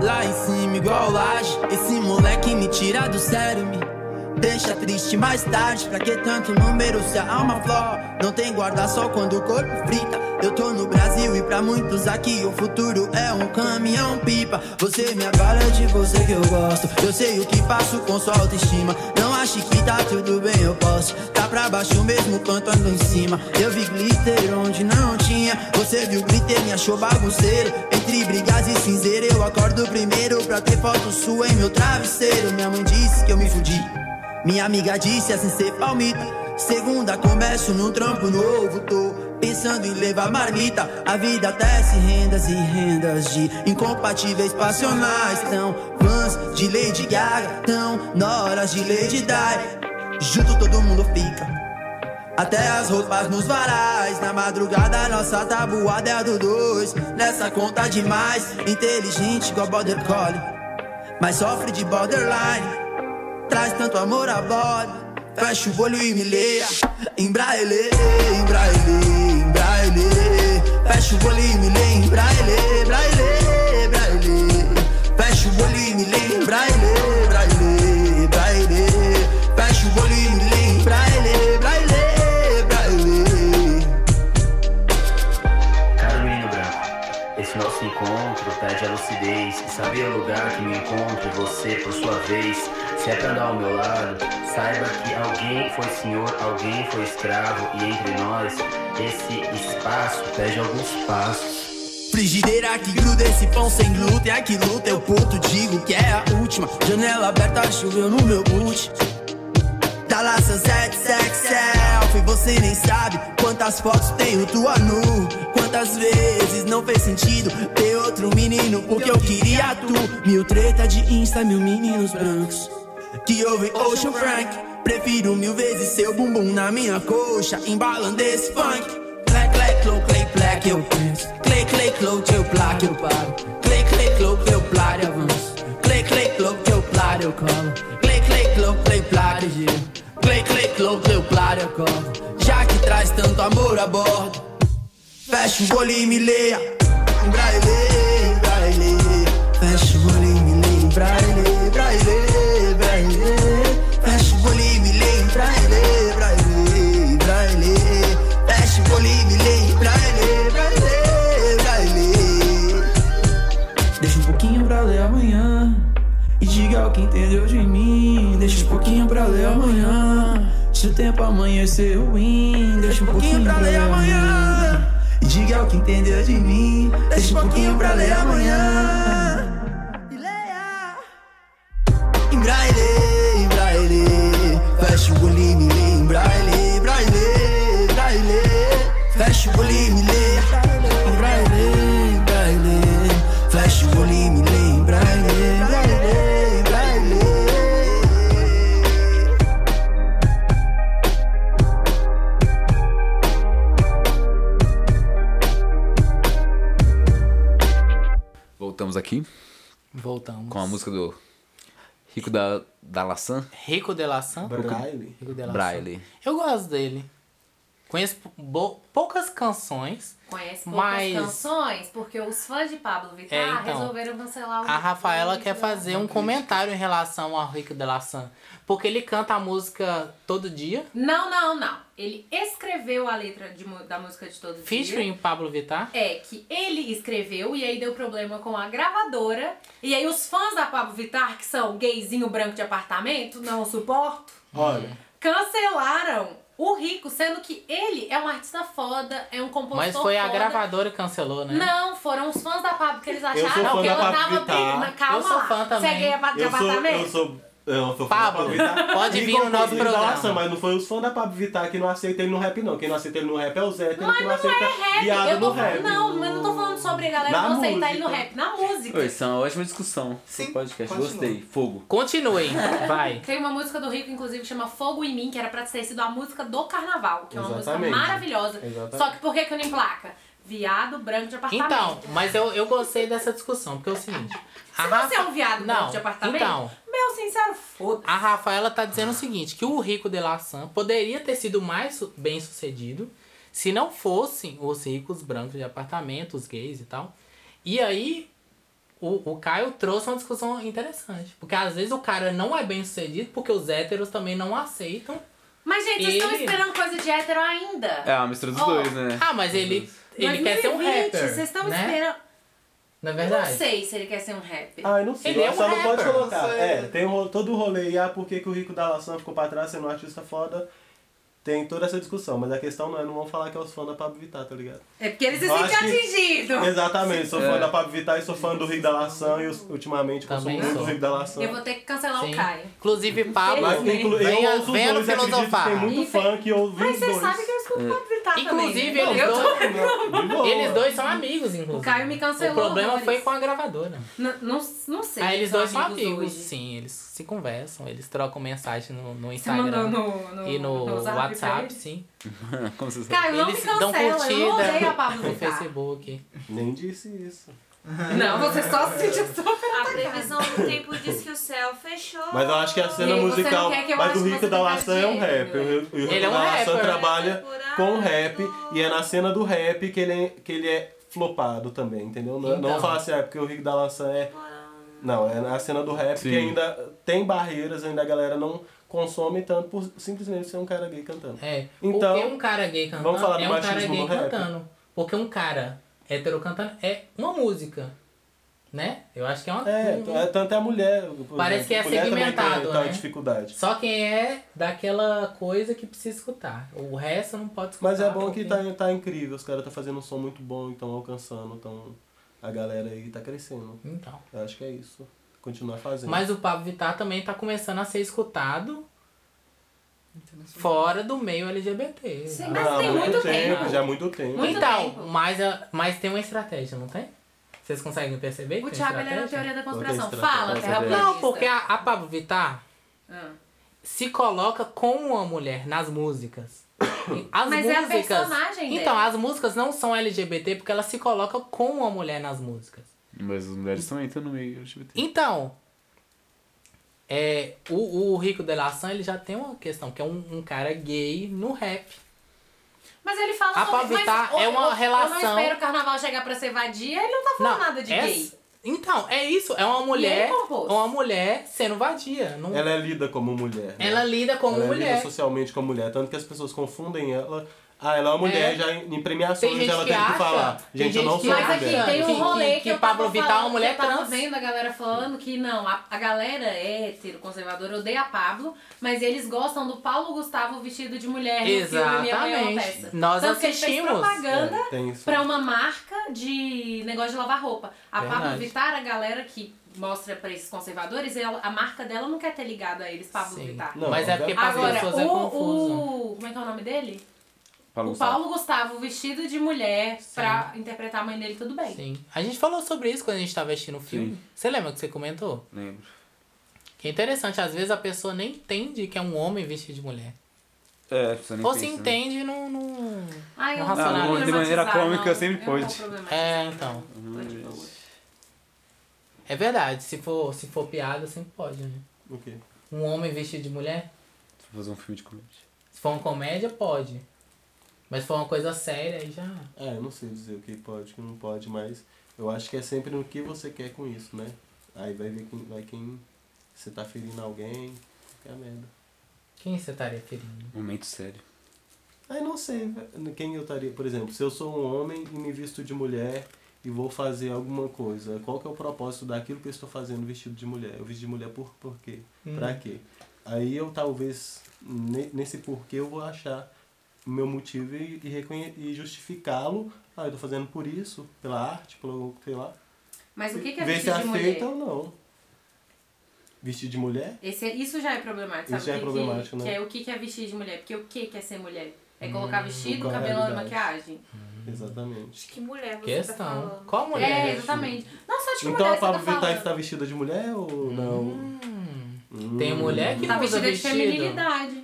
[SPEAKER 16] Lá em cima igual laje. Esse moleque me tira do sério, me deixa triste mais tarde. Pra que tanto número se a alma flor? Não tem guarda só quando o corpo frita. Eu tô no Brasil e pra muitos aqui o futuro é um caminhão pipa. Você me avala de você que eu gosto. Eu sei o que faço com sua autoestima. Não ache que tá tudo bem, eu posso. Tá pra baixo mesmo cantando em cima. Eu vi glitter onde não tinha. Você viu glitter, me achou bagunceiro. Entre brigas e cinzeiro, eu acordo primeiro pra ter foto sua em meu travesseiro. Minha mãe disse que eu me fudi. Minha amiga disse assim ser palmita. Segunda, começo num trampo novo, tô pensando em levar marmita. A vida desce rendas e rendas de incompatíveis passionais. Tão fãs de Lady Gaga, tão noras de Lady Di. Junto todo mundo fica. Até as roupas nos varais. Na madrugada, nossa tabuada é a do dois. Nessa conta demais. Inteligente igual border collie. Mas sofre de borderline. Traz tanto amor à borda. Fecha o olho e me leia. Embraele, embraele, embraele. Fecha o olho e me leia. Embraele, braile, braile. Fecha o olho e me leia. Embraele, braile, braile. Fecha o olho e me leia. Embraele, braile, braile.
[SPEAKER 17] Caro Lembra, esse nosso encontro pede a lucidez. E saber o lugar que me encontro, você por sua vez. Se é pra andar ao meu lado, saiba que alguém foi senhor, alguém foi escravo. E entre nós, esse espaço pede alguns passos.
[SPEAKER 16] Frigideira que gruda esse pão sem glúten. Ai que luta, eu puto, digo que é a última. Janela aberta, choveu no meu boot. Da Tá lá seu selfie Você nem sabe quantas fotos tenho tua nu Quantas vezes não fez sentido ter outro menino Porque eu queria tu Mil treta de insta, mil meninos brancos Que ouvem Ocean Frank Prefiro mil vezes seu bumbum na minha coxa Embalando esse funk Clack, clack, clou, clay, plaque, eu penso Clay, clay, clou, teu plaque, eu paro Clay, clay, clou, teu plaque, avanço Clay, clay, clou, teu plaque, eu colo Clay, clay, clou, clay, plaque, eu giro Clay, clay, clou, teu plaque, eu colo Já que oh. traz tanto amor a bordo Fecha o olho e me leia Braille, braille Fecha o olho e me leia Braille, braille, braille Fecha o olho e me leia Braille, braille, braille Fecha o olho e me leia Braille, braille, braille Deixa um pouquinho pra ler amanhã E diga ao que entendeu de mim Deixa um pouquinho pra ler amanhã Se o tempo amanhecer ruim Deixa um pouquinho pra ler amanhã E diga ao que entendeu de mim Deixa um pouquinho pra ler amanhã E leia Em braille, em braille Fecha o olho e me lê Em braille, braille, braille Fecha o olho e me lê Em braille, braille Fecha o olho e me lê Em braille, braille, braille
[SPEAKER 3] Voltamos aqui
[SPEAKER 2] Voltamos.
[SPEAKER 3] com a música do Rico da, da Laçã.
[SPEAKER 2] Rico de La Sam?
[SPEAKER 3] Braille?
[SPEAKER 2] Rico de La Sam.
[SPEAKER 3] Braille.
[SPEAKER 2] Eu gosto dele. Conheço pou- poucas canções.
[SPEAKER 10] Conhece poucas
[SPEAKER 2] mas
[SPEAKER 10] canções, porque os fãs de Pablo Vittar
[SPEAKER 2] É, então. Ah.
[SPEAKER 10] resolveram cancelar o
[SPEAKER 2] A Rafaela
[SPEAKER 10] é.
[SPEAKER 2] quer fazer um comentário em relação ao Rico de La Sam, Porque ele canta a música todo dia.
[SPEAKER 10] Não, não, não. Ele escreveu a letra de mu- da música de todo
[SPEAKER 2] Featuring
[SPEAKER 10] dia.
[SPEAKER 2] Pablo Vittar.
[SPEAKER 10] É que ele escreveu e aí deu problema com a gravadora. E aí os fãs da Pablo Vittar, que são gayzinho branco de apartamento, não suporto,
[SPEAKER 2] Hum.
[SPEAKER 5] Olha,
[SPEAKER 10] cancelaram o Rico, sendo que ele é um artista foda, é um compositor
[SPEAKER 2] Mas foi a
[SPEAKER 10] foda.
[SPEAKER 2] gravadora que cancelou, né?
[SPEAKER 10] Não, foram os fãs da Pablo que eles
[SPEAKER 2] sou
[SPEAKER 10] acharam
[SPEAKER 2] fã
[SPEAKER 10] que
[SPEAKER 2] da
[SPEAKER 10] ela
[SPEAKER 2] Pablo
[SPEAKER 10] tava
[SPEAKER 2] Vittar.
[SPEAKER 10] brigando. Calma
[SPEAKER 2] Eu sou fã
[SPEAKER 10] lá.
[SPEAKER 2] também.
[SPEAKER 10] Você é gay de
[SPEAKER 9] Eu sou,
[SPEAKER 10] apartamento?
[SPEAKER 9] eu sou. Eu sou fã
[SPEAKER 2] Pablo,
[SPEAKER 9] da Pablo Vittar.
[SPEAKER 2] pode
[SPEAKER 9] Me
[SPEAKER 2] vir no
[SPEAKER 9] confunde
[SPEAKER 2] nosso
[SPEAKER 9] da
[SPEAKER 2] programa.
[SPEAKER 9] Laçã, mas não foi os fãs da Pablo Vittar que não aceita ele no rap, não. Quem não aceita ele no rap é o Zé. Tem
[SPEAKER 10] Mas
[SPEAKER 9] que
[SPEAKER 10] não
[SPEAKER 9] não aceita
[SPEAKER 10] é rap.
[SPEAKER 9] viado
[SPEAKER 10] eu tô,
[SPEAKER 9] no rap.
[SPEAKER 10] Não, mas não tô falando sobre a galera
[SPEAKER 3] Na
[SPEAKER 10] que não aceitar ele no
[SPEAKER 3] música.
[SPEAKER 10] rap, na música.
[SPEAKER 3] Oi, isso é uma ótima discussão. Sim. Podcast.
[SPEAKER 10] continua.
[SPEAKER 3] Gostei. Fogo. *laughs*
[SPEAKER 2] Continuem. Vai.
[SPEAKER 10] *laughs* Tem uma música do Rico, inclusive, que chama Fogo em Mim, que era pra ter sido a música do carnaval, que é uma
[SPEAKER 2] Exatamente.
[SPEAKER 10] música maravilhosa.
[SPEAKER 2] Exatamente.
[SPEAKER 10] Só que por que, que eu não emplaca? Viado branco de apartamento.
[SPEAKER 2] Então, mas eu, eu gostei dessa discussão, porque é o seguinte. a
[SPEAKER 10] Se *laughs* você é um viado branco de apartamento,
[SPEAKER 2] Então,
[SPEAKER 10] meu sincero foda.
[SPEAKER 2] a Rafaela tá dizendo o seguinte, que o Rico de La Sam poderia ter sido mais su- bem sucedido se não fossem os ricos brancos de apartamento, os gays e tal. E aí, o, o Caio trouxe uma discussão interessante. Porque às vezes o cara não é bem sucedido porque os héteros também não aceitam.
[SPEAKER 10] Mas, gente, vocês estão
[SPEAKER 2] Ele-
[SPEAKER 10] esperando coisa de hétero ainda.
[SPEAKER 3] É uma mistura dos
[SPEAKER 10] Ó,
[SPEAKER 3] dois, né?
[SPEAKER 2] Ah, mas ele, ele
[SPEAKER 9] é
[SPEAKER 2] quer ser um
[SPEAKER 10] 2020,
[SPEAKER 2] rapper.
[SPEAKER 10] Vocês estão
[SPEAKER 2] né?
[SPEAKER 10] esperando.
[SPEAKER 2] Não é verdade?
[SPEAKER 10] Não sei se ele quer ser um rapper.
[SPEAKER 9] Ah, eu não sei.
[SPEAKER 2] Ele é um
[SPEAKER 9] só não pode
[SPEAKER 2] rapper.
[SPEAKER 9] colocar.
[SPEAKER 2] Não sei.
[SPEAKER 9] É, tem um ro- todo o rolê. E ah, por que, que o Rico da Laçã ficou pra trás sendo um artista foda? Tem toda essa discussão, mas a questão não é, não vão falar que é os fãs da Pablo Vittar, tá ligado?
[SPEAKER 10] É porque ele se
[SPEAKER 9] Eu
[SPEAKER 10] sente
[SPEAKER 9] acho que-
[SPEAKER 10] atingido.
[SPEAKER 9] Exatamente, sou
[SPEAKER 3] É.
[SPEAKER 9] fã da Pablo Vittar e sou fã do Rico da Laçã e eu, ultimamente consumo
[SPEAKER 2] Também
[SPEAKER 9] muito
[SPEAKER 2] sou.
[SPEAKER 9] o Rico da Laçã.
[SPEAKER 10] Eu vou ter que cancelar o Caio.
[SPEAKER 2] Inclusive, Pablo, né?
[SPEAKER 9] Mas tem inclu- eu
[SPEAKER 2] venha,
[SPEAKER 9] ouço os
[SPEAKER 2] venha no
[SPEAKER 9] dois, acredito que
[SPEAKER 2] filosofar.
[SPEAKER 9] tem muito fã que ouve
[SPEAKER 10] Mas
[SPEAKER 9] os
[SPEAKER 10] você
[SPEAKER 9] dois.
[SPEAKER 10] sabe que eu escuto o Pablo Vittar
[SPEAKER 2] É. Inclusive,
[SPEAKER 10] também. né?
[SPEAKER 2] eles,
[SPEAKER 10] Eu tô-
[SPEAKER 2] dois,
[SPEAKER 9] boa.
[SPEAKER 2] eles dois são amigos, inclusive.
[SPEAKER 10] O Caio me cancelou.
[SPEAKER 2] O problema
[SPEAKER 10] horrores.
[SPEAKER 2] foi com a gravadora.
[SPEAKER 10] Não, não, não sei.
[SPEAKER 2] ah, eles dois são amigos,
[SPEAKER 10] hoje.
[SPEAKER 2] sim. Eles se conversam, eles trocam mensagem no, no
[SPEAKER 10] Você
[SPEAKER 2] Instagram
[SPEAKER 10] mandou no, no,
[SPEAKER 2] e no,
[SPEAKER 10] no zap pra
[SPEAKER 2] WhatsApp,
[SPEAKER 10] ele?
[SPEAKER 2] sim.
[SPEAKER 3] *laughs* Como vocês
[SPEAKER 10] Cara, não me
[SPEAKER 2] eles dão
[SPEAKER 10] cancela, eu
[SPEAKER 2] curtida
[SPEAKER 10] odeio a Pablo
[SPEAKER 2] no
[SPEAKER 10] Vittar.
[SPEAKER 2] Facebook.
[SPEAKER 9] Nem disse isso.
[SPEAKER 10] Não, você só se
[SPEAKER 6] *laughs*
[SPEAKER 10] sentiu
[SPEAKER 6] A previsão do tempo diz que o céu fechou.
[SPEAKER 9] Mas eu acho que a
[SPEAKER 6] E
[SPEAKER 9] cena
[SPEAKER 6] aí você
[SPEAKER 9] musical.
[SPEAKER 6] não quer que eu
[SPEAKER 9] Mas
[SPEAKER 6] ache
[SPEAKER 9] o Rico
[SPEAKER 6] você tá
[SPEAKER 9] da
[SPEAKER 6] tem
[SPEAKER 9] Laçã é
[SPEAKER 6] cara de
[SPEAKER 9] um
[SPEAKER 6] gênio, é um
[SPEAKER 9] rapper.
[SPEAKER 6] né?
[SPEAKER 9] O Rico
[SPEAKER 2] Ele é
[SPEAKER 9] da
[SPEAKER 2] um
[SPEAKER 9] Laçã
[SPEAKER 2] rapper.
[SPEAKER 9] trabalha com rap e é na cena do rap que ele é, que ele é flopado também, entendeu? Não, não
[SPEAKER 2] Então.
[SPEAKER 9] vou falar assim, ah, é porque o Rico da Laçã é. Não, é na cena do rap
[SPEAKER 3] Sim.
[SPEAKER 9] que ainda tem barreiras, ainda a galera não consome tanto por simplesmente ser um cara gay cantando.
[SPEAKER 2] É.
[SPEAKER 9] Então,
[SPEAKER 2] porque um cara gay cantando
[SPEAKER 9] vamos falar do
[SPEAKER 2] é um cara
[SPEAKER 9] machismo
[SPEAKER 2] gay
[SPEAKER 9] no rap?
[SPEAKER 2] cantando. Porque um cara hétero cantando é uma música. Né? Eu acho que é uma.
[SPEAKER 9] É,
[SPEAKER 2] um-
[SPEAKER 9] t- é, tanto é a mulher. por
[SPEAKER 2] Parece que é
[SPEAKER 9] mulher também tem
[SPEAKER 2] segmentado,
[SPEAKER 9] tal
[SPEAKER 2] né?
[SPEAKER 9] dificuldade.
[SPEAKER 2] Só quem é daquela coisa que precisa escutar. O resto não pode escutar.
[SPEAKER 9] Mas é bom que
[SPEAKER 2] porque-
[SPEAKER 9] tá, tá incrível, os caras tá fazendo um som muito bom, então alcançando, então a galera aí tá crescendo.
[SPEAKER 2] Então.
[SPEAKER 9] Eu acho que é isso. Continuar fazendo.
[SPEAKER 2] Mas o Pablo Vittar também tá começando a ser escutado Fora do meio LGBT.
[SPEAKER 10] Sim,
[SPEAKER 9] mas Ah, tem há muito muito tempo, tempo. já há muito tempo. Muito
[SPEAKER 2] então,
[SPEAKER 10] tempo.
[SPEAKER 2] Mas, a- mas tem uma estratégia, não tem? Vocês conseguem perceber? que
[SPEAKER 10] O
[SPEAKER 2] tem
[SPEAKER 10] Thiago, ele era
[SPEAKER 2] estratégia?
[SPEAKER 10] teoria da conspiração. Fala, terraplanista.
[SPEAKER 2] Não, porque a, a Pablo Vittar
[SPEAKER 10] Ah.
[SPEAKER 2] se coloca como uma mulher
[SPEAKER 9] *coughs*
[SPEAKER 2] nas músicas. As
[SPEAKER 10] Mas é a
[SPEAKER 2] músicas,
[SPEAKER 10] personagem dela.
[SPEAKER 2] Então, as músicas não são LGBT porque ela se coloca como uma mulher nas músicas.
[SPEAKER 3] Mas as mulheres estão entrando no meio LGBT.
[SPEAKER 2] Então, é, o, o Rico de La San, ele já tem uma questão, que é um, um cara gay no rap.
[SPEAKER 10] Mas ele fala
[SPEAKER 2] A
[SPEAKER 10] sobre...
[SPEAKER 2] Pablo
[SPEAKER 10] mas
[SPEAKER 2] Vittar
[SPEAKER 10] eu-
[SPEAKER 2] é uma
[SPEAKER 10] eu- Eu
[SPEAKER 2] relação-
[SPEAKER 10] não espero o carnaval chegar pra ser vadia, ele não tá falando nada de
[SPEAKER 2] essa-
[SPEAKER 10] gay.
[SPEAKER 2] é Então, é isso. É uma mulher.
[SPEAKER 10] ele compôs.
[SPEAKER 2] Uma mulher sendo vadia. Não...
[SPEAKER 9] Ela é lida como mulher. né?
[SPEAKER 2] Ela lida como
[SPEAKER 9] Ela é
[SPEAKER 2] mulher.
[SPEAKER 9] lida socialmente como mulher. Tanto que as pessoas confundem ela. Ah, ela é uma mulher,
[SPEAKER 2] É.
[SPEAKER 9] já em em
[SPEAKER 2] Tem
[SPEAKER 9] premiações
[SPEAKER 2] gente
[SPEAKER 9] ela
[SPEAKER 2] que
[SPEAKER 9] teve
[SPEAKER 2] acha,
[SPEAKER 9] que falar.
[SPEAKER 2] tem
[SPEAKER 9] Gente, eu não
[SPEAKER 2] gente
[SPEAKER 9] sou
[SPEAKER 2] que acha
[SPEAKER 9] mulher.
[SPEAKER 10] Tem um rolê que,
[SPEAKER 2] que
[SPEAKER 10] eu
[SPEAKER 2] Pablo
[SPEAKER 10] tava
[SPEAKER 2] Vittar é
[SPEAKER 10] falando,
[SPEAKER 2] uma mulher
[SPEAKER 10] que eu tava
[SPEAKER 2] trans.
[SPEAKER 10] vendo a galera falando que não, a, a galera hétero, conservadora, odeia a Pablo, mas eles gostam do Paulo Gustavo vestido de mulher no filme Minha Mãe é uma
[SPEAKER 2] Exatamente.
[SPEAKER 10] Peça.
[SPEAKER 2] Nós
[SPEAKER 10] Tanto que ele fez
[SPEAKER 2] assistimos.
[SPEAKER 10] propaganda
[SPEAKER 2] É, tem isso.
[SPEAKER 10] pra uma marca de negócio de lavar roupa. A Pablo
[SPEAKER 2] Verdade.
[SPEAKER 10] Vittar, a galera que mostra pra esses conservadores, ela- a marca dela não quer ter ligado a eles, Pablo Vittar.
[SPEAKER 2] Não, Mas é porque pra
[SPEAKER 10] Agora,
[SPEAKER 2] pessoas
[SPEAKER 10] o,
[SPEAKER 2] é
[SPEAKER 10] o... Como é que é o nome dele? o Paulo Gustavo vestido de mulher pra interpretar a mãe dele, tudo bem.
[SPEAKER 2] Sim. A gente falou sobre isso quando a gente tava assistindo o filme. Você lembra que você comentou?
[SPEAKER 3] Lembro.
[SPEAKER 2] Que é interessante, às vezes a pessoa nem entende que é um homem vestido de mulher.
[SPEAKER 3] É, você nem
[SPEAKER 2] Ou se
[SPEAKER 3] pensa, né?
[SPEAKER 2] entende no, no,
[SPEAKER 10] Ai,
[SPEAKER 2] no
[SPEAKER 10] eu não
[SPEAKER 2] racionalismo.
[SPEAKER 3] vou De maneira problematizar, cômica, não.
[SPEAKER 10] um
[SPEAKER 3] sempre Eu não vou pode.
[SPEAKER 2] É, então. É verdade, se for, se for piada, sempre pode, né?
[SPEAKER 9] O quê?
[SPEAKER 2] Um homem vestido de mulher,
[SPEAKER 3] Vou fazer um filme de comédia.
[SPEAKER 2] se for uma comédia, pode. Mas se for uma coisa séria, aí já.
[SPEAKER 9] É, eu não sei dizer o que pode, o que não pode, mas eu acho que é sempre no que você quer com isso, né? Aí vai ver quem, vai quem você tá ferindo alguém, que é merda.
[SPEAKER 2] Quem você estaria ferindo?
[SPEAKER 3] Um Momento sério.
[SPEAKER 9] Aí não sei velho, quem eu estaria. Por exemplo, se eu sou um homem e me visto de mulher e vou fazer alguma coisa, qual que é o propósito daquilo que eu estou fazendo vestido de mulher? Eu visto de mulher por, por quê?
[SPEAKER 3] Hum.
[SPEAKER 9] Pra quê? Aí eu talvez, ne- nesse porquê, eu vou achar o meu motivo e, e, reconhe- e justificá-lo. Ah, eu tô fazendo por isso, pela arte, pelo, sei lá.
[SPEAKER 10] Mas o que que é
[SPEAKER 9] Ver
[SPEAKER 10] vestir
[SPEAKER 9] se
[SPEAKER 10] de
[SPEAKER 9] aceita
[SPEAKER 10] mulher?
[SPEAKER 9] ou não. Vestido de mulher?
[SPEAKER 10] Esse, isso já é problemático, sabe?
[SPEAKER 9] Isso já é
[SPEAKER 10] o que que-
[SPEAKER 9] problemático, né?
[SPEAKER 10] Que é o que que é vestir de mulher. Porque o que que é ser mulher? É
[SPEAKER 9] Hum,
[SPEAKER 10] colocar vestido,
[SPEAKER 9] com a
[SPEAKER 10] cabelão e
[SPEAKER 9] realidade.
[SPEAKER 10] maquiagem?
[SPEAKER 9] Exatamente.
[SPEAKER 6] Que mulher você tá
[SPEAKER 2] Questão.
[SPEAKER 6] falando?
[SPEAKER 2] Qual mulher?
[SPEAKER 10] É, exatamente. Não só de que
[SPEAKER 9] Então
[SPEAKER 10] mulher
[SPEAKER 9] a
[SPEAKER 10] você tá
[SPEAKER 9] Pablo Vittar
[SPEAKER 10] falando.
[SPEAKER 9] está vestida de mulher ou não? Hum.
[SPEAKER 2] Tem mulher que
[SPEAKER 10] Tá
[SPEAKER 2] não usa
[SPEAKER 10] vestida de
[SPEAKER 2] vestido.
[SPEAKER 10] feminilidade.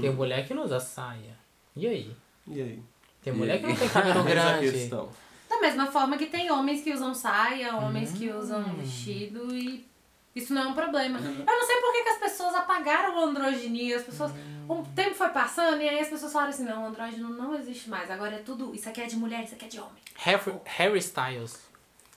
[SPEAKER 2] Tem mulher que não usa saia. E aí?
[SPEAKER 9] E aí?
[SPEAKER 2] Tem
[SPEAKER 9] E
[SPEAKER 2] mulher
[SPEAKER 9] aí?
[SPEAKER 2] que não
[SPEAKER 9] *laughs*
[SPEAKER 2] tem cabelo
[SPEAKER 9] Essa é a
[SPEAKER 2] grande.
[SPEAKER 9] questão.
[SPEAKER 10] Da mesma forma que tem homens que usam saia,
[SPEAKER 2] Uhum.
[SPEAKER 10] homens que usam vestido e isso não é um problema.
[SPEAKER 9] Uhum.
[SPEAKER 10] Eu não sei por que, que as pessoas apagaram a androginia, as pessoas. O tempo foi passando e aí as pessoas falaram assim, não, o andrógeno não existe mais. Agora é tudo. Isso aqui é de mulher, isso aqui é de homem.
[SPEAKER 2] Harry, Harry Styles.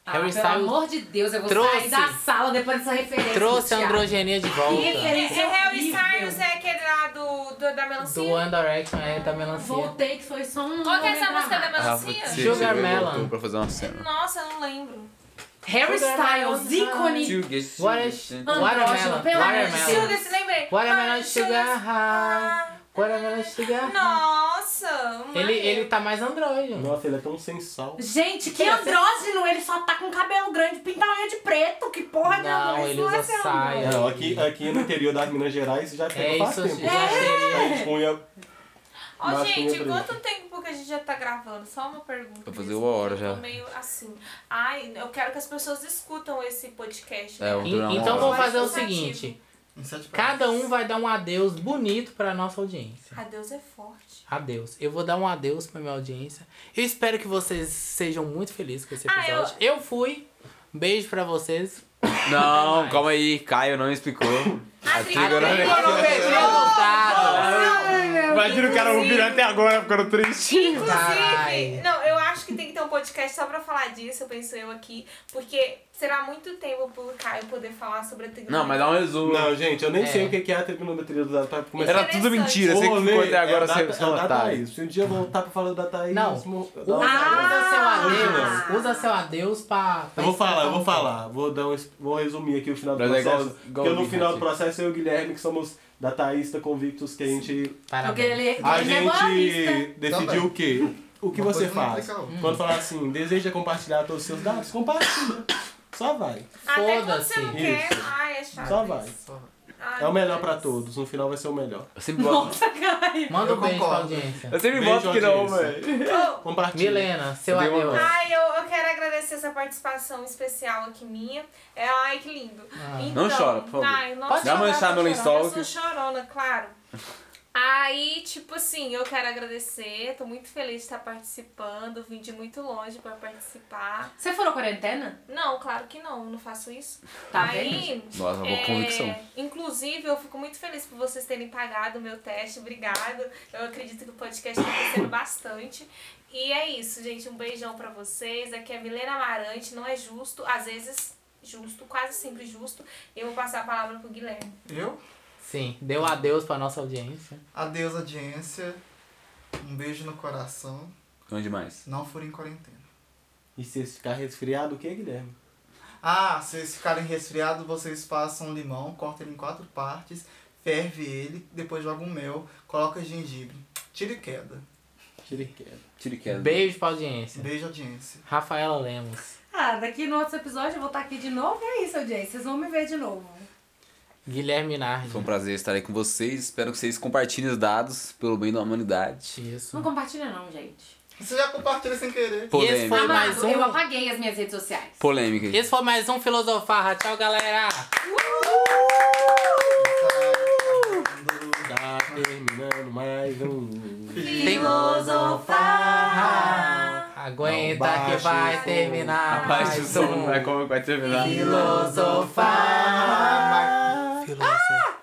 [SPEAKER 10] Ah,
[SPEAKER 2] Harry
[SPEAKER 10] pelo amor de Deus, eu vou
[SPEAKER 2] trouxe-
[SPEAKER 10] sair da sala depois dessa referência.
[SPEAKER 2] trouxe a
[SPEAKER 10] Thiago.
[SPEAKER 2] androgenia de volta.
[SPEAKER 10] Que
[SPEAKER 6] Esse
[SPEAKER 10] referência
[SPEAKER 6] é Harry
[SPEAKER 10] horrível.
[SPEAKER 6] Styles, é aquele lá do, do- da melancia?
[SPEAKER 10] assim?
[SPEAKER 2] Do One Direction é da melancia.
[SPEAKER 10] Voltei que foi só um.
[SPEAKER 6] Qual que é essa
[SPEAKER 10] momento
[SPEAKER 6] música da
[SPEAKER 10] dramático.
[SPEAKER 6] melancia?
[SPEAKER 2] Sugar Melon.
[SPEAKER 3] Voltou pra fazer uma cena.
[SPEAKER 6] Nossa, eu não lembro.
[SPEAKER 2] é
[SPEAKER 10] Harry Styles, ícone.
[SPEAKER 3] Sugar,
[SPEAKER 2] What
[SPEAKER 3] sugar,
[SPEAKER 2] a-
[SPEAKER 3] sugar.
[SPEAKER 2] Watermelon,
[SPEAKER 10] pelo amor de
[SPEAKER 2] watermelon.
[SPEAKER 6] Sugar, se lembrei.
[SPEAKER 2] Watermelon
[SPEAKER 6] Ai,
[SPEAKER 2] sugar high. Watermelon sugar high.
[SPEAKER 6] Nossa, mãe.
[SPEAKER 2] Ele, ele tá mais andrógeno.
[SPEAKER 9] Nossa, ele é tão sensal.
[SPEAKER 10] Gente, que andrógeno, ele só tá com cabelo grande, pinta a unha de preto, que porra de
[SPEAKER 2] Não,
[SPEAKER 10] andrógeno
[SPEAKER 2] ele
[SPEAKER 10] é
[SPEAKER 2] usa
[SPEAKER 10] ser
[SPEAKER 2] saia.
[SPEAKER 9] Não, aqui, aqui no interior das Minas Gerais já tem
[SPEAKER 2] É
[SPEAKER 9] faz
[SPEAKER 2] isso,
[SPEAKER 9] tempo.
[SPEAKER 2] já
[SPEAKER 10] É.
[SPEAKER 9] A gente punha.
[SPEAKER 6] Ó,
[SPEAKER 9] masculina
[SPEAKER 6] gente,
[SPEAKER 9] branca.
[SPEAKER 6] quanto tempo que a gente já tá gravando? Só uma pergunta.
[SPEAKER 3] Vai fazer uma hora
[SPEAKER 6] Eu
[SPEAKER 3] já.
[SPEAKER 6] tô meio assim. Ai, eu quero que as pessoas escutam esse podcast.
[SPEAKER 3] É,
[SPEAKER 6] né?
[SPEAKER 3] vou durar uma
[SPEAKER 2] Então
[SPEAKER 3] hora.
[SPEAKER 2] vou fazer o
[SPEAKER 6] Mais cansativo.
[SPEAKER 2] seguinte. Cada um vai dar um adeus bonito pra nossa audiência.
[SPEAKER 3] né?
[SPEAKER 6] Adeus é forte.
[SPEAKER 2] Adeus. Eu vou dar um adeus pra minha audiência. Eu espero que vocês sejam muito felizes com esse
[SPEAKER 6] Ah, eu-
[SPEAKER 2] episódio. eu... fui. Beijo pra vocês.
[SPEAKER 3] Não, calma aí, Caio não explicou. A
[SPEAKER 2] trigonometria do
[SPEAKER 10] É,
[SPEAKER 2] dado.
[SPEAKER 3] Imagina o cara ouvindo até agora ficando triste.
[SPEAKER 6] Inclusive, não, eu acho que tem que ter um podcast só pra falar disso, eu penso eu aqui, porque será muito tempo pro Caio poder falar sobre a trigonometria.
[SPEAKER 3] dá um resumo.
[SPEAKER 9] Não, gente, eu nem
[SPEAKER 6] É.
[SPEAKER 9] sei o que que é a trigonometria do dado pra
[SPEAKER 10] É
[SPEAKER 9] começar.
[SPEAKER 3] Era tudo mentira, você que
[SPEAKER 9] Ô,
[SPEAKER 3] ficou
[SPEAKER 9] Lê,
[SPEAKER 3] até agora
[SPEAKER 9] é o
[SPEAKER 3] sem-
[SPEAKER 9] data-
[SPEAKER 3] sem
[SPEAKER 9] é o data
[SPEAKER 3] otário.
[SPEAKER 9] isso. Se um dia eu voltar pra falar do dataísmo... um
[SPEAKER 2] Usa
[SPEAKER 10] Ah,
[SPEAKER 2] seu adeus. Usa seu adeus pra. pra
[SPEAKER 9] Eu vou falar,
[SPEAKER 6] tá,
[SPEAKER 9] eu vou
[SPEAKER 2] explicar um pouco.
[SPEAKER 9] falar. Vou, dar um, es- vou resumir aqui o final do
[SPEAKER 3] Mas é igual-
[SPEAKER 9] processo.
[SPEAKER 3] igual
[SPEAKER 9] Porque
[SPEAKER 3] o
[SPEAKER 9] no
[SPEAKER 3] Vini
[SPEAKER 9] final do
[SPEAKER 3] aqui.
[SPEAKER 9] processo, eu e o Guilherme, que somos dataísta convictos, que a gente...
[SPEAKER 2] Parabéns.
[SPEAKER 10] Porque ele-
[SPEAKER 9] A
[SPEAKER 10] ele é moralista.
[SPEAKER 9] gente decidiu o quê? O que
[SPEAKER 10] Uma
[SPEAKER 9] você
[SPEAKER 10] coisa não
[SPEAKER 9] faz?
[SPEAKER 10] implica a
[SPEAKER 6] Hum.
[SPEAKER 10] outra.
[SPEAKER 9] Quando falar assim, deseja compartilhar todos os seus dados? Compartilha. Só vai.
[SPEAKER 6] Até quando você não
[SPEAKER 9] Isso.
[SPEAKER 6] quer. Ai, é chato.
[SPEAKER 9] Só
[SPEAKER 6] isso.
[SPEAKER 9] vai.
[SPEAKER 6] Ai,
[SPEAKER 9] É o melhor
[SPEAKER 6] meu
[SPEAKER 9] pra
[SPEAKER 6] Deus.
[SPEAKER 9] todos, no final vai ser o melhor.
[SPEAKER 3] Eu sempre
[SPEAKER 10] Nossa, cara.
[SPEAKER 2] Manda um
[SPEAKER 9] Eu
[SPEAKER 2] beijo pra
[SPEAKER 9] concordo.
[SPEAKER 2] audiência.
[SPEAKER 9] Eu sempre Beijo, boto que não, audiência.
[SPEAKER 6] Ô,
[SPEAKER 9] Compartilha.
[SPEAKER 10] Oh.
[SPEAKER 2] Milena, seu
[SPEAKER 9] Deu uma
[SPEAKER 2] adeus.
[SPEAKER 10] Ah.
[SPEAKER 6] Ai, eu, eu quero agradecer essa participação especial aqui minha. É, ai, que lindo. Então,
[SPEAKER 3] Ah. Não chora, por favor.
[SPEAKER 6] Ai, nossa,
[SPEAKER 3] Pode chorar,
[SPEAKER 6] eu
[SPEAKER 3] manchar
[SPEAKER 6] sou
[SPEAKER 3] meu
[SPEAKER 6] chorona,
[SPEAKER 3] lençol
[SPEAKER 6] Eu sou chorona, claro. Aí, tipo assim, eu quero agradecer. Tô muito feliz de estar participando. Vim de muito longe pra participar.
[SPEAKER 10] Você furou quarentena?
[SPEAKER 6] Não, claro que não, eu não faço isso.
[SPEAKER 10] Tá
[SPEAKER 6] Aí, é,
[SPEAKER 10] vendo?
[SPEAKER 3] Nossa, boa convicção.
[SPEAKER 6] Inclusive, eu fico muito feliz por vocês terem pagado o meu teste, obrigado. Eu acredito que o podcast tá crescendo bastante. E é isso, gente, um beijão pra vocês. Aqui é Milena Amarante, não é justo, às vezes justo, quase sempre justo. Eu vou passar a palavra pro Guilherme.
[SPEAKER 11] Eu?
[SPEAKER 2] Sim, deu adeus pra nossa audiência.
[SPEAKER 11] Adeus, audiência. Um beijo no coração.
[SPEAKER 3] Não demais.
[SPEAKER 11] Não furem quarentena.
[SPEAKER 9] E se esse ficar resfriado, o que, Guilherme?
[SPEAKER 11] Ah, se vocês ficarem resfriados, vocês passam um limão, cortam ele em quatro partes, ferve ele, depois joga um mel, coloca gengibre. Tira e queda.
[SPEAKER 9] Tire queda.
[SPEAKER 3] Tire queda.
[SPEAKER 2] Beijo pra audiência.
[SPEAKER 11] Beijo, audiência.
[SPEAKER 2] Rafaela Lemos.
[SPEAKER 10] Ah, daqui no outro episódio eu vou estar aqui de novo e é isso, audiência. Vocês vão me ver de novo.
[SPEAKER 2] Guilherme Nardi.
[SPEAKER 3] Foi um prazer estar aí com vocês. Espero que vocês compartilhem os dados pelo bem da humanidade.
[SPEAKER 2] Isso.
[SPEAKER 10] Não compartilha não, gente.
[SPEAKER 11] Você já compartilha sem querer.
[SPEAKER 3] Polêmica. E esse foi
[SPEAKER 10] Amado,
[SPEAKER 3] mais um-
[SPEAKER 10] Eu apaguei as minhas redes sociais.
[SPEAKER 3] Polêmica.
[SPEAKER 2] Esse foi mais um Filosofarra. Tchau, galera.
[SPEAKER 9] Tá terminando mais um.
[SPEAKER 2] Filosofar. Aguenta
[SPEAKER 9] Não baixe
[SPEAKER 2] que vai
[SPEAKER 9] o som.
[SPEAKER 2] terminar.
[SPEAKER 3] Rapaz,
[SPEAKER 2] mais
[SPEAKER 3] isso
[SPEAKER 2] um
[SPEAKER 3] não é como vai terminar.
[SPEAKER 2] Filosofar. Filosofar.